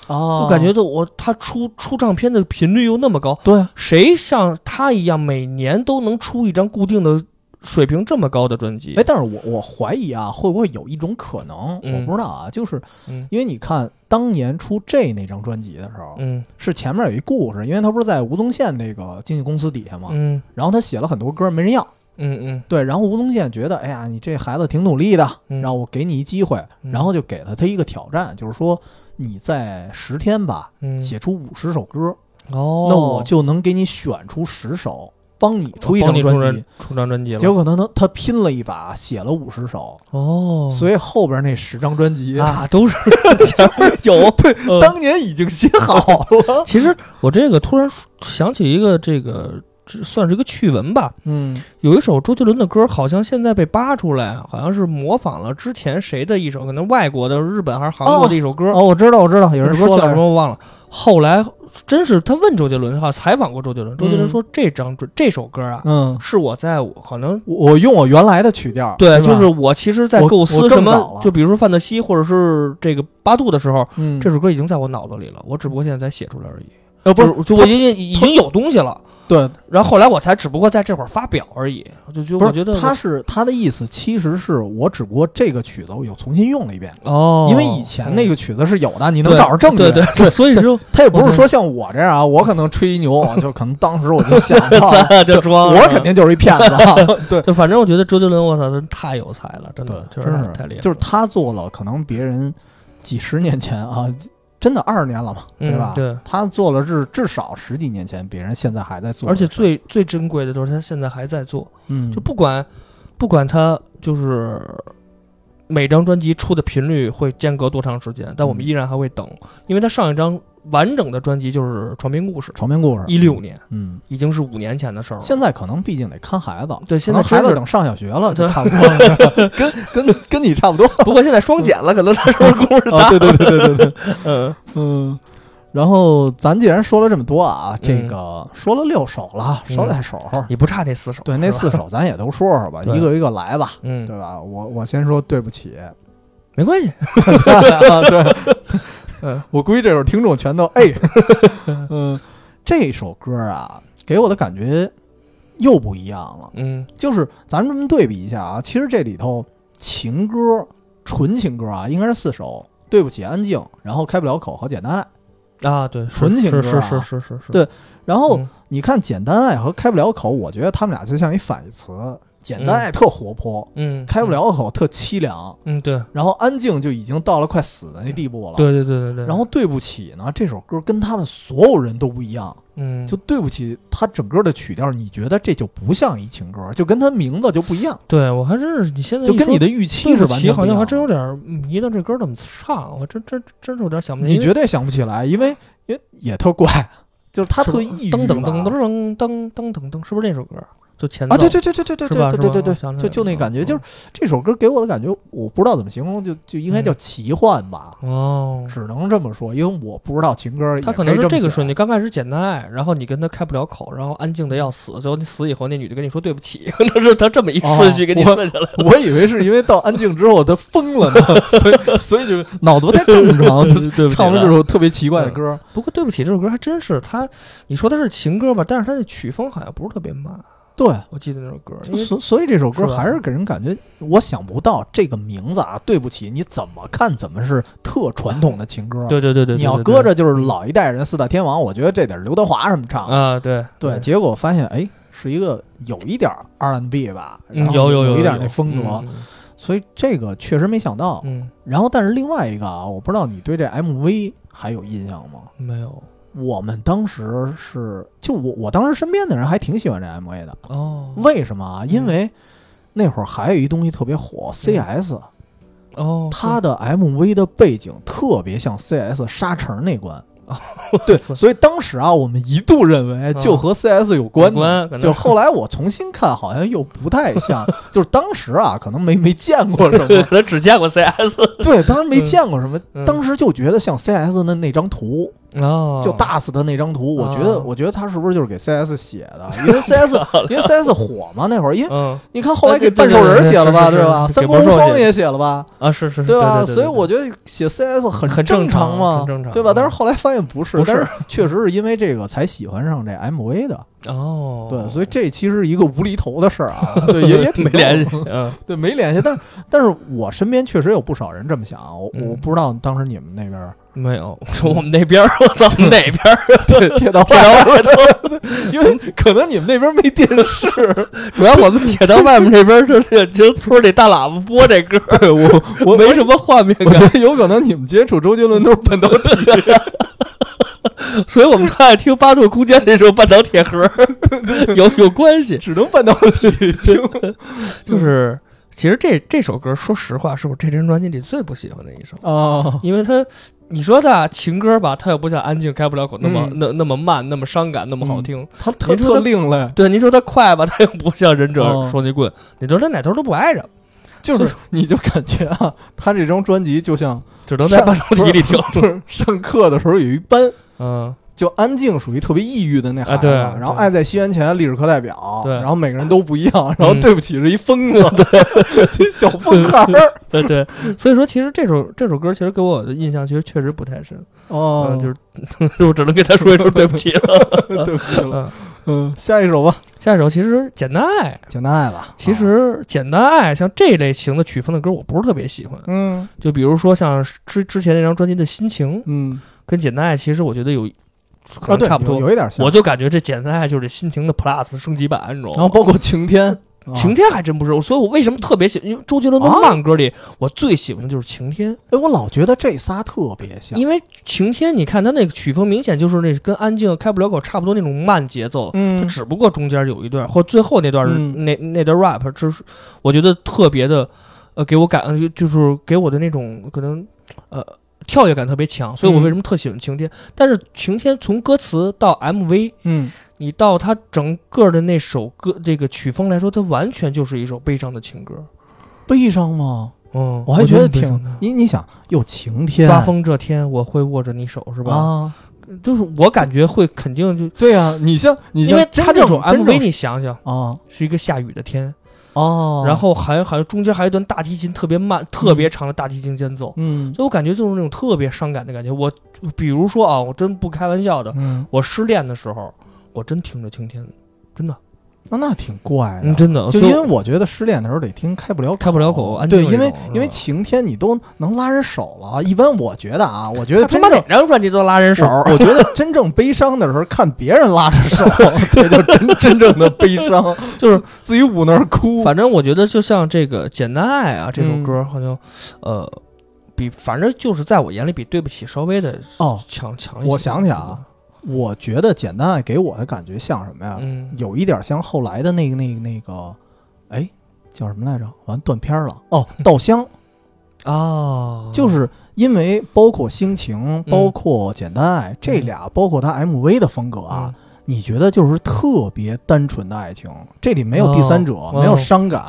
Speaker 1: 啊，
Speaker 2: 我感觉到我他出出唱片的频率又那么高，
Speaker 1: 对，
Speaker 2: 谁像他一样每年都能出一张固定的水平这么高的专辑
Speaker 1: 哎，？但是我我怀疑啊，会不会有一种可能，
Speaker 2: 嗯
Speaker 1: 我不知道啊，就是
Speaker 2: 嗯
Speaker 1: 因为你看当年出这那张专辑的时候，
Speaker 2: 嗯
Speaker 1: 是前面有一故事，因为他不是在吴宗宪那个经纪公司底下嘛，
Speaker 2: 嗯
Speaker 1: 然后他写了很多歌没人要，
Speaker 2: 嗯嗯
Speaker 1: 对，然后吴宗宪觉得，哎呀，你这孩子挺努力的，
Speaker 2: 嗯
Speaker 1: 然后我给你一机会，
Speaker 2: 嗯
Speaker 1: 然后就给了他一个挑战，就是说你在十天吧，
Speaker 2: 嗯，
Speaker 1: 写出五十首歌，
Speaker 2: 哦，
Speaker 1: 那我就能给你选出十首，帮你出一
Speaker 2: 帮
Speaker 1: 张
Speaker 2: 你出
Speaker 1: 专辑
Speaker 2: 专。出张专辑了。
Speaker 1: 结果可能他他拼了一把，写了五十首，
Speaker 2: 哦，
Speaker 1: 所以后边那十张专辑，
Speaker 2: 啊，都是 <laughs> 前面有嗯对
Speaker 1: 当年已经写好
Speaker 2: <laughs>
Speaker 1: 了。
Speaker 2: 其实我这个突然想起一个这个，这算是一个趣闻吧。
Speaker 1: 嗯，
Speaker 2: 有一首周杰伦的歌，好像现在被扒出来，好像是模仿了之前谁的一首，可能外国的、日本还是韩国的一首歌。
Speaker 1: 哦，我知道，我知道，有
Speaker 2: 有
Speaker 1: 人
Speaker 2: 首歌
Speaker 1: 说
Speaker 2: 叫
Speaker 1: 了
Speaker 2: 什么我忘了。后来真是他问周杰伦，哈，采访过周杰伦，周杰伦
Speaker 1: 嗯
Speaker 2: 说这张专这首歌啊，
Speaker 1: 嗯，
Speaker 2: 是我在我可能
Speaker 1: 我我用我原来的曲调，
Speaker 2: 对，
Speaker 1: 吧
Speaker 2: 就是我其实在
Speaker 1: 我
Speaker 2: 构
Speaker 1: 我
Speaker 2: 思
Speaker 1: 更
Speaker 2: 什
Speaker 1: 早
Speaker 2: 么，
Speaker 1: 了
Speaker 2: 就比如说范特西或者是这个八度的时候，
Speaker 1: 嗯，
Speaker 2: 这首歌已经在我脑子里了，我只不过现在才写出来而已。
Speaker 1: 呃不
Speaker 2: 就是是，就我已经已经有东西了，
Speaker 1: 对，
Speaker 2: 然后后来我才只不过在这会儿发表而已。我就就
Speaker 1: 不
Speaker 2: 我
Speaker 1: 是
Speaker 2: 觉得我
Speaker 1: 他是他的意思，其实是我只不过这个曲子我又重新用了一遍，
Speaker 2: 哦，
Speaker 1: 因为以前那
Speaker 2: 嗯
Speaker 1: 个曲子是有的，你
Speaker 2: 对
Speaker 1: 能找着证据。
Speaker 2: 对对对，所以就
Speaker 1: 他也不是说像我这样啊，我可能吹牛，
Speaker 2: <laughs>
Speaker 1: 就可能当时我 <laughs> 就想到
Speaker 2: 咱
Speaker 1: 了，
Speaker 2: 俩就装，
Speaker 1: 我肯定就是一骗子啊。对
Speaker 2: 就反正我觉得周杰伦，我操，真太有才了，真
Speaker 1: 对
Speaker 2: 的，，
Speaker 1: 真
Speaker 2: 是
Speaker 1: 是
Speaker 2: 太厉害了，
Speaker 1: 就是他做了，可能别人几十年前啊，真的二十年了嘛，
Speaker 2: 嗯
Speaker 1: 对吧？
Speaker 2: 对。
Speaker 1: 他做了至至少十几年前，别人现在还在做，
Speaker 2: 而且最最珍贵的就是他现在还在做，
Speaker 1: 嗯，
Speaker 2: 就不管不管他就是每张专辑出的频率会间隔多长时间，但我们
Speaker 1: 嗯
Speaker 2: 依然还会等，因为他上一张完整的专辑就是《床边故事》，
Speaker 1: 床边故事，
Speaker 2: 一六年
Speaker 1: 嗯，
Speaker 2: 已经是五年前的事儿了。
Speaker 1: 现在可能毕竟得看孩子，
Speaker 2: 对现在
Speaker 1: 可能孩
Speaker 2: 真
Speaker 1: 子
Speaker 2: 是
Speaker 1: 等上小学了就差不多了，跟跟跟你差不多。
Speaker 2: <laughs> 不过现在双减了，可能那时候故事
Speaker 1: 啊，
Speaker 2: 大。
Speaker 1: 对对对对对对，
Speaker 2: 嗯，
Speaker 1: <laughs> 嗯。然后咱既然说了这么多啊，这个说了六首了，
Speaker 2: 嗯
Speaker 1: 捎带手，
Speaker 2: 你不差那四首，
Speaker 1: 对那四
Speaker 2: 是吧，
Speaker 1: 首咱也都说说吧，
Speaker 2: <laughs> 对
Speaker 1: 一个一个来吧，
Speaker 2: 嗯，
Speaker 1: 对吧？我我先说对不起，
Speaker 2: 没关系，
Speaker 1: 啊对，
Speaker 2: 嗯
Speaker 1: <laughs> 我估计这会儿听众全都哎，
Speaker 2: <laughs>
Speaker 1: 嗯，这首歌啊，给我的感觉又不一样了。
Speaker 2: 嗯
Speaker 1: 就是咱们这么对比一下啊，其实这里头情歌、纯情歌啊，应该是四首。对不起，安静，然后开不了口，好简单爱。
Speaker 2: 啊，对，是
Speaker 1: 纯情歌
Speaker 2: 是
Speaker 1: 啊
Speaker 2: 是是是是是，
Speaker 1: 对然后
Speaker 2: 嗯
Speaker 1: 你看，简单爱和开不了口，我觉得他们俩就像一反义词。简单爱特活泼，
Speaker 2: 嗯，
Speaker 1: 开不，了口特凄凉，
Speaker 2: 嗯，对，
Speaker 1: 然后安静就已经到了快死的那地步了。
Speaker 2: 对对对对对，
Speaker 1: 然后对不起呢，这首歌跟他们所有人都不一样。
Speaker 2: 嗯，
Speaker 1: 就对不起，它整个的曲调，你觉得这就不像一情歌，就跟它名字就不一样，
Speaker 2: 对我还真是你现在
Speaker 1: 就
Speaker 2: 一
Speaker 1: 跟
Speaker 2: 说
Speaker 1: 你的预期
Speaker 2: 对
Speaker 1: 是
Speaker 2: 不
Speaker 1: 完
Speaker 2: 起，
Speaker 1: 全不
Speaker 2: 好像
Speaker 1: 一样
Speaker 2: 还
Speaker 1: 的。
Speaker 2: 真有点儿迷瞪这歌怎么唱，我真真真是有点想不起来。
Speaker 1: 你
Speaker 2: 因为
Speaker 1: 绝对想不起来，因为也也特怪，就是他
Speaker 2: 是
Speaker 1: 特
Speaker 2: 吧
Speaker 1: 抑郁吧。
Speaker 2: 噔噔噔噔噔噔噔噔噔，是不是那首歌？就前
Speaker 1: 啊，
Speaker 2: 奏
Speaker 1: 对对对对对对
Speaker 2: 是
Speaker 1: 对
Speaker 2: 吧是
Speaker 1: 对对
Speaker 2: 吧
Speaker 1: 对对，
Speaker 2: 我想起
Speaker 1: 就
Speaker 2: 来
Speaker 1: 就那
Speaker 2: 了
Speaker 1: 感觉，
Speaker 2: 嗯
Speaker 1: 就是这首歌给我的感觉，我不知道怎么形容，就就应该叫
Speaker 2: 嗯
Speaker 1: 奇幻吧，
Speaker 2: 哦，
Speaker 1: 只能这么说，因为我不知道情歌也以
Speaker 2: 他
Speaker 1: 么写。
Speaker 2: 可能是这个顺序，刚开始简单爱，然后你跟他开不了口，然后安静的要死，最后你死以后，那女的跟你说对不起，可能是他这么一顺序给你顺下来。
Speaker 1: 我以为是因为到安静之后他疯了呢，所以所
Speaker 2: <laughs>
Speaker 1: 以就脑子不太正常，就
Speaker 2: 对不嗯起
Speaker 1: 唱了这
Speaker 2: 了
Speaker 1: 首特别奇怪的歌。
Speaker 2: 不过对不起，这首歌还真是他，你说它是情歌吧，但是它的曲风好像不是特别慢，
Speaker 1: 对，
Speaker 2: 我记得那首歌，因
Speaker 1: 就
Speaker 2: 为
Speaker 1: 所所以这首歌
Speaker 2: 是吧啊
Speaker 1: 还是给人感觉，我想不到这个名字啊。对不起，你怎么看怎么是特传统的情歌。
Speaker 2: 对对对对，
Speaker 1: 你要
Speaker 2: 对
Speaker 1: 搁着就是老一代人四大天王，我觉得这得是刘德华什么唱。
Speaker 2: 啊，对
Speaker 1: 对，结果发现哎，是一个有一点 R&B 吧，然
Speaker 2: 嗯
Speaker 1: 后
Speaker 2: 有有
Speaker 1: 有
Speaker 2: 有
Speaker 1: 一点那风格，
Speaker 2: 嗯
Speaker 1: 所以这个确实没想到。
Speaker 2: 嗯，
Speaker 1: 然后，但是另外一个啊，我不知道你对这 MV 还有印象吗？
Speaker 2: 嗯没有
Speaker 1: 我们当时是，就我我当时身边的人还挺喜欢这 MV 的，
Speaker 2: 哦
Speaker 1: 为什么啊？因为那会儿还有一东西特别
Speaker 2: 嗯
Speaker 1: 火，CS，
Speaker 2: 哦，
Speaker 1: 它的 MV 的背景特别像 CS 沙城那关。
Speaker 2: <laughs>
Speaker 1: 对，所以当时啊，我们一度认为就和 CS 有关
Speaker 2: 哦有关可能
Speaker 1: 就后来我重新看，好像又不太
Speaker 2: <laughs>
Speaker 1: 像。就是当时啊，可能没没见过什么，
Speaker 2: 可能 <laughs> 只见过 CS
Speaker 1: 对，当时没见过什么，
Speaker 2: 嗯
Speaker 1: 当时就觉得像 CS 的那张图，
Speaker 2: <laughs> 哦，
Speaker 1: 就 DAS 的那张图，我觉得，
Speaker 2: 哦
Speaker 1: 我觉得他是不是就是给 CS 写的？
Speaker 2: <laughs>
Speaker 1: 因为 CS，因为 CS 火嘛，那会儿因为
Speaker 2: 嗯
Speaker 1: 你看后来给
Speaker 2: 呃对
Speaker 1: 半
Speaker 2: 对
Speaker 1: 兽人
Speaker 2: 对
Speaker 1: 写了吧，
Speaker 2: 是是是
Speaker 1: 吧？
Speaker 2: 给
Speaker 1: 三国
Speaker 2: 半
Speaker 1: 无
Speaker 2: 兽写
Speaker 1: 双也写了吧，
Speaker 2: 啊是是是
Speaker 1: 对吧？
Speaker 2: 对
Speaker 1: 所以我
Speaker 2: 就
Speaker 1: 觉得写 CS 很
Speaker 2: 很正
Speaker 1: 正
Speaker 2: 常
Speaker 1: 嘛，
Speaker 2: 很正常
Speaker 1: 对吧？
Speaker 2: 嗯
Speaker 1: 但是后来发现不是，
Speaker 2: 不是
Speaker 1: 但确实是因为这个才喜欢上这 MV 的。
Speaker 2: 哦，
Speaker 1: 对，所以这其实是一个无厘头的事儿
Speaker 2: <laughs>
Speaker 1: 啊，对，也也挺
Speaker 2: 没
Speaker 1: 逗
Speaker 2: 联系，嗯
Speaker 1: 对，没联系。但是但是我身边确实有不少人这么想，啊我
Speaker 2: 嗯
Speaker 1: 我不知道当时你们那边儿
Speaker 2: 没有，说我们那边儿，我操，我们哪边儿？
Speaker 1: 对铁道
Speaker 2: 铁道外头，
Speaker 1: 因为可能你们那边没电视，
Speaker 2: <laughs> 主要我们铁道外面那边儿，就是就是村里大喇叭播这歌儿，
Speaker 1: 对我我
Speaker 2: 没什么画面
Speaker 1: 我
Speaker 2: 感，
Speaker 1: 觉得有可能你们接触周杰伦都是半导体，
Speaker 2: 所以我们特爱听《八度空间》那首《半岛铁盒》， <laughs> 有有关系，
Speaker 1: 只能半导体听。
Speaker 2: 就是其实这这首歌，说实话，是我这张专辑里最不喜欢的一首。
Speaker 1: <laughs> 哦，
Speaker 2: 因为它，你说它情歌吧，它又不像《安静》开不了口那么、
Speaker 1: 嗯
Speaker 2: 那那么慢，那么伤感，那么好听。
Speaker 1: 他特
Speaker 2: 您说
Speaker 1: 特
Speaker 2: 他
Speaker 1: 另类，
Speaker 2: 对，您说它快吧，它又不像《忍者
Speaker 1: 哦
Speaker 2: 双截棍》你说它哪头都不挨着，
Speaker 1: 就是你就感觉啊，他这张专辑就像
Speaker 2: 只能在
Speaker 1: 上
Speaker 2: 半导体里
Speaker 1: <laughs>
Speaker 2: 听。
Speaker 1: 不是上课的时候有一班，
Speaker 2: 嗯，
Speaker 1: 就安静属于特别抑郁的那孩
Speaker 2: 啊
Speaker 1: 子，
Speaker 2: 对
Speaker 1: 然后
Speaker 2: 对
Speaker 1: 爱在西元前历史课代表，
Speaker 2: 对
Speaker 1: 然后每个人都不一样，然后
Speaker 2: 嗯
Speaker 1: 对不起是一疯子， <laughs> 对，小疯孩儿，
Speaker 2: 对对，所以说其实这首这首歌其实给我的印象其实确实不太深，
Speaker 1: 哦
Speaker 2: 嗯，，就是 <laughs> 我只能跟他说一声对不起了。 <laughs>
Speaker 1: 对不起了，
Speaker 2: 嗯，
Speaker 1: 嗯，下一首吧，
Speaker 2: 下一首其实《简单爱》，
Speaker 1: 简单爱吧，
Speaker 2: 其
Speaker 1: 啊，
Speaker 2: 实《简单爱》像这类型的曲风的歌我不是特别喜欢，
Speaker 1: 嗯
Speaker 2: 就比如说像之之前那张专辑的《心情》，
Speaker 1: 嗯，
Speaker 2: 跟《简单爱》其实我觉得有可
Speaker 1: 啊，
Speaker 2: 能
Speaker 1: 对，
Speaker 2: 差不
Speaker 1: 有
Speaker 2: 多。
Speaker 1: 有一点像，
Speaker 2: 我就感觉这《简单爱》就是《心情》的 Plus 升级版，你知道吗？
Speaker 1: 然后包括晴天，啊
Speaker 2: 晴，天还真不是，所以我为什么特别喜，因为周杰伦的
Speaker 1: 啊
Speaker 2: 慢歌里，我最喜欢的就是《晴天》，
Speaker 1: 哎，我老觉得这仨特别像，
Speaker 2: 因为《晴天》你看他那个曲风明显就是那跟《安静》啊开不了口差不多那种慢节奏，它
Speaker 1: 嗯
Speaker 2: 只不过中间有一段或者最后那段、
Speaker 1: 嗯
Speaker 2: 那那段 rap，就是我觉得特别的，呃，给我感就是给我的那种可能，呃跳跃感特别强，所以我为什么特喜欢晴天？但是晴天从歌词到 MV，
Speaker 1: 嗯，
Speaker 2: 你到它整个的那首歌这个曲风来说，它完全就是一首悲伤的情歌。
Speaker 1: 悲伤吗？
Speaker 2: 嗯，
Speaker 1: 我还觉得
Speaker 2: 挺悲
Speaker 1: 挺
Speaker 2: 伤的
Speaker 1: 你你想有晴天，
Speaker 2: 刮风这天我会握着你手，是吧？
Speaker 1: 啊，
Speaker 2: 就是我感觉会肯定就，
Speaker 1: 对啊，你像你
Speaker 2: 因
Speaker 1: 像
Speaker 2: 为它
Speaker 1: 真
Speaker 2: 这
Speaker 1: 正
Speaker 2: 首
Speaker 1: 真正
Speaker 2: MV 你想想
Speaker 1: 啊
Speaker 2: 是一个下雨的天，
Speaker 1: 哦，
Speaker 2: 然后还好像中间还有一段大提琴特别慢、特别长的大提琴间奏，
Speaker 1: 嗯
Speaker 2: 所以我感觉就是那种特别伤感的感觉。我比如说啊，我真不开玩笑的，
Speaker 1: 嗯，
Speaker 2: 我失恋的时候，我真听着晴天，真的，
Speaker 1: 那那挺怪
Speaker 2: 嗯，
Speaker 1: 的。
Speaker 2: 真的，
Speaker 1: 哎就
Speaker 2: 所以
Speaker 1: 因为我觉得失恋的时候得听开不了
Speaker 2: 开不了口安静
Speaker 1: 对，
Speaker 2: 这
Speaker 1: 因为
Speaker 2: 种嗯是吧
Speaker 1: 因为晴天你都能拉人手了，一般我觉得啊，我觉得
Speaker 2: 他他
Speaker 1: 真
Speaker 2: 妈哪
Speaker 1: 正
Speaker 2: 张专辑都拉人手，
Speaker 1: 我我觉得真正悲伤的时候，看别人拉着手， <laughs> 这就真 <laughs> 真正的悲伤，
Speaker 2: 就是
Speaker 1: 自己捂那儿哭。
Speaker 2: 反正我觉得就像这个《简单爱》啊这首
Speaker 1: 嗯
Speaker 2: 歌，好像呃比反正就是在我眼里比对不起稍微的
Speaker 1: 哦
Speaker 2: 强强一些。
Speaker 1: 我想起来啊，我觉得《简单爱》给我的感觉像什么呀？
Speaker 2: 嗯，
Speaker 1: 有一点像后来的那个、那个、那个，哎，叫什么来着？完断片儿了。哦，稻香，
Speaker 2: 嗯哦，
Speaker 1: 就是因为包括《心
Speaker 2: 嗯
Speaker 1: 情》，包括《简单爱》这俩，包括他 MV 的风格啊，
Speaker 2: 嗯
Speaker 1: 你觉得就是特别单纯的爱情，这里没有第三者，
Speaker 2: 哦
Speaker 1: 没有伤感，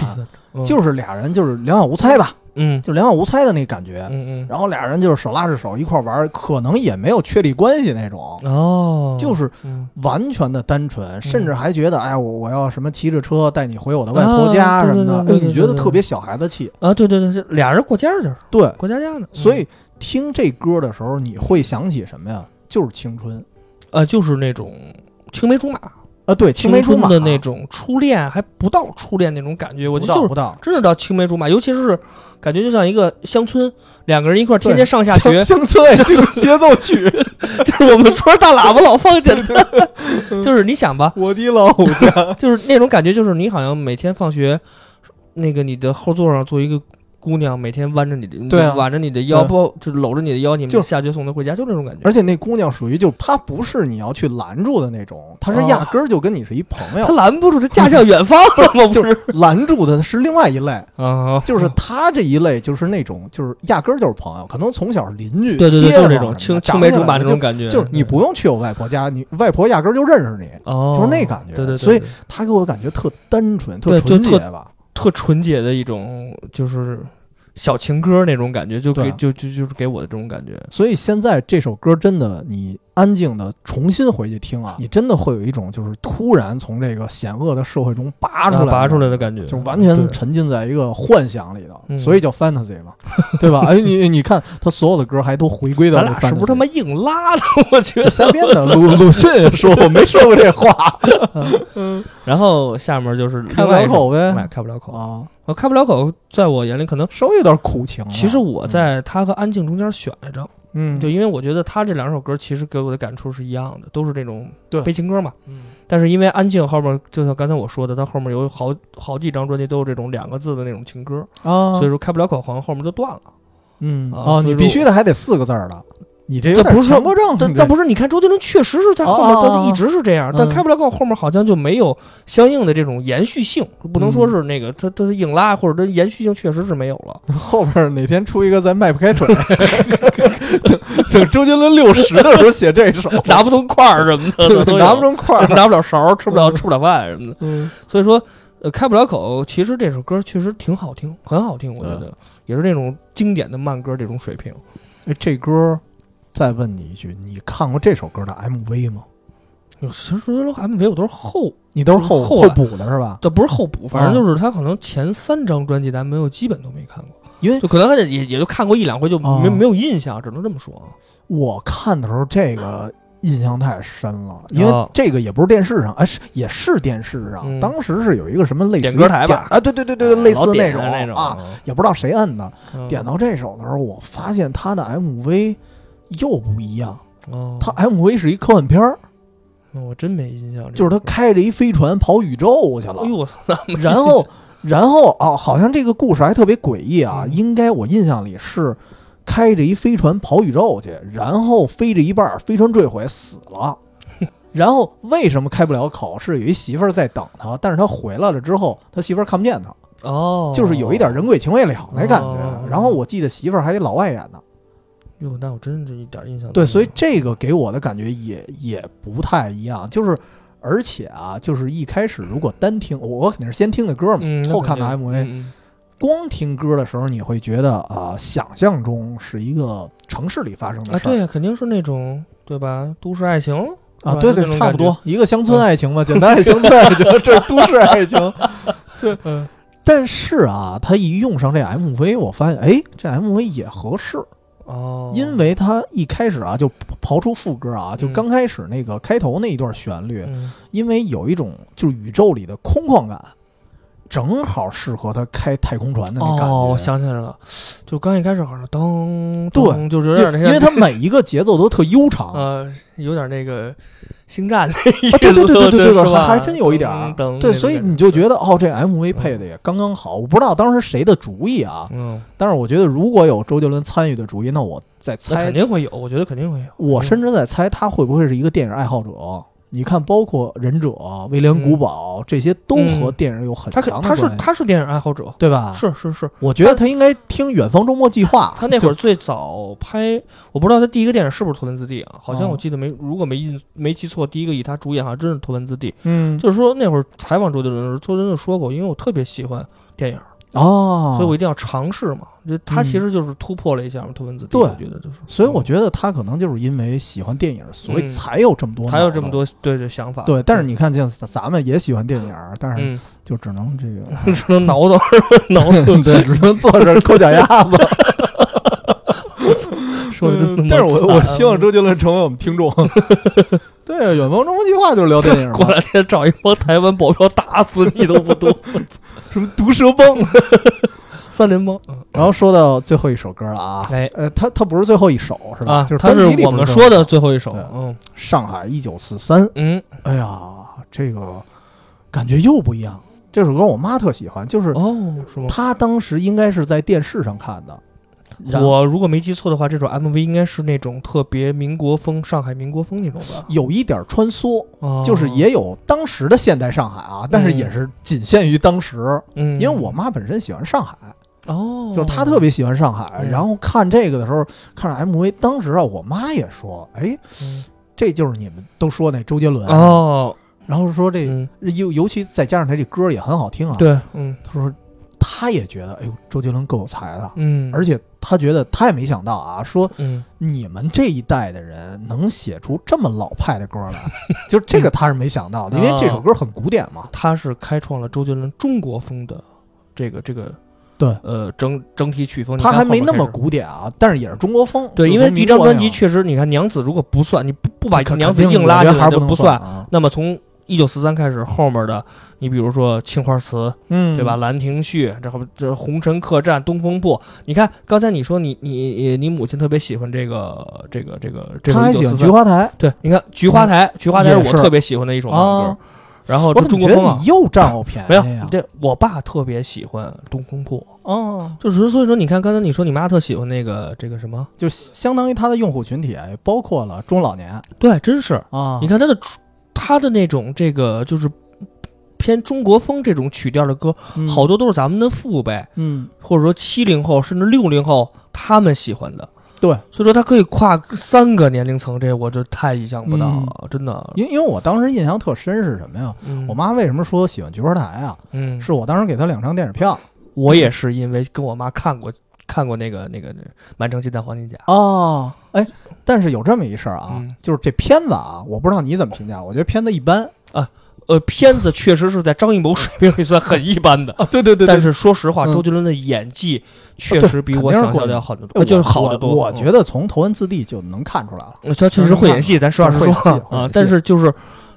Speaker 2: 嗯，
Speaker 1: 就是是俩人就是两小无猜吧，
Speaker 2: 嗯
Speaker 1: 就两小无猜的那感觉。
Speaker 2: 嗯嗯
Speaker 1: 然后俩人就是手拉着手一块儿玩儿，可能也没有确立关系那种，
Speaker 2: 哦，
Speaker 1: 就是
Speaker 2: 嗯
Speaker 1: 完全的单纯，甚至还觉得，哎，我我要什么骑着车带你回我的外婆家
Speaker 2: 啊对
Speaker 1: 什么的，
Speaker 2: 对对
Speaker 1: 哎，
Speaker 2: 对对
Speaker 1: 你觉得
Speaker 2: 对
Speaker 1: 特别小孩子气。
Speaker 2: 啊，对对对，这俩人过家家，
Speaker 1: 对，
Speaker 2: 过家嗯家的，
Speaker 1: 所以听这歌的时候，你会想起什么呀？就是青春
Speaker 2: 呃，就是那种青梅竹马，
Speaker 1: 啊，对，青梅竹马
Speaker 2: 青春的那，种初恋，还不到初恋那种感觉，我
Speaker 1: 不
Speaker 2: 觉得
Speaker 1: 到
Speaker 2: 就是
Speaker 1: 不到，
Speaker 2: 真是到青梅竹马，尤其是感觉就像一个乡村，两个人一块儿 <laughs> 天天上下学，
Speaker 1: 青
Speaker 2: <laughs>
Speaker 1: 春这个协奏曲，
Speaker 2: 就是 <laughs> 我们村儿大喇叭老放着的，
Speaker 1: <laughs> 嗯
Speaker 2: 就是你想吧，
Speaker 1: 我的老家， <laughs>
Speaker 2: 就是那种感觉，就是你好像每天放学，那个你的后座上坐一个姑娘，每天弯着你的，
Speaker 1: 对啊
Speaker 2: 挽着你的腰，
Speaker 1: 对
Speaker 2: 包就搂着你的腰，你
Speaker 1: 就
Speaker 2: 们下学送她回家，就那种感觉
Speaker 1: 而。且那姑娘属于就是她不是你要去拦住的那种，她是
Speaker 2: 哦
Speaker 1: 压根儿就跟你是一朋
Speaker 2: 他
Speaker 1: 友，
Speaker 2: 拦不住，他驾向远方了吗？
Speaker 1: 就
Speaker 2: 不是
Speaker 1: 拦住的是另外一类。
Speaker 2: 啊，
Speaker 1: 就是他这一类，就是那种就是压根儿就是朋友，可能从小是邻居，
Speaker 2: 对对对，
Speaker 1: 街
Speaker 2: 就
Speaker 1: 坊
Speaker 2: 是那
Speaker 1: 什么
Speaker 2: 种
Speaker 1: 的
Speaker 2: 青
Speaker 1: 长
Speaker 2: 青梅
Speaker 1: 起
Speaker 2: 竹
Speaker 1: 来
Speaker 2: 马
Speaker 1: 了
Speaker 2: 那种感觉，嗯
Speaker 1: 就，就是你不用去我外婆家，你外婆压根儿就认识你，
Speaker 2: 哦，
Speaker 1: 就是那感觉
Speaker 2: 对对对，
Speaker 1: 所以他给我感觉特单纯，
Speaker 2: 对
Speaker 1: 特
Speaker 2: 就
Speaker 1: 纯
Speaker 2: 特
Speaker 1: 洁吧。
Speaker 2: 特纯洁的一种，就是小情歌那种感觉，就给
Speaker 1: 对啊
Speaker 2: 就就就是给我的这种感觉。
Speaker 1: 所以现在这首歌真的，你安静的重新回去听啊，你真的会有一种就是突然从这个险恶的社会中拔出来、
Speaker 2: 拔出来的感觉，
Speaker 1: 就完全
Speaker 2: 对
Speaker 1: 沉浸在一个幻想里头，
Speaker 2: 嗯
Speaker 1: 所以叫 fantasy 嘛，对吧？ <laughs> 哎，你你看他所有的歌还都回归到
Speaker 2: 咱
Speaker 1: 这
Speaker 2: 俩是不是
Speaker 1: fantasy
Speaker 2: 他妈硬拉的？ <laughs> 我觉
Speaker 1: <laughs>
Speaker 2: 得。
Speaker 1: 瞎编的。
Speaker 2: <laughs>
Speaker 1: 鲁鲁迅也说我没说过这话
Speaker 2: 然后下面就是另
Speaker 1: <laughs> 开不
Speaker 2: 外
Speaker 1: 了
Speaker 2: 一首
Speaker 1: 口呗
Speaker 2: 另外开不了口。
Speaker 1: 啊，
Speaker 2: 我开不了口，在我眼里可能，
Speaker 1: 稍微有点苦情了。
Speaker 2: 其实我在他和安静中间选来着，
Speaker 1: 嗯，
Speaker 2: 就因为我觉得他这两首歌其实给我的感触是一样的，都是这种
Speaker 1: 对
Speaker 2: 悲情歌嘛。
Speaker 1: 嗯
Speaker 2: 但是因为安静后面，就像刚才我说的，他后面有好好几张专辑都是这种两个字的那种情歌，
Speaker 1: 啊，
Speaker 2: 所以说开不了口，好像后面就断了。
Speaker 1: 嗯
Speaker 2: 啊所
Speaker 1: 哦，
Speaker 2: 以
Speaker 1: 你
Speaker 2: 说
Speaker 1: 必须得还得四个字儿的，你这有
Speaker 2: 这
Speaker 1: 点
Speaker 2: 不是说
Speaker 1: 强迫症。
Speaker 2: 但
Speaker 1: 你这
Speaker 2: 但不是，你看周杰伦确实是在后面
Speaker 1: 哦哦哦
Speaker 2: 都一直是这样，但
Speaker 1: 嗯
Speaker 2: 开不了口后面好像就没有相应的这种延续性，不能
Speaker 1: 嗯
Speaker 2: 说是那个他他他硬拉或者他延续性确实是没有
Speaker 1: <laughs>
Speaker 2: 了。
Speaker 1: 后边哪天出一个咱迈不
Speaker 2: <laughs>
Speaker 1: 开腿，等周杰伦六十的时候写
Speaker 2: <laughs>
Speaker 1: 这首，
Speaker 2: 拿不动块儿什么的，嗯都有
Speaker 1: 拿不中块儿。
Speaker 2: <laughs> 拿不了勺儿，吃不了吃不了饭什么的。
Speaker 1: 嗯
Speaker 2: 所以说，呃，开不了口。其实这首歌确实挺好听，很好听，我
Speaker 1: 嗯
Speaker 2: 觉得也是那种经典的慢歌这种水平。
Speaker 1: 哎这歌，再问你一句，你看过这首歌的 MV 吗？
Speaker 2: 有其实周杰伦 MV 我都是后，
Speaker 1: 你都是后
Speaker 2: 后
Speaker 1: 后
Speaker 2: 来
Speaker 1: 补的是吧？
Speaker 2: 这不是后补，反正就是他可能前三张专辑咱没有，基本都没看过。
Speaker 1: 因为
Speaker 2: 就可能他也也就看过一两回，就没、
Speaker 1: 哦
Speaker 2: 没有印象，只能这么说啊。
Speaker 1: 我看的时候，这
Speaker 2: <laughs>
Speaker 1: 个印象太深了，因为
Speaker 2: 哦
Speaker 1: 这个也不是电视上，哎，是也是电视上，
Speaker 2: 嗯
Speaker 1: 当时是有一个什么类似
Speaker 2: 点
Speaker 1: 于
Speaker 2: 歌台吧
Speaker 1: 啊，对对对对，类似
Speaker 2: 老点
Speaker 1: 种
Speaker 2: 的那
Speaker 1: 啊，，也不知道谁摁的。
Speaker 2: 嗯
Speaker 1: 点到这首的时候，我发现他的 MV 又不一样，
Speaker 2: 哦，
Speaker 1: 他 MV 是一科幻片儿，
Speaker 2: 那我真没印象，
Speaker 1: 就是他开着一飞船跑宇宙去
Speaker 2: 这
Speaker 1: 了
Speaker 2: 个。哎呦，我操，
Speaker 1: 然后，
Speaker 2: <laughs>
Speaker 1: 然后啊，好像这个故事还特别诡异啊。
Speaker 2: 嗯
Speaker 1: 应该我印象里是开着一飞船跑宇宙去，然后飞着一半儿，飞船坠毁死了。
Speaker 2: <laughs>
Speaker 1: 然后为什么开不了口？是有一媳妇儿在等他，但是他回来了之后，他媳妇儿看不见
Speaker 2: <laughs>
Speaker 1: 他，
Speaker 2: 哦，
Speaker 1: 就是有一点人鬼情未了那感觉。
Speaker 2: 哦
Speaker 1: 然后我记得媳妇儿还有一老外演呢，
Speaker 2: 哟，那我真是一点印象都没有。
Speaker 1: 对，所以这个给我的感觉也也不太一样，就是而且啊，就是一开始如果单听，我我肯定是先听的歌嘛，
Speaker 2: 嗯，那
Speaker 1: 后看的
Speaker 2: 肯定
Speaker 1: MV，、
Speaker 2: 嗯
Speaker 1: 光听歌的时候，你会觉得啊、想象中是一个城市里发生
Speaker 2: 嗯啊，
Speaker 1: 的事儿
Speaker 2: 对呀，肯定是那种对吧？都市爱情 <laughs>
Speaker 1: 啊
Speaker 2: 是吧
Speaker 1: 对
Speaker 2: 就那
Speaker 1: 对，
Speaker 2: 种
Speaker 1: 差
Speaker 2: 感
Speaker 1: 不
Speaker 2: 觉嗯
Speaker 1: 多，一个乡村爱情嘛， <laughs> 简单的乡村爱情， <laughs> 这是都市爱情。对，
Speaker 2: 嗯
Speaker 1: 但是啊，他一用上这 MV，我发现，哎，这 MV 也合适，
Speaker 2: 哦，
Speaker 1: 因为他一开始啊，就刨出副歌啊，就
Speaker 2: 嗯
Speaker 1: 刚开始那个开头那一段旋律，
Speaker 2: 嗯
Speaker 1: 因为有一种就是宇宙里的空旷感，正好适合他开太空船的那感觉。
Speaker 2: 哦，我想起来了，就刚一开始好像噔，
Speaker 1: 对
Speaker 2: 噔就是有
Speaker 1: 就
Speaker 2: 点那个，
Speaker 1: 因为他每一个节奏都特悠
Speaker 2: <laughs>
Speaker 1: 长，
Speaker 2: 呃，有点那个星战的意
Speaker 1: <laughs> 啊
Speaker 2: 思，
Speaker 1: 对对对对对对，
Speaker 2: 是
Speaker 1: 还
Speaker 2: 吧
Speaker 1: 还真有一点儿
Speaker 2: 噔噔嗯那
Speaker 1: 对，
Speaker 2: 种
Speaker 1: 所以
Speaker 2: 感觉
Speaker 1: 你就觉得哦，这 MV 配的也刚刚好。我不知道当时谁的主意啊，
Speaker 2: 嗯，
Speaker 1: 但是我觉得如果有周杰伦参与的主意，那我在
Speaker 2: 那肯
Speaker 1: 猜，
Speaker 2: 定嗯会有，我觉得肯定会有。
Speaker 1: 我
Speaker 2: 肯
Speaker 1: 甚
Speaker 2: 定
Speaker 1: 至在猜他会不会是一个电影爱好者。你看，包括忍者、威廉古堡这些，都和电影有很
Speaker 2: 嗯他肯
Speaker 1: 强的
Speaker 2: 他
Speaker 1: 关系啊
Speaker 2: 是，他是电影爱好者，
Speaker 1: 对吧？
Speaker 2: 是是
Speaker 1: <laughs>
Speaker 2: 是，
Speaker 1: 我觉得他应该听《远方周末计划》。
Speaker 2: 他那会儿
Speaker 1: 就
Speaker 2: 最早拍，我不知道他第一个电影是不是《头文字 D》啊？好像
Speaker 1: 哦
Speaker 2: 我记得没，如果没印没记错，第一个以他主演好像真是《头文字 D》。
Speaker 1: 嗯
Speaker 2: 就是说那会儿采访周杰伦的时候，周杰伦就说过，因为我特别喜欢电影，
Speaker 1: 哦，
Speaker 2: 所以我一定要尝试嘛。就他
Speaker 1: 嗯
Speaker 2: 其实就是突破了一下《头文字 D》，
Speaker 1: 对
Speaker 2: 我觉得就是，
Speaker 1: 所以我觉得他可能就是因为喜欢电影，所以
Speaker 2: 嗯
Speaker 1: 才有这么多脑洞，
Speaker 2: 才有这么多对对想法。
Speaker 1: 对，但是你看，像咱咱们也喜欢电影儿，但是
Speaker 2: 嗯，
Speaker 1: 就只能这个， <laughs>
Speaker 2: <laughs> 只能挠挠挠挠。
Speaker 1: 对，只能坐这儿抠脚丫子。
Speaker 2: 说的
Speaker 1: 嗯但是我我希望周杰伦成为我们听众。 <laughs> 对啊，远方中国计划就是聊电影
Speaker 2: 过
Speaker 1: 嘛，
Speaker 2: 两天找一帮台湾保镖打死你都不多，
Speaker 1: <laughs> 什么毒蛇帮。
Speaker 2: 三连帮嗯
Speaker 1: 然后说到最后一首歌了啊，
Speaker 2: 哎
Speaker 1: 呃，它它不是最后一首是吧？
Speaker 2: 啊，
Speaker 1: 就是
Speaker 2: 他
Speaker 1: 专
Speaker 2: 是
Speaker 1: 辑里
Speaker 2: 我
Speaker 1: 不
Speaker 2: 们
Speaker 1: 是
Speaker 2: 说的最后一首，
Speaker 1: 对
Speaker 2: 嗯
Speaker 1: 《上海一九四三》。
Speaker 2: 嗯，
Speaker 1: 哎呀，这个感觉又不一样。这首歌我妈特喜欢，就是
Speaker 2: 哦，是吗？
Speaker 1: 她当时应该是在电视上看的。然
Speaker 2: 我如果没记错的话，这首 MV 应该是那种特别民国风、上海民国风那种吧，
Speaker 1: 有一点穿梭，
Speaker 2: 哦
Speaker 1: 就是也有当时的现代上海啊，但是也是仅限于当时。
Speaker 2: 嗯，
Speaker 1: 因为我妈本身喜欢上海，
Speaker 2: 哦，
Speaker 1: 就是她特别喜欢上海。
Speaker 2: 嗯
Speaker 1: 然后看这个的时候，看着 MV，当时啊，我妈也说：“哎，
Speaker 2: 嗯
Speaker 1: 这就是你们都说那周杰伦。”，啊
Speaker 2: 哦，
Speaker 1: 然后说这
Speaker 2: 嗯，
Speaker 1: 尤尤其再加上他这歌也很好听啊。，
Speaker 2: 对，嗯
Speaker 1: 她说她也觉得，哎呦，周杰伦够有才的。
Speaker 2: 嗯，
Speaker 1: 而且她觉得她也没想到啊，说
Speaker 2: 嗯，
Speaker 1: 你们这一代的人能写出这么老派的歌
Speaker 2: <laughs>
Speaker 1: 来，就这个他是没想到的，
Speaker 2: 嗯
Speaker 1: 因为这首歌很古典嘛。
Speaker 2: 他是开创了周杰伦中国风的这个这个
Speaker 1: 对
Speaker 2: 呃整整体曲风，你
Speaker 1: 他
Speaker 2: 看
Speaker 1: 还
Speaker 2: 后面
Speaker 1: 没那
Speaker 2: 开
Speaker 1: 么
Speaker 2: 始
Speaker 1: 古典啊，但是也是中国风。
Speaker 2: 嗯对，
Speaker 1: 就
Speaker 2: 因
Speaker 1: 是
Speaker 2: 为
Speaker 1: 从
Speaker 2: 第一
Speaker 1: 民
Speaker 2: 张
Speaker 1: 国那
Speaker 2: 专辑
Speaker 1: 样
Speaker 2: 确实，你看娘子如果不算，你不不把
Speaker 1: 肯肯
Speaker 2: 娘子
Speaker 1: 定
Speaker 2: 硬
Speaker 1: 我
Speaker 2: 拉
Speaker 1: 觉
Speaker 2: 进
Speaker 1: 得还
Speaker 2: 来
Speaker 1: 是
Speaker 2: 就
Speaker 1: 能
Speaker 2: 不
Speaker 1: 算
Speaker 2: 算。
Speaker 1: 啊。
Speaker 2: 那么从一九四三开始，后面的你比如说《青花瓷》，
Speaker 1: 嗯，
Speaker 2: 对吧？？兰亭序》，这后这《红尘客栈》《东风破》，你看刚才你说你你你你母亲特别喜欢这个这个这个这
Speaker 1: 他
Speaker 2: 个
Speaker 1: 还
Speaker 2: 一九
Speaker 1: 喜欢
Speaker 2: 四
Speaker 1: 菊
Speaker 2: 三，
Speaker 1: 花台。
Speaker 2: 对，你看《菊花台》，《菊花台》我
Speaker 1: 也是
Speaker 2: 特别喜欢的一首慢歌
Speaker 1: 啊，
Speaker 2: 然后
Speaker 1: 我
Speaker 2: 这
Speaker 1: 怎
Speaker 2: 中
Speaker 1: 么
Speaker 2: 国
Speaker 1: 觉
Speaker 2: 风
Speaker 1: 得
Speaker 2: 啊
Speaker 1: 你。又占我便
Speaker 2: 没有
Speaker 1: 宜啊，？
Speaker 2: 这我爸特别喜欢《东风破
Speaker 1: 哦，》，
Speaker 2: 就是所以说，你看刚才你说你妈特喜欢那个这个什么，
Speaker 1: 就相当于他的用户群体也包括了中老年
Speaker 2: 对，真是
Speaker 1: 啊。
Speaker 2: 你看他的出他的那种这个就是偏中国风这种曲调的歌，
Speaker 1: 看
Speaker 2: 好，多都是咱们的父辈，
Speaker 1: 嗯，
Speaker 2: 或者说七零后甚至六零后他们喜欢的。
Speaker 1: 对，
Speaker 2: 所以说他可以跨三个年龄层，这我就太意想不到了，真的。
Speaker 1: 嗯因因为我当时印象特深是什么呀？
Speaker 2: 嗯
Speaker 1: 我，妈为什么说喜欢菊花台啊？
Speaker 2: 嗯，
Speaker 1: 是我当时给她两张电影票
Speaker 2: 我也是因为跟我妈看过看过那个那个《满城尽带黄金甲》，
Speaker 1: 哦，哎，但是有这么一事儿啊
Speaker 2: 嗯，
Speaker 1: 就是这片子啊，我不知道你怎么评价，我觉得片子
Speaker 2: <laughs>
Speaker 1: 一般
Speaker 2: 呃，片子确实是在张艺谋水平里算很一般的
Speaker 1: <laughs> ，啊。对对对
Speaker 2: 但是说实话，
Speaker 1: 嗯啊
Speaker 2: 周杰伦的演技确
Speaker 1: 对
Speaker 2: 实比
Speaker 1: 肯
Speaker 2: 我
Speaker 1: 定是
Speaker 2: 想
Speaker 1: 过
Speaker 2: 象的
Speaker 1: 的哎
Speaker 2: 要好得多，呃就是好得多。
Speaker 1: 我我
Speaker 2: 嗯
Speaker 1: 觉得从头文字 D 就能看出来了。
Speaker 2: 呃他确实会演戏，咱实话实
Speaker 1: 会
Speaker 2: 说
Speaker 1: 演戏会
Speaker 2: 啊
Speaker 1: 演。
Speaker 2: 但
Speaker 1: 戏
Speaker 2: 是就是，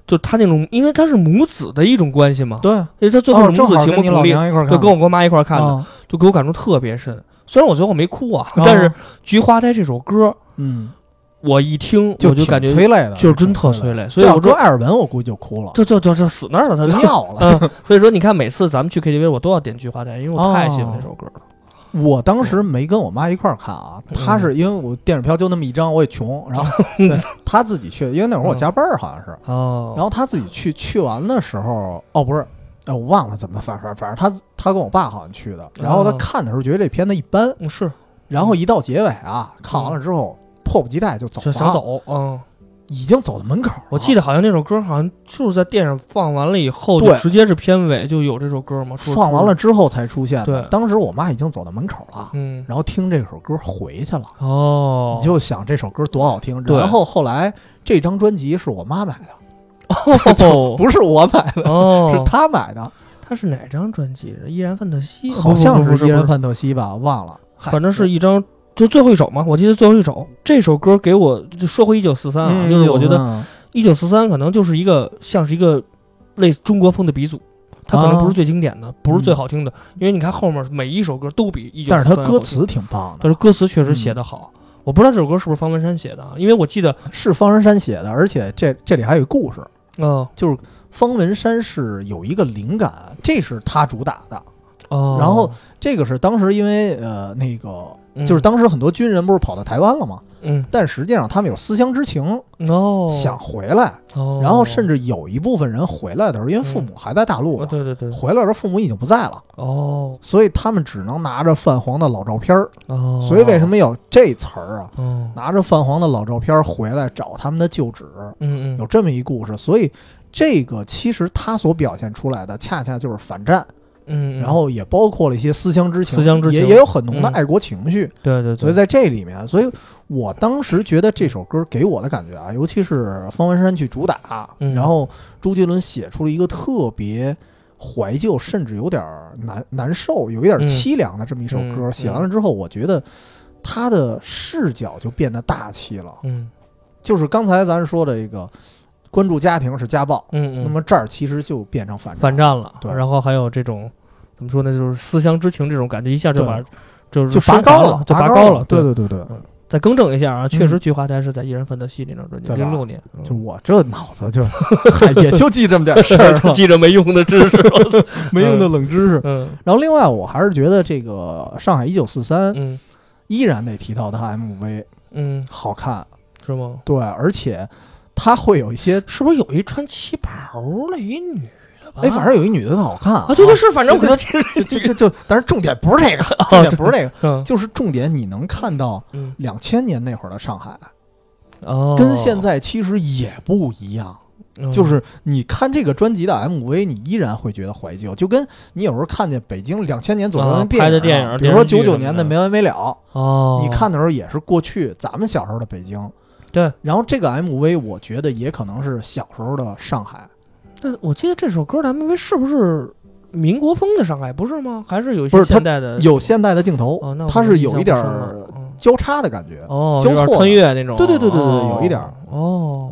Speaker 2: 就他那种，因为他是母子的一种关系嘛，
Speaker 1: 对，哦
Speaker 2: 所以他最
Speaker 1: 正
Speaker 2: 后
Speaker 1: 好
Speaker 2: 是母子情
Speaker 1: 跟
Speaker 2: 不
Speaker 1: 你
Speaker 2: 独
Speaker 1: 老
Speaker 2: 立，
Speaker 1: 娘一块儿
Speaker 2: 就
Speaker 1: 看，
Speaker 2: 跟我跟我妈一块儿看的，
Speaker 1: 啊
Speaker 2: 就给我感触特别深。虽然我最后没哭啊，
Speaker 1: 哦
Speaker 2: 但是《菊花台》这首歌，
Speaker 1: 嗯，
Speaker 2: 我一听我就
Speaker 1: 挺
Speaker 2: 感觉
Speaker 1: 催泪的，
Speaker 2: 就是真特
Speaker 1: 挺
Speaker 2: 催
Speaker 1: 泪。
Speaker 2: 泪，所以
Speaker 1: 这要
Speaker 2: 我
Speaker 1: 搁
Speaker 2: 说
Speaker 1: 艾尔文，我估计就哭了，
Speaker 2: 就就就就死那儿了，他
Speaker 1: 就
Speaker 2: 就。
Speaker 1: 尿
Speaker 2: <laughs>
Speaker 1: 了。
Speaker 2: 嗯，所以说你看，每次咱们去 KTV，我都要点《菊花台》，因为我太喜
Speaker 1: 哦
Speaker 2: 欢这首歌了。
Speaker 1: 我当时没跟我妈一块儿看啊，
Speaker 2: 嗯
Speaker 1: 她是因为我电影票就那么一张，我也穷，
Speaker 2: <laughs>
Speaker 1: 然后对她自己去，因为那会儿我加班儿好像是，
Speaker 2: 哦，
Speaker 1: 然后她自己去，去完的时候，哦不是，哎我忘了怎么，反反反正她她跟我爸好像去的，然后她
Speaker 2: 哦
Speaker 1: 看的时候觉得这片子一般，
Speaker 2: 嗯后是
Speaker 1: 然后一到结尾啊，看完了之后迫不及待就走
Speaker 2: 就
Speaker 1: 了，
Speaker 2: 想，走，嗯，
Speaker 1: 已经走到门口了。
Speaker 2: 我记
Speaker 1: 得
Speaker 2: 得好像那首歌好像就是在电影放完了以后，
Speaker 1: 对
Speaker 2: 就直接是片尾就有这首歌嘛，说
Speaker 1: 放完了，之后才出现的。
Speaker 2: 对
Speaker 1: 当时我妈已经走到门口了，
Speaker 2: 嗯，
Speaker 1: 然后听这首歌回去了。
Speaker 2: 哦，
Speaker 1: 你就想这首歌多好听。
Speaker 2: 对
Speaker 1: 然后后来这张专辑是我妈买的， <laughs>
Speaker 2: 哦
Speaker 1: 不是我买
Speaker 2: <laughs>
Speaker 1: 的，
Speaker 2: 哦，
Speaker 1: 是她买的，
Speaker 2: 他是哪张专辑？依然范特西，
Speaker 1: 好像
Speaker 2: 不不不
Speaker 1: 是《依
Speaker 2: 不
Speaker 1: 然范特西》吧，忘了。嗨
Speaker 2: 反正是一张，就最后一首嘛，我记得最后一首这首歌给我就说回一九四三啊，
Speaker 1: 嗯
Speaker 2: 就是我觉得
Speaker 1: 嗯
Speaker 2: 一九四三可能就是一个像是一个类似中国风的鼻祖，它可能
Speaker 1: 啊
Speaker 2: 不是最经典的，不是最好听的，因为你看后面每一首歌都比一九
Speaker 1: 嗯但
Speaker 2: 四
Speaker 1: 是
Speaker 2: 三
Speaker 1: 它歌词挺棒
Speaker 2: 但是
Speaker 1: 的，
Speaker 2: 歌词确实
Speaker 1: 嗯
Speaker 2: 写得好。我不知道这首歌是不是方文山写的啊，因为我记得，
Speaker 1: 是方文山写的，而且这这里还有一故事，
Speaker 2: 嗯
Speaker 1: 就是方文山是有一个灵感，这是他主打的。
Speaker 2: 哦，
Speaker 1: 然后这个是当时因为呃那个
Speaker 2: 嗯
Speaker 1: 就是当时很多军人不是跑到台湾了吗？
Speaker 2: 嗯
Speaker 1: 但实际上他们有思乡之情，
Speaker 2: 哦
Speaker 1: 想，回来，
Speaker 2: 哦
Speaker 1: 然后甚至有一部分人回来的时候，因为父母还在大陆
Speaker 2: 哦
Speaker 1: 嘛，
Speaker 2: 对对对，
Speaker 1: 回来的时候父母已经不在了，
Speaker 2: 哦
Speaker 1: 所以他们只能拿着泛黄的老照片儿。
Speaker 2: 哦，
Speaker 1: 所以为什么有这词儿啊？
Speaker 2: 哦
Speaker 1: 拿着泛黄的老照片儿回来找他们的旧址，
Speaker 2: 嗯
Speaker 1: 有
Speaker 2: 嗯
Speaker 1: 这么一故事。所以这个其实他所表现出来的，恰恰就是反战，
Speaker 2: 嗯，嗯
Speaker 1: 然后也包括了一些思乡之情，
Speaker 2: 思乡之情
Speaker 1: 也也有很浓的
Speaker 2: 嗯
Speaker 1: 爱国情绪。
Speaker 2: 对对对，
Speaker 1: 所以在这里面，所以我当时觉得这首歌给我的感觉啊，尤其是方文山去主打，
Speaker 2: 嗯
Speaker 1: 然后周杰伦写出了一个特别怀旧，甚至有点儿难难受，有一点儿
Speaker 2: 嗯
Speaker 1: 凄凉的这么一首歌。
Speaker 2: 嗯
Speaker 1: 写完了之后，我觉得他的视角就变得大气了。
Speaker 2: 嗯
Speaker 1: 就是刚才咱说的这个关注家庭是家暴，
Speaker 2: 嗯，嗯嗯
Speaker 1: 那么这儿其实就变成反
Speaker 2: 反
Speaker 1: 战，
Speaker 2: 战了，
Speaker 1: 对
Speaker 2: 然后还有这种怎么说呢，就是思乡之情这种感觉，一下就
Speaker 1: 对
Speaker 2: 把就是
Speaker 1: 就拔
Speaker 2: 升华
Speaker 1: 高
Speaker 2: 了，就
Speaker 1: 拔
Speaker 2: 拔
Speaker 1: 高
Speaker 2: 了。
Speaker 1: 对，对对对，
Speaker 2: 再更正一下啊，确实菊花台是在《依然范特西》那张专辑，
Speaker 1: 对吧
Speaker 2: 零六年，嗯 <laughs>
Speaker 1: 就我这脑子就嗨也就记这么点事儿
Speaker 2: 就
Speaker 1: 了，
Speaker 2: 记着没用的知识。
Speaker 1: 没用的冷知识。
Speaker 2: 嗯
Speaker 1: 然后另外，我还是觉得这个《上海一九四三》
Speaker 2: 嗯
Speaker 1: 依然得提到它 MV
Speaker 2: 嗯，
Speaker 1: 好看，
Speaker 2: 是吗？
Speaker 1: 对，而且它会有一些，
Speaker 2: 是不是有一穿旗袍的一女的吧？
Speaker 1: 哎，反正有一女的特好看啊
Speaker 2: 啊，对对是，哦反正我
Speaker 1: 对
Speaker 2: 就记
Speaker 1: <laughs>
Speaker 2: 着
Speaker 1: 就就就，但是重点不是这个，重点不是这个，
Speaker 2: 嗯
Speaker 1: 就是重点你能看到
Speaker 2: 嗯
Speaker 1: 两千年那会儿的上海，
Speaker 2: 哦，
Speaker 1: 跟现在其实也不一样。
Speaker 2: 嗯
Speaker 1: 就是你看这个专辑的 MV，你依然会觉得怀旧，就跟你有时候看见北京两千年左右
Speaker 2: 啊
Speaker 1: 电影啊、
Speaker 2: 拍的电影
Speaker 1: 比如
Speaker 2: 电
Speaker 1: 说
Speaker 2: 视
Speaker 1: 九
Speaker 2: 剧什
Speaker 1: 九
Speaker 2: 么
Speaker 1: 年
Speaker 2: 的
Speaker 1: 的没完没了，
Speaker 2: 哦，
Speaker 1: 你看的时候也是过去咱们小时候的北京。
Speaker 2: 对，
Speaker 1: 然后这个 MV 我觉得也可能是小时候的上海，
Speaker 2: 但我记得这首歌的 MV 是不是民国风的上海？不是吗？还是有一
Speaker 1: 不
Speaker 2: 些
Speaker 1: 是它
Speaker 2: 现代的？
Speaker 1: 有现代的镜头，
Speaker 2: 呃哦，那我
Speaker 1: 它是有一点
Speaker 2: 印象
Speaker 1: 儿
Speaker 2: 不深了嗯
Speaker 1: 交叉的感觉。
Speaker 2: 哦，
Speaker 1: 交
Speaker 2: 有点
Speaker 1: 错的
Speaker 2: 穿越那种。
Speaker 1: 对对对对对
Speaker 2: 哦
Speaker 1: 有一点儿
Speaker 2: 哦。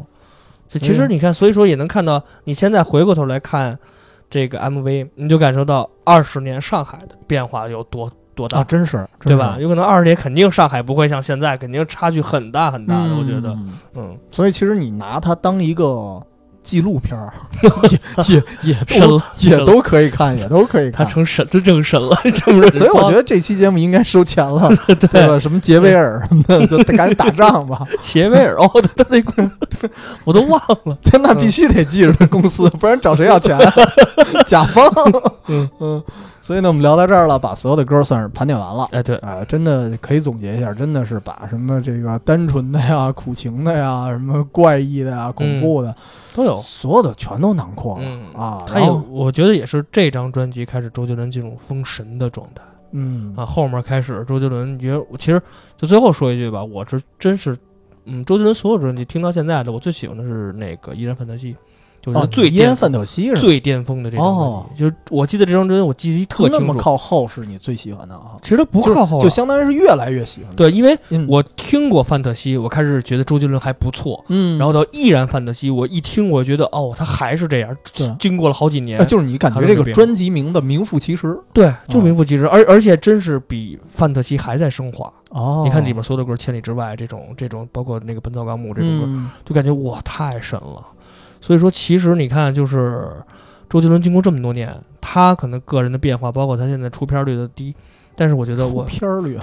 Speaker 2: 这
Speaker 1: 所以
Speaker 2: 其实你看，所以说也能看到，你现在回过头来看这个 MV，你就感受到二十年上海的变化有多多大，
Speaker 1: 啊，真是，
Speaker 2: 对
Speaker 1: 真
Speaker 2: 吧？
Speaker 1: 是？
Speaker 2: 有可能二十年肯定上海不会像现在，肯定差距很大很大的。我觉得，
Speaker 1: 嗯，
Speaker 2: 嗯，
Speaker 1: 所以其实你拿它当一个纪录
Speaker 2: <laughs>
Speaker 1: 片儿，也也也
Speaker 2: 深
Speaker 1: 都
Speaker 2: 了，
Speaker 1: <laughs> 也
Speaker 2: 深了
Speaker 1: 都可以看，也都可以
Speaker 2: 他
Speaker 1: 看。
Speaker 2: 成神，真正
Speaker 1: <laughs>
Speaker 2: 神了，这么着。
Speaker 1: 所以我觉得这期节目应该收钱了，
Speaker 2: <laughs> 对
Speaker 1: 对吧？什么杰威尔什么的，就赶紧打仗吧！
Speaker 2: <laughs> 杰威尔，哦，对他那个
Speaker 1: <laughs>
Speaker 2: 我都忘了。
Speaker 1: 那
Speaker 2: 嗯
Speaker 1: 必须得记着这公司，不然找谁要钱？啊 <laughs> 甲方。
Speaker 2: 嗯
Speaker 1: <laughs> 嗯，所以呢，我们聊到这儿了，把所有的歌算是盘点完了。
Speaker 2: 哎，对，
Speaker 1: 啊，真的可以总结一下，真的是把什么这个单纯的呀、苦情的呀、什么怪异的呀、恐怖的，
Speaker 2: 都有。
Speaker 1: 所有的全都囊括了、
Speaker 2: 嗯
Speaker 1: 啊。
Speaker 2: 他
Speaker 1: 然
Speaker 2: 有
Speaker 1: 后，，
Speaker 2: 我觉得也是这张专辑开始，周杰伦进入封神的状态
Speaker 1: 嗯
Speaker 2: 啊。后面开始，周杰伦，你觉得我其实就最后说一句吧，我是真是，嗯，周杰伦所有专辑听到现在的，我最喜欢的是那个《依然范特西》，就是
Speaker 1: 哦，
Speaker 2: 最
Speaker 1: 伊恩
Speaker 2: 巅
Speaker 1: ·
Speaker 2: 峰、
Speaker 1: 范特西是吧
Speaker 2: 最巅峰的这张专
Speaker 1: 哦
Speaker 2: 辑。就是我记得这张专辑，我记忆特
Speaker 1: 那
Speaker 2: 清
Speaker 1: 么
Speaker 2: 楚。
Speaker 1: 靠后是你最喜欢的啊？
Speaker 2: 其实不
Speaker 1: 就是
Speaker 2: 靠后
Speaker 1: 就
Speaker 2: 了，
Speaker 1: 相当于是越来越喜欢。，
Speaker 2: 对，因为
Speaker 1: 嗯、
Speaker 2: 我听过范特西，我开始觉得周杰伦还不错，
Speaker 1: 嗯，
Speaker 2: 然后到《依然范特西》，我一听我觉得哦，他还是这样
Speaker 1: 对，
Speaker 2: 经过了好几年
Speaker 1: 呃，，就是你感觉
Speaker 2: 还
Speaker 1: 这
Speaker 2: 是
Speaker 1: 个
Speaker 2: 没变
Speaker 1: 专辑名的名副其实
Speaker 2: 对，就名副其实，而而且真是比范特西还在升华。
Speaker 1: 哦
Speaker 2: 你看里边所有的歌，《千里之外》这种这种，包括那个《奔草纲目》这种歌，
Speaker 1: 嗯
Speaker 2: 就感觉哇太神了。所以说，其实你看，就是周杰伦经过这么多年，他可能个人的变化，包括他现在出片率的低，但是我觉得
Speaker 1: 出
Speaker 2: 我
Speaker 1: 片儿
Speaker 2: <laughs>
Speaker 1: 里啊，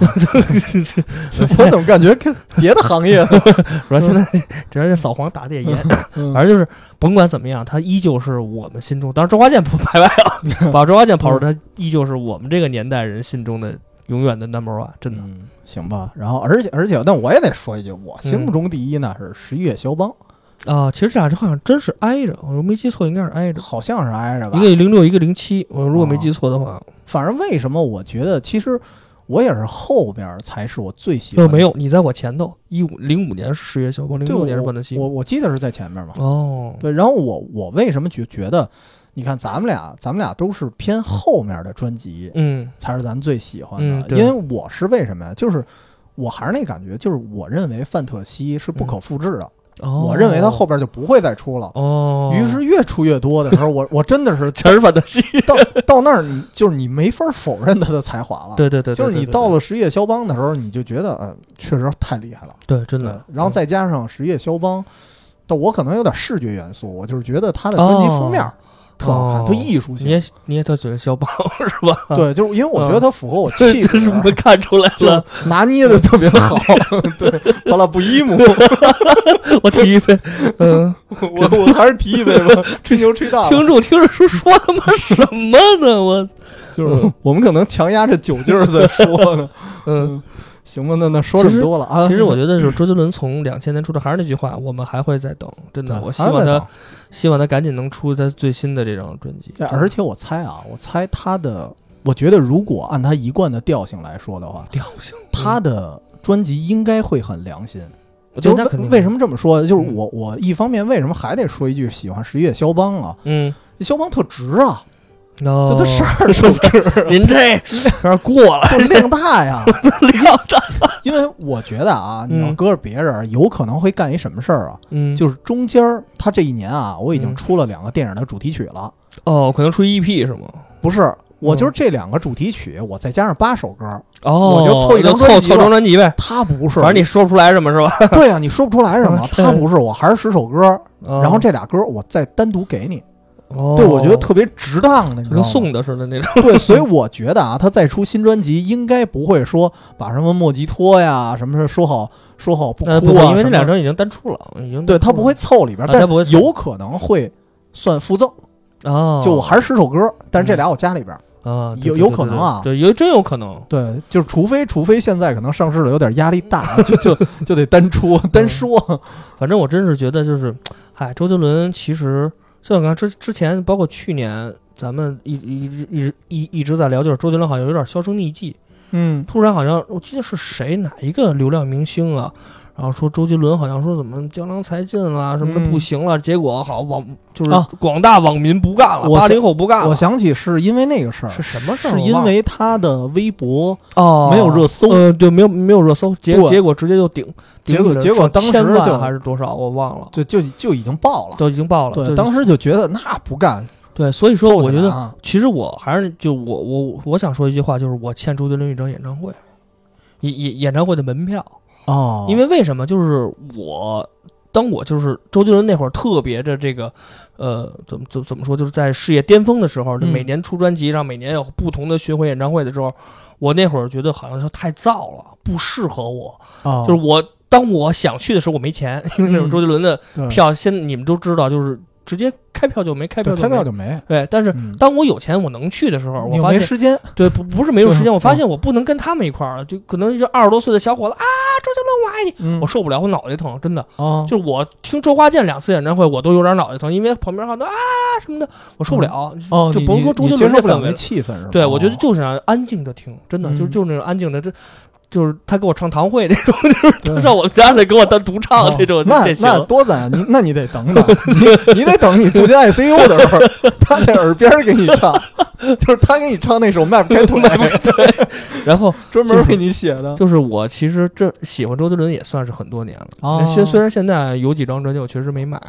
Speaker 1: 我怎么感觉跟别的行业？
Speaker 2: <laughs> 主要现在只要扫黄打的也严，
Speaker 1: 嗯
Speaker 2: 反正就是甭管怎么样，他依旧是我们 <laughs> 嗯心中，当然周华健不排外啊，把周华健刨出，他依旧是我们这个年代人心中的永远的 number one，真的。
Speaker 1: 嗯， <laughs> 行吧。然后，而且而且，但我也得说一句，我
Speaker 2: 嗯
Speaker 1: 心目中第一呢是十一月肖邦，
Speaker 2: 啊，其实这俩这好像真是挨着，我没记错，应该是挨着，
Speaker 1: 好像是挨着吧
Speaker 2: 一。个零六，一个零七，我如果没记错的话，
Speaker 1: 反正为什么我觉得，其实我也是后边才是我最喜
Speaker 2: 就
Speaker 1: 欢
Speaker 2: 是呃
Speaker 1: 的。
Speaker 2: 没有你在我前头，一五零五年是十月肖邦，零
Speaker 1: 对，
Speaker 2: 六年是
Speaker 1: 我
Speaker 2: 万德西
Speaker 1: 我，我记得是在前面嘛。
Speaker 2: 哦，
Speaker 1: 对，然后我我为什么觉觉得，你看咱们俩，咱们俩都是偏后面的专辑
Speaker 2: 嗯
Speaker 1: 才是咱最喜欢
Speaker 2: 嗯
Speaker 1: 的，
Speaker 2: 对
Speaker 1: 因为我是为什么呀？就是我还是那感觉，就是我认为范特西是不可复制的，
Speaker 2: 嗯哦，
Speaker 1: 我认为他后边就不会再出了。
Speaker 2: 哦，
Speaker 1: 于是越出越多的时候，我我
Speaker 2: <laughs>
Speaker 1: 真的是
Speaker 2: 全是范德西，
Speaker 1: 到到那儿，你就是你没法否认他的才华了。
Speaker 2: 对对对，对
Speaker 1: 啊就是你
Speaker 2: 对
Speaker 1: 到了十月肖邦的时候，你就觉得，嗯，确实太厉害了。
Speaker 2: 对，对真
Speaker 1: 对
Speaker 2: 的，，
Speaker 1: 然
Speaker 2: 嗯
Speaker 1: 后再加上十月肖邦，但我可能有点视觉元素，我就是觉得他的专辑封面
Speaker 2: 哦
Speaker 1: 特好看，
Speaker 2: 哦
Speaker 1: 特艺术
Speaker 2: 你
Speaker 1: 性。
Speaker 2: 也你也特喜欢肖邦是吧？
Speaker 1: 对，就是因为我觉得他符合我
Speaker 2: 这
Speaker 1: 气
Speaker 2: 嗯 <laughs> 这
Speaker 1: 质啊
Speaker 2: 是，没看出来
Speaker 1: 就
Speaker 2: 了，
Speaker 1: 拿捏的特别好。 <laughs> 对，巴拉布伊姆，
Speaker 2: <laughs> 我提一杯，
Speaker 1: <laughs>
Speaker 2: 嗯，
Speaker 1: 我我还是提一杯吧，吹牛吹大了。
Speaker 2: 听众听着说说他妈什么呢？
Speaker 1: <laughs> 嗯
Speaker 2: 我，
Speaker 1: 就是我们可能强压着酒劲儿在说呢。
Speaker 2: 嗯。
Speaker 1: 行吧，那那说这
Speaker 2: 其实
Speaker 1: 么多了啊。
Speaker 2: 其实我觉得就是周杰伦从两千年出的，还是那句话，我们还会再等，真的。
Speaker 1: 对
Speaker 2: 我希
Speaker 1: 还是
Speaker 2: 望
Speaker 1: 在
Speaker 2: 他
Speaker 1: 等，
Speaker 2: 希望他赶紧能出他最新的这张专辑。
Speaker 1: 对
Speaker 2: 真的
Speaker 1: 而且我猜啊，我猜他的，我觉得如果按他一贯的调性来说的话，
Speaker 2: 调性，
Speaker 1: 他的专辑应该会很良心。
Speaker 2: 我觉
Speaker 1: 就
Speaker 2: 得
Speaker 1: 是
Speaker 2: 嗯肯定
Speaker 1: 为什？么这么说？就是
Speaker 2: 嗯
Speaker 1: 我我一方面为什么还得说一句喜欢十一月肖邦啊？
Speaker 2: 嗯，
Speaker 1: 肖邦特直啊，
Speaker 2: 哦，
Speaker 1: 就他十二首
Speaker 2: <laughs>
Speaker 1: 歌
Speaker 2: 您这
Speaker 1: <laughs>
Speaker 2: 有点过 <laughs> 了，
Speaker 1: 就量大呀。
Speaker 2: 量大。
Speaker 1: 因为我觉得啊，
Speaker 2: 嗯
Speaker 1: 你要搁着别人，有可能会干一什么事儿啊？
Speaker 2: 嗯，
Speaker 1: 就是中间儿他这一年啊，我已经
Speaker 2: 嗯
Speaker 1: 出了两个电影的主题曲了，
Speaker 2: 哦，可能出 EP 是吗？
Speaker 1: 不是。我就是这两个主题曲，我再加上八首歌，
Speaker 2: 哦，
Speaker 1: 我就凑一张
Speaker 2: 就凑
Speaker 1: 专辑
Speaker 2: 凑
Speaker 1: 吧
Speaker 2: 张专辑呗。
Speaker 1: 他不是，
Speaker 2: 反正你嗯说不出来什么是吧？
Speaker 1: 对啊，你说不出来
Speaker 2: <laughs>
Speaker 1: 什么，
Speaker 2: 对
Speaker 1: 他不是，我还是十首歌，然
Speaker 2: 然
Speaker 1: 后，这俩歌我再单独给你，
Speaker 2: 哦
Speaker 1: 对我觉得特别值当的，你知道
Speaker 2: 跟
Speaker 1: 吗？
Speaker 2: 送的似的那种。
Speaker 1: <laughs> 对，所以我觉得啊，他再出新专辑，应该不会说把什么莫吉托呀，什么是说好说好不哭
Speaker 2: 呃，
Speaker 1: 啊，
Speaker 2: 不会，因为那
Speaker 1: 什么
Speaker 2: 两张已经单出了，已经
Speaker 1: 对
Speaker 2: 单出
Speaker 1: 他不会
Speaker 2: 了
Speaker 1: 凑里边，
Speaker 2: 啊
Speaker 1: 但
Speaker 2: 他不会凑
Speaker 1: 有可能会算附赠，
Speaker 2: 哦，
Speaker 1: 就我还是十首歌，但是这俩我加里边。
Speaker 2: 啊，对
Speaker 1: 有
Speaker 2: 对
Speaker 1: 有
Speaker 2: 对
Speaker 1: 可
Speaker 2: 对
Speaker 1: 能啊
Speaker 2: 对，有真有可能。
Speaker 1: 对，就是除非除非现在可能上市了有点压力大， <laughs> 就就就得单出单说。
Speaker 2: 反正我真是觉得就是，嗨，周杰伦其实就像刚之之前，包括去年，咱们一一直一直一一直在聊，就是周杰伦好像有点销声匿迹，
Speaker 1: 嗯，
Speaker 2: 突然好像我记得是谁哪一个流量明星啊。然后说周杰伦好像说怎么江郎才尽啦什么的
Speaker 1: 嗯
Speaker 2: 不行了，结果好网就是
Speaker 1: 啊
Speaker 2: 广大网民不干了，
Speaker 1: 我
Speaker 2: 八
Speaker 1: 想
Speaker 2: 零后不干了，
Speaker 1: 我想起是因为那个事儿，
Speaker 2: 啊是什么事儿？
Speaker 1: 是
Speaker 2: 我
Speaker 1: 因
Speaker 2: 忘了
Speaker 1: 为他的微博
Speaker 2: 哦
Speaker 1: 没有热搜，
Speaker 2: 呃对没有没有热搜，结
Speaker 1: 对
Speaker 2: 结果直接就顶，
Speaker 1: 结果
Speaker 2: 顶起
Speaker 1: 结
Speaker 2: 来
Speaker 1: 果
Speaker 2: 上
Speaker 1: 当时
Speaker 2: 千万
Speaker 1: 就
Speaker 2: 还是多少我忘了，
Speaker 1: 就就就已经爆了。
Speaker 2: 都已经爆了。
Speaker 1: 对，
Speaker 2: 就
Speaker 1: 当时就觉得那不干，
Speaker 2: 对，所以说我觉
Speaker 1: 凑起来
Speaker 2: 得，
Speaker 1: 啊
Speaker 2: 其实我还是就我我我想说一句话，就是我欠周杰伦一张演唱会，演演演唱会的门票，
Speaker 1: 哦，
Speaker 2: 因为为什么？就是我当我就是周杰伦那会儿特别的这个，呃，怎么怎么怎么说，就是在事业巅峰的时候，就
Speaker 1: 嗯
Speaker 2: 每年出专辑，然后每年有不同的巡回演唱会的时候，我那会儿觉得好像是太燥了，不适合我，
Speaker 1: 哦
Speaker 2: 就是我。当我想去的时候，我没钱， <laughs> 因为那种周杰伦的
Speaker 1: 对
Speaker 2: 票，现在你们都知道，就是直接开票就没，开票
Speaker 1: 对
Speaker 2: 就
Speaker 1: 开
Speaker 2: 没。
Speaker 1: 票就没，
Speaker 2: 嗯对，但是
Speaker 1: 嗯
Speaker 2: 当我有钱我能去的时候，
Speaker 1: 你
Speaker 2: 我
Speaker 1: 又
Speaker 2: 发
Speaker 1: 没
Speaker 2: 现
Speaker 1: 时间，
Speaker 2: 对不不是没有时
Speaker 1: 对
Speaker 2: 间，我发现我不能跟他们一块儿了，就可能就二十多岁的小伙子啊，周杰伦我爱你，
Speaker 1: 嗯
Speaker 2: 我受不了，我脑袋疼，真的，
Speaker 1: 哦，
Speaker 2: 就是我听周华健两次演唱会我都有点脑袋疼，因为旁边喊的啊什么的，我受不了，
Speaker 1: 哦，
Speaker 2: 就
Speaker 1: 你
Speaker 2: 甭
Speaker 1: 你
Speaker 2: 说周
Speaker 1: 你
Speaker 2: 杰
Speaker 1: 接
Speaker 2: 伦
Speaker 1: 受
Speaker 2: 这
Speaker 1: 不了
Speaker 2: 氛围
Speaker 1: 那
Speaker 2: 了，
Speaker 1: 气氛是吧？
Speaker 2: 对我觉得
Speaker 1: 哦
Speaker 2: 就是想安静的听，真的就
Speaker 1: 嗯
Speaker 2: 就是那种安静的这。就是他给我唱堂会那种， <laughs> 就是
Speaker 1: 对
Speaker 2: 他上我们家里给我单独唱
Speaker 1: 哦
Speaker 2: 这种，
Speaker 1: 那
Speaker 2: 这
Speaker 1: 那
Speaker 2: 行。
Speaker 1: 多咱，你那你得等等，你你得等你住进 ICU 的时候， <laughs> 他在耳边给你唱，就是他给你唱那首《迈
Speaker 2: <laughs>
Speaker 1: 不开腿》，
Speaker 2: 然后
Speaker 1: 专门为你写的。
Speaker 2: 就是我其实这喜欢周杰伦也算是很多年了。
Speaker 1: 哦
Speaker 2: 虽虽然现在有几张专辑我确实没买，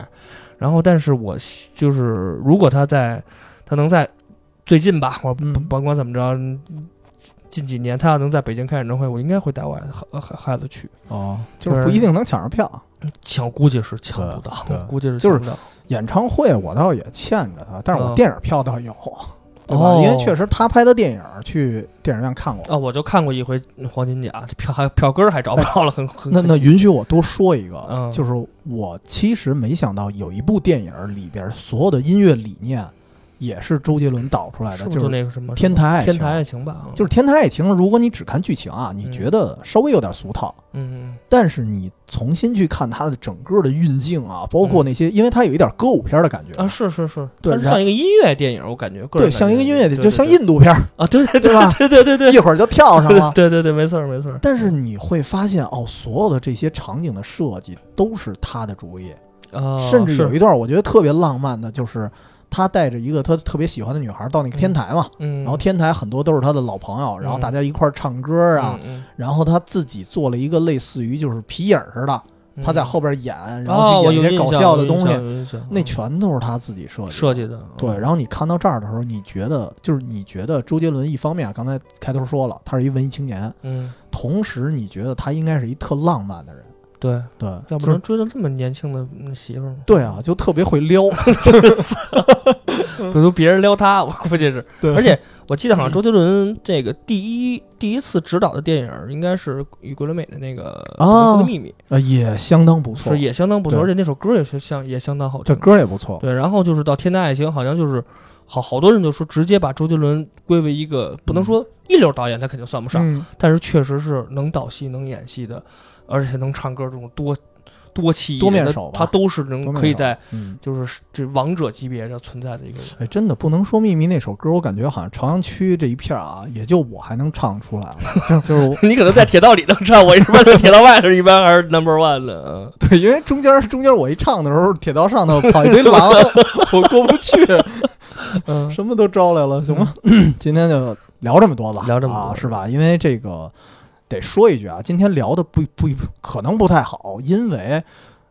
Speaker 2: 然后但是我希就是如果他在他能在最近吧，我
Speaker 1: 嗯
Speaker 2: 甭甭管怎么着，近几年他要能在北京开演唱会，我应该会带我孩孩孩子去。
Speaker 1: 哦，就是不一定能抢上票。
Speaker 2: 抢估计是抢不到，
Speaker 1: 对
Speaker 2: 我
Speaker 1: 对
Speaker 2: 估计是
Speaker 1: 就是
Speaker 2: 抢不到
Speaker 1: 演唱会我倒也欠着他，但是我
Speaker 2: 嗯
Speaker 1: 电影票倒有， <laughs> 对吧？
Speaker 2: 哦
Speaker 1: 因为确实他拍的电影去电影院看过。
Speaker 2: 啊，我就看过一回黄金甲，这票还票根儿还找不着了，很很
Speaker 1: 那
Speaker 2: 可
Speaker 1: 那
Speaker 2: 惜
Speaker 1: 允许我多说一个，
Speaker 2: 嗯
Speaker 1: 就是我其实没想到有一部电影里边所有的音乐理念也是周杰伦导出来
Speaker 2: 是
Speaker 1: 的，
Speaker 2: 不
Speaker 1: 就是
Speaker 2: 就是那个什么
Speaker 1: 天台爱情
Speaker 2: 天台爱情吧？
Speaker 1: 就是《天台爱情》。如果你只看剧情啊，你
Speaker 2: 嗯
Speaker 1: 觉得稍微有点俗套，
Speaker 2: 嗯
Speaker 1: 但是你重新去看它的整个的运镜啊，包括那些，因为它有一点歌舞片的感觉
Speaker 2: 嗯啊，是是是，
Speaker 1: 对
Speaker 2: 它是
Speaker 1: 然
Speaker 2: 像一个音乐电影，我感觉个人
Speaker 1: 对，像一个音乐，
Speaker 2: 里
Speaker 1: 就像印度片儿，
Speaker 2: 啊，对对
Speaker 1: 对吧
Speaker 2: 对对对对，
Speaker 1: 一会儿就跳上了。
Speaker 2: <laughs> 对对对，没错儿没错儿。
Speaker 1: 但是你会发现，哦，所有的这些场景的设计都是他的主意，
Speaker 2: 啊，
Speaker 1: 甚至
Speaker 2: 是
Speaker 1: 有一段我觉得特别浪漫的，就是他带着一个他特别喜欢的女孩到那个天台嘛，
Speaker 2: 嗯，
Speaker 1: 然后天台很多都是他的老朋友，然后大家一块儿唱歌啊，
Speaker 2: 嗯，
Speaker 1: 然后他自己做了一个类似于就是皮影儿似的，
Speaker 2: 嗯
Speaker 1: 他在
Speaker 2: 嗯
Speaker 1: 后边演，然
Speaker 2: 哦
Speaker 1: 后
Speaker 2: 我
Speaker 1: 去
Speaker 2: 有
Speaker 1: 演一些
Speaker 2: 印
Speaker 1: 搞
Speaker 2: 象
Speaker 1: 笑
Speaker 2: 有
Speaker 1: 的
Speaker 2: 印
Speaker 1: 东
Speaker 2: 象
Speaker 1: 西，
Speaker 2: 有印象
Speaker 1: 那
Speaker 2: 嗯
Speaker 1: 全都是他自己设计的
Speaker 2: 设计的
Speaker 1: 对，然后你看到这儿的时候，你觉得就是你觉得周杰伦一方面啊，刚才开头说了，他是一文艺青年，
Speaker 2: 嗯，
Speaker 1: 同时你觉得他应该是一特浪漫的人，
Speaker 2: 对，
Speaker 1: 对，
Speaker 2: 要不
Speaker 1: 就是
Speaker 2: 然追到这么年轻的嗯媳妇儿吗？
Speaker 1: 对啊，，就特别会撩，
Speaker 2: 比如别人撩他，我估计是。
Speaker 1: 对嗯
Speaker 2: 而且我记得好像周杰伦这个第一第一次执导的电影应该是《与桂纶镁》的那个《
Speaker 1: 啊
Speaker 2: 魔术的秘密
Speaker 1: <laughs> 呃，也相当不》，错
Speaker 2: 是，也相当不错，
Speaker 1: 对
Speaker 2: 而且那首歌也是相也相当好
Speaker 1: 这
Speaker 2: 听。
Speaker 1: 歌也不错，
Speaker 2: 对，然后就是到《天台爱情》，好像就是好好多人就说直接把周杰伦归为一个不能说一流导演，他肯定算不上，
Speaker 1: 嗯
Speaker 2: 但是确实是能导戏、能演戏的，而且能唱歌这种多多栖
Speaker 1: 多面手吧
Speaker 2: 他都是能
Speaker 1: 多面
Speaker 2: 可以
Speaker 1: 手
Speaker 2: 在
Speaker 1: 嗯，
Speaker 2: 就是这王者级别上存在的一
Speaker 1: <laughs>
Speaker 2: 个人。
Speaker 1: 哎，真的不能说秘密那首歌，我感觉好像朝阳区这一片儿啊，也就我还能唱出来 <laughs> 了，就就是我
Speaker 2: 你可能在铁道里能唱，我一般在铁道外头一般还是 number one 的。嗯
Speaker 1: 对，因为中间中间我一唱的时候，铁道上头跑一堆狼， <laughs> 我过不去，
Speaker 2: 嗯
Speaker 1: 什么都招来了，行吗？嗯今天就聊这么多吧，
Speaker 2: 聊这么多
Speaker 1: 啊，是吧？因为这个得说一句啊，今天聊的不不可能不太好，因为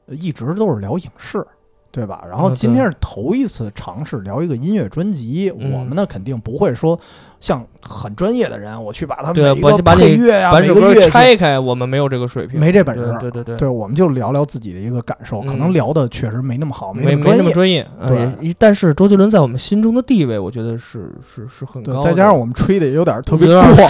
Speaker 1: 一直都是聊影视。对吧？然后
Speaker 2: 嗯对
Speaker 1: 今天是头一次尝试聊一个音乐专辑，
Speaker 2: 嗯
Speaker 1: 我们呢肯定不会说像很专业的人，我去把它
Speaker 2: 对
Speaker 1: 每一
Speaker 2: 把
Speaker 1: 个
Speaker 2: 把
Speaker 1: 配
Speaker 2: 你
Speaker 1: 乐呀、
Speaker 2: 把
Speaker 1: 每
Speaker 2: 首
Speaker 1: 一个
Speaker 2: 歌
Speaker 1: 乐器
Speaker 2: 拆开，我们没有这个水平，
Speaker 1: 没这本事。
Speaker 2: 对对对对，
Speaker 1: 对，我们就聊聊自己的一个感受，可能
Speaker 2: 嗯
Speaker 1: 聊的确实没那么好，
Speaker 2: 没
Speaker 1: 那么
Speaker 2: 那
Speaker 1: 专
Speaker 2: 么
Speaker 1: 业。
Speaker 2: 专业。啊
Speaker 1: 对
Speaker 2: 也但是周杰伦在我们心中的地位，我觉得是是是很高
Speaker 1: 对，
Speaker 2: 的。
Speaker 1: 再加上我们吹的也有点儿特别
Speaker 2: 有点
Speaker 1: 过。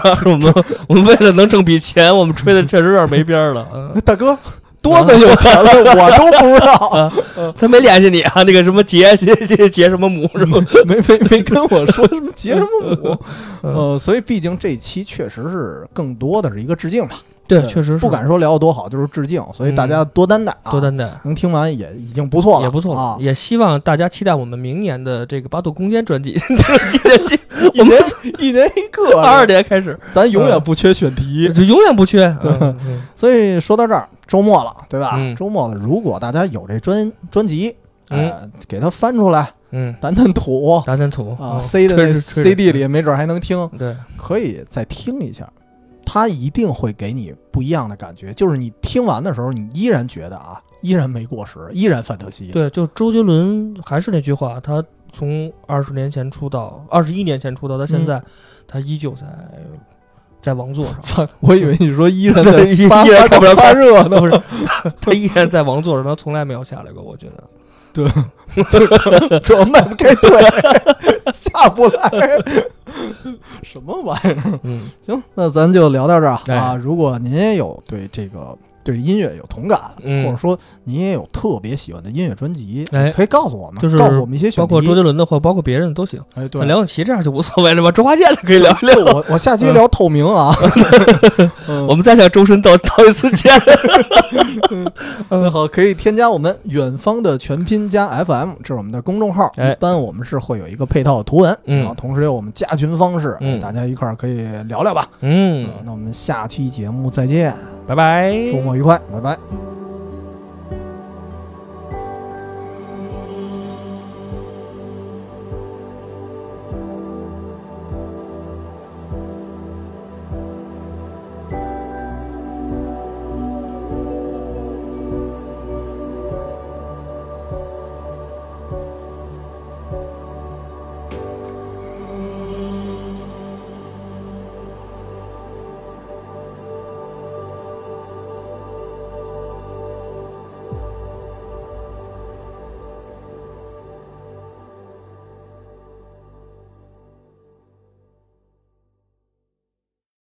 Speaker 2: <laughs> 我们我们为了能挣笔钱，我们吹的确实有点没边儿了。嗯
Speaker 1: 哎 <laughs> 大哥，多子有钱了，我都不知道，
Speaker 2: 啊，他没联系你啊？那个什么杰杰杰杰什么母什么？
Speaker 1: <laughs> 没没没跟我说什么结什
Speaker 2: <laughs>
Speaker 1: 么母。
Speaker 2: 嗯
Speaker 1: 呃，所以毕竟这期确实是更多的是一个致敬吧。
Speaker 2: 对，确实是嗯
Speaker 1: 不敢说聊得多好，就是致敬，所以大家多担待啊，
Speaker 2: 多担待。
Speaker 1: 能听完也已经不错了，
Speaker 2: 也不错
Speaker 1: 啊。
Speaker 2: 也希望大家期待我们明年的这个八度空间专
Speaker 1: <laughs>
Speaker 2: 辑，专辑的这
Speaker 1: 一年一年一
Speaker 2: <laughs>
Speaker 1: 个，
Speaker 2: 二嗯十年开始，
Speaker 1: 咱永远不缺选题。
Speaker 2: <laughs> 就永远不
Speaker 1: <laughs>
Speaker 2: 缺。嗯嗯
Speaker 1: 所以说到这儿，周末了，对吧？
Speaker 2: 嗯
Speaker 1: 周末了，如果大家有这专专辑，
Speaker 2: 嗯
Speaker 1: 呃，给它翻出来，
Speaker 2: 嗯，
Speaker 1: 掸掸土
Speaker 2: 打算土
Speaker 1: 啊
Speaker 2: 嗯
Speaker 1: 塞的
Speaker 2: 吹
Speaker 1: 那
Speaker 2: 着吹着
Speaker 1: CD 里，没准还能听，
Speaker 2: 对，
Speaker 1: 可以再听一下。它一定会给你不一样的感觉，就是你听完的时候，你依然觉得啊，依然没过时，依然范特西。。
Speaker 2: 对，就周杰伦还是那句话，他从二十年前出道，二十一年前出道到现在，他依旧在在王座上
Speaker 1: 操， <laughs> 我以为你说依然
Speaker 2: 对依
Speaker 1: 在发 <laughs>
Speaker 2: 依然看不了
Speaker 1: 发热呢，
Speaker 2: 不是，他依然在王座上，他从来没有下来过。我觉得，
Speaker 1: 主要迈不开腿，下不来，什么玩意儿？
Speaker 2: 嗯，
Speaker 1: 行，那咱就聊到这儿啊
Speaker 2: 哎
Speaker 1: 啊！如果您也有对这个对音乐有同感，
Speaker 2: 嗯
Speaker 1: 或者说您也有特别喜欢的音乐专辑，
Speaker 2: 哎
Speaker 1: 可以告诉我们，
Speaker 2: 就是
Speaker 1: 告诉我们一些选
Speaker 2: 包括
Speaker 1: 题，
Speaker 2: 周杰伦的或包括别人的都行，
Speaker 1: 哎，对
Speaker 2: 像，梁咏琪这样就无所谓了吧？周华健的可以聊一
Speaker 1: 对
Speaker 2: 聊。
Speaker 1: 我我下期聊透
Speaker 2: <laughs>
Speaker 1: 明啊，嗯
Speaker 2: 我们再向周深道道一次歉。
Speaker 1: 那好，可以添加我们远方的全拼加 FM，这是我们的公众号。
Speaker 2: 哎
Speaker 1: 一般我们是会有一个配套的图文，
Speaker 2: 嗯
Speaker 1: 然后同时有我们加群方式，哎
Speaker 2: 嗯
Speaker 1: 大家一块儿可以聊聊吧。
Speaker 2: 嗯
Speaker 1: 那我们下期节目再见，
Speaker 2: 拜拜，
Speaker 1: 周末愉快，拜拜。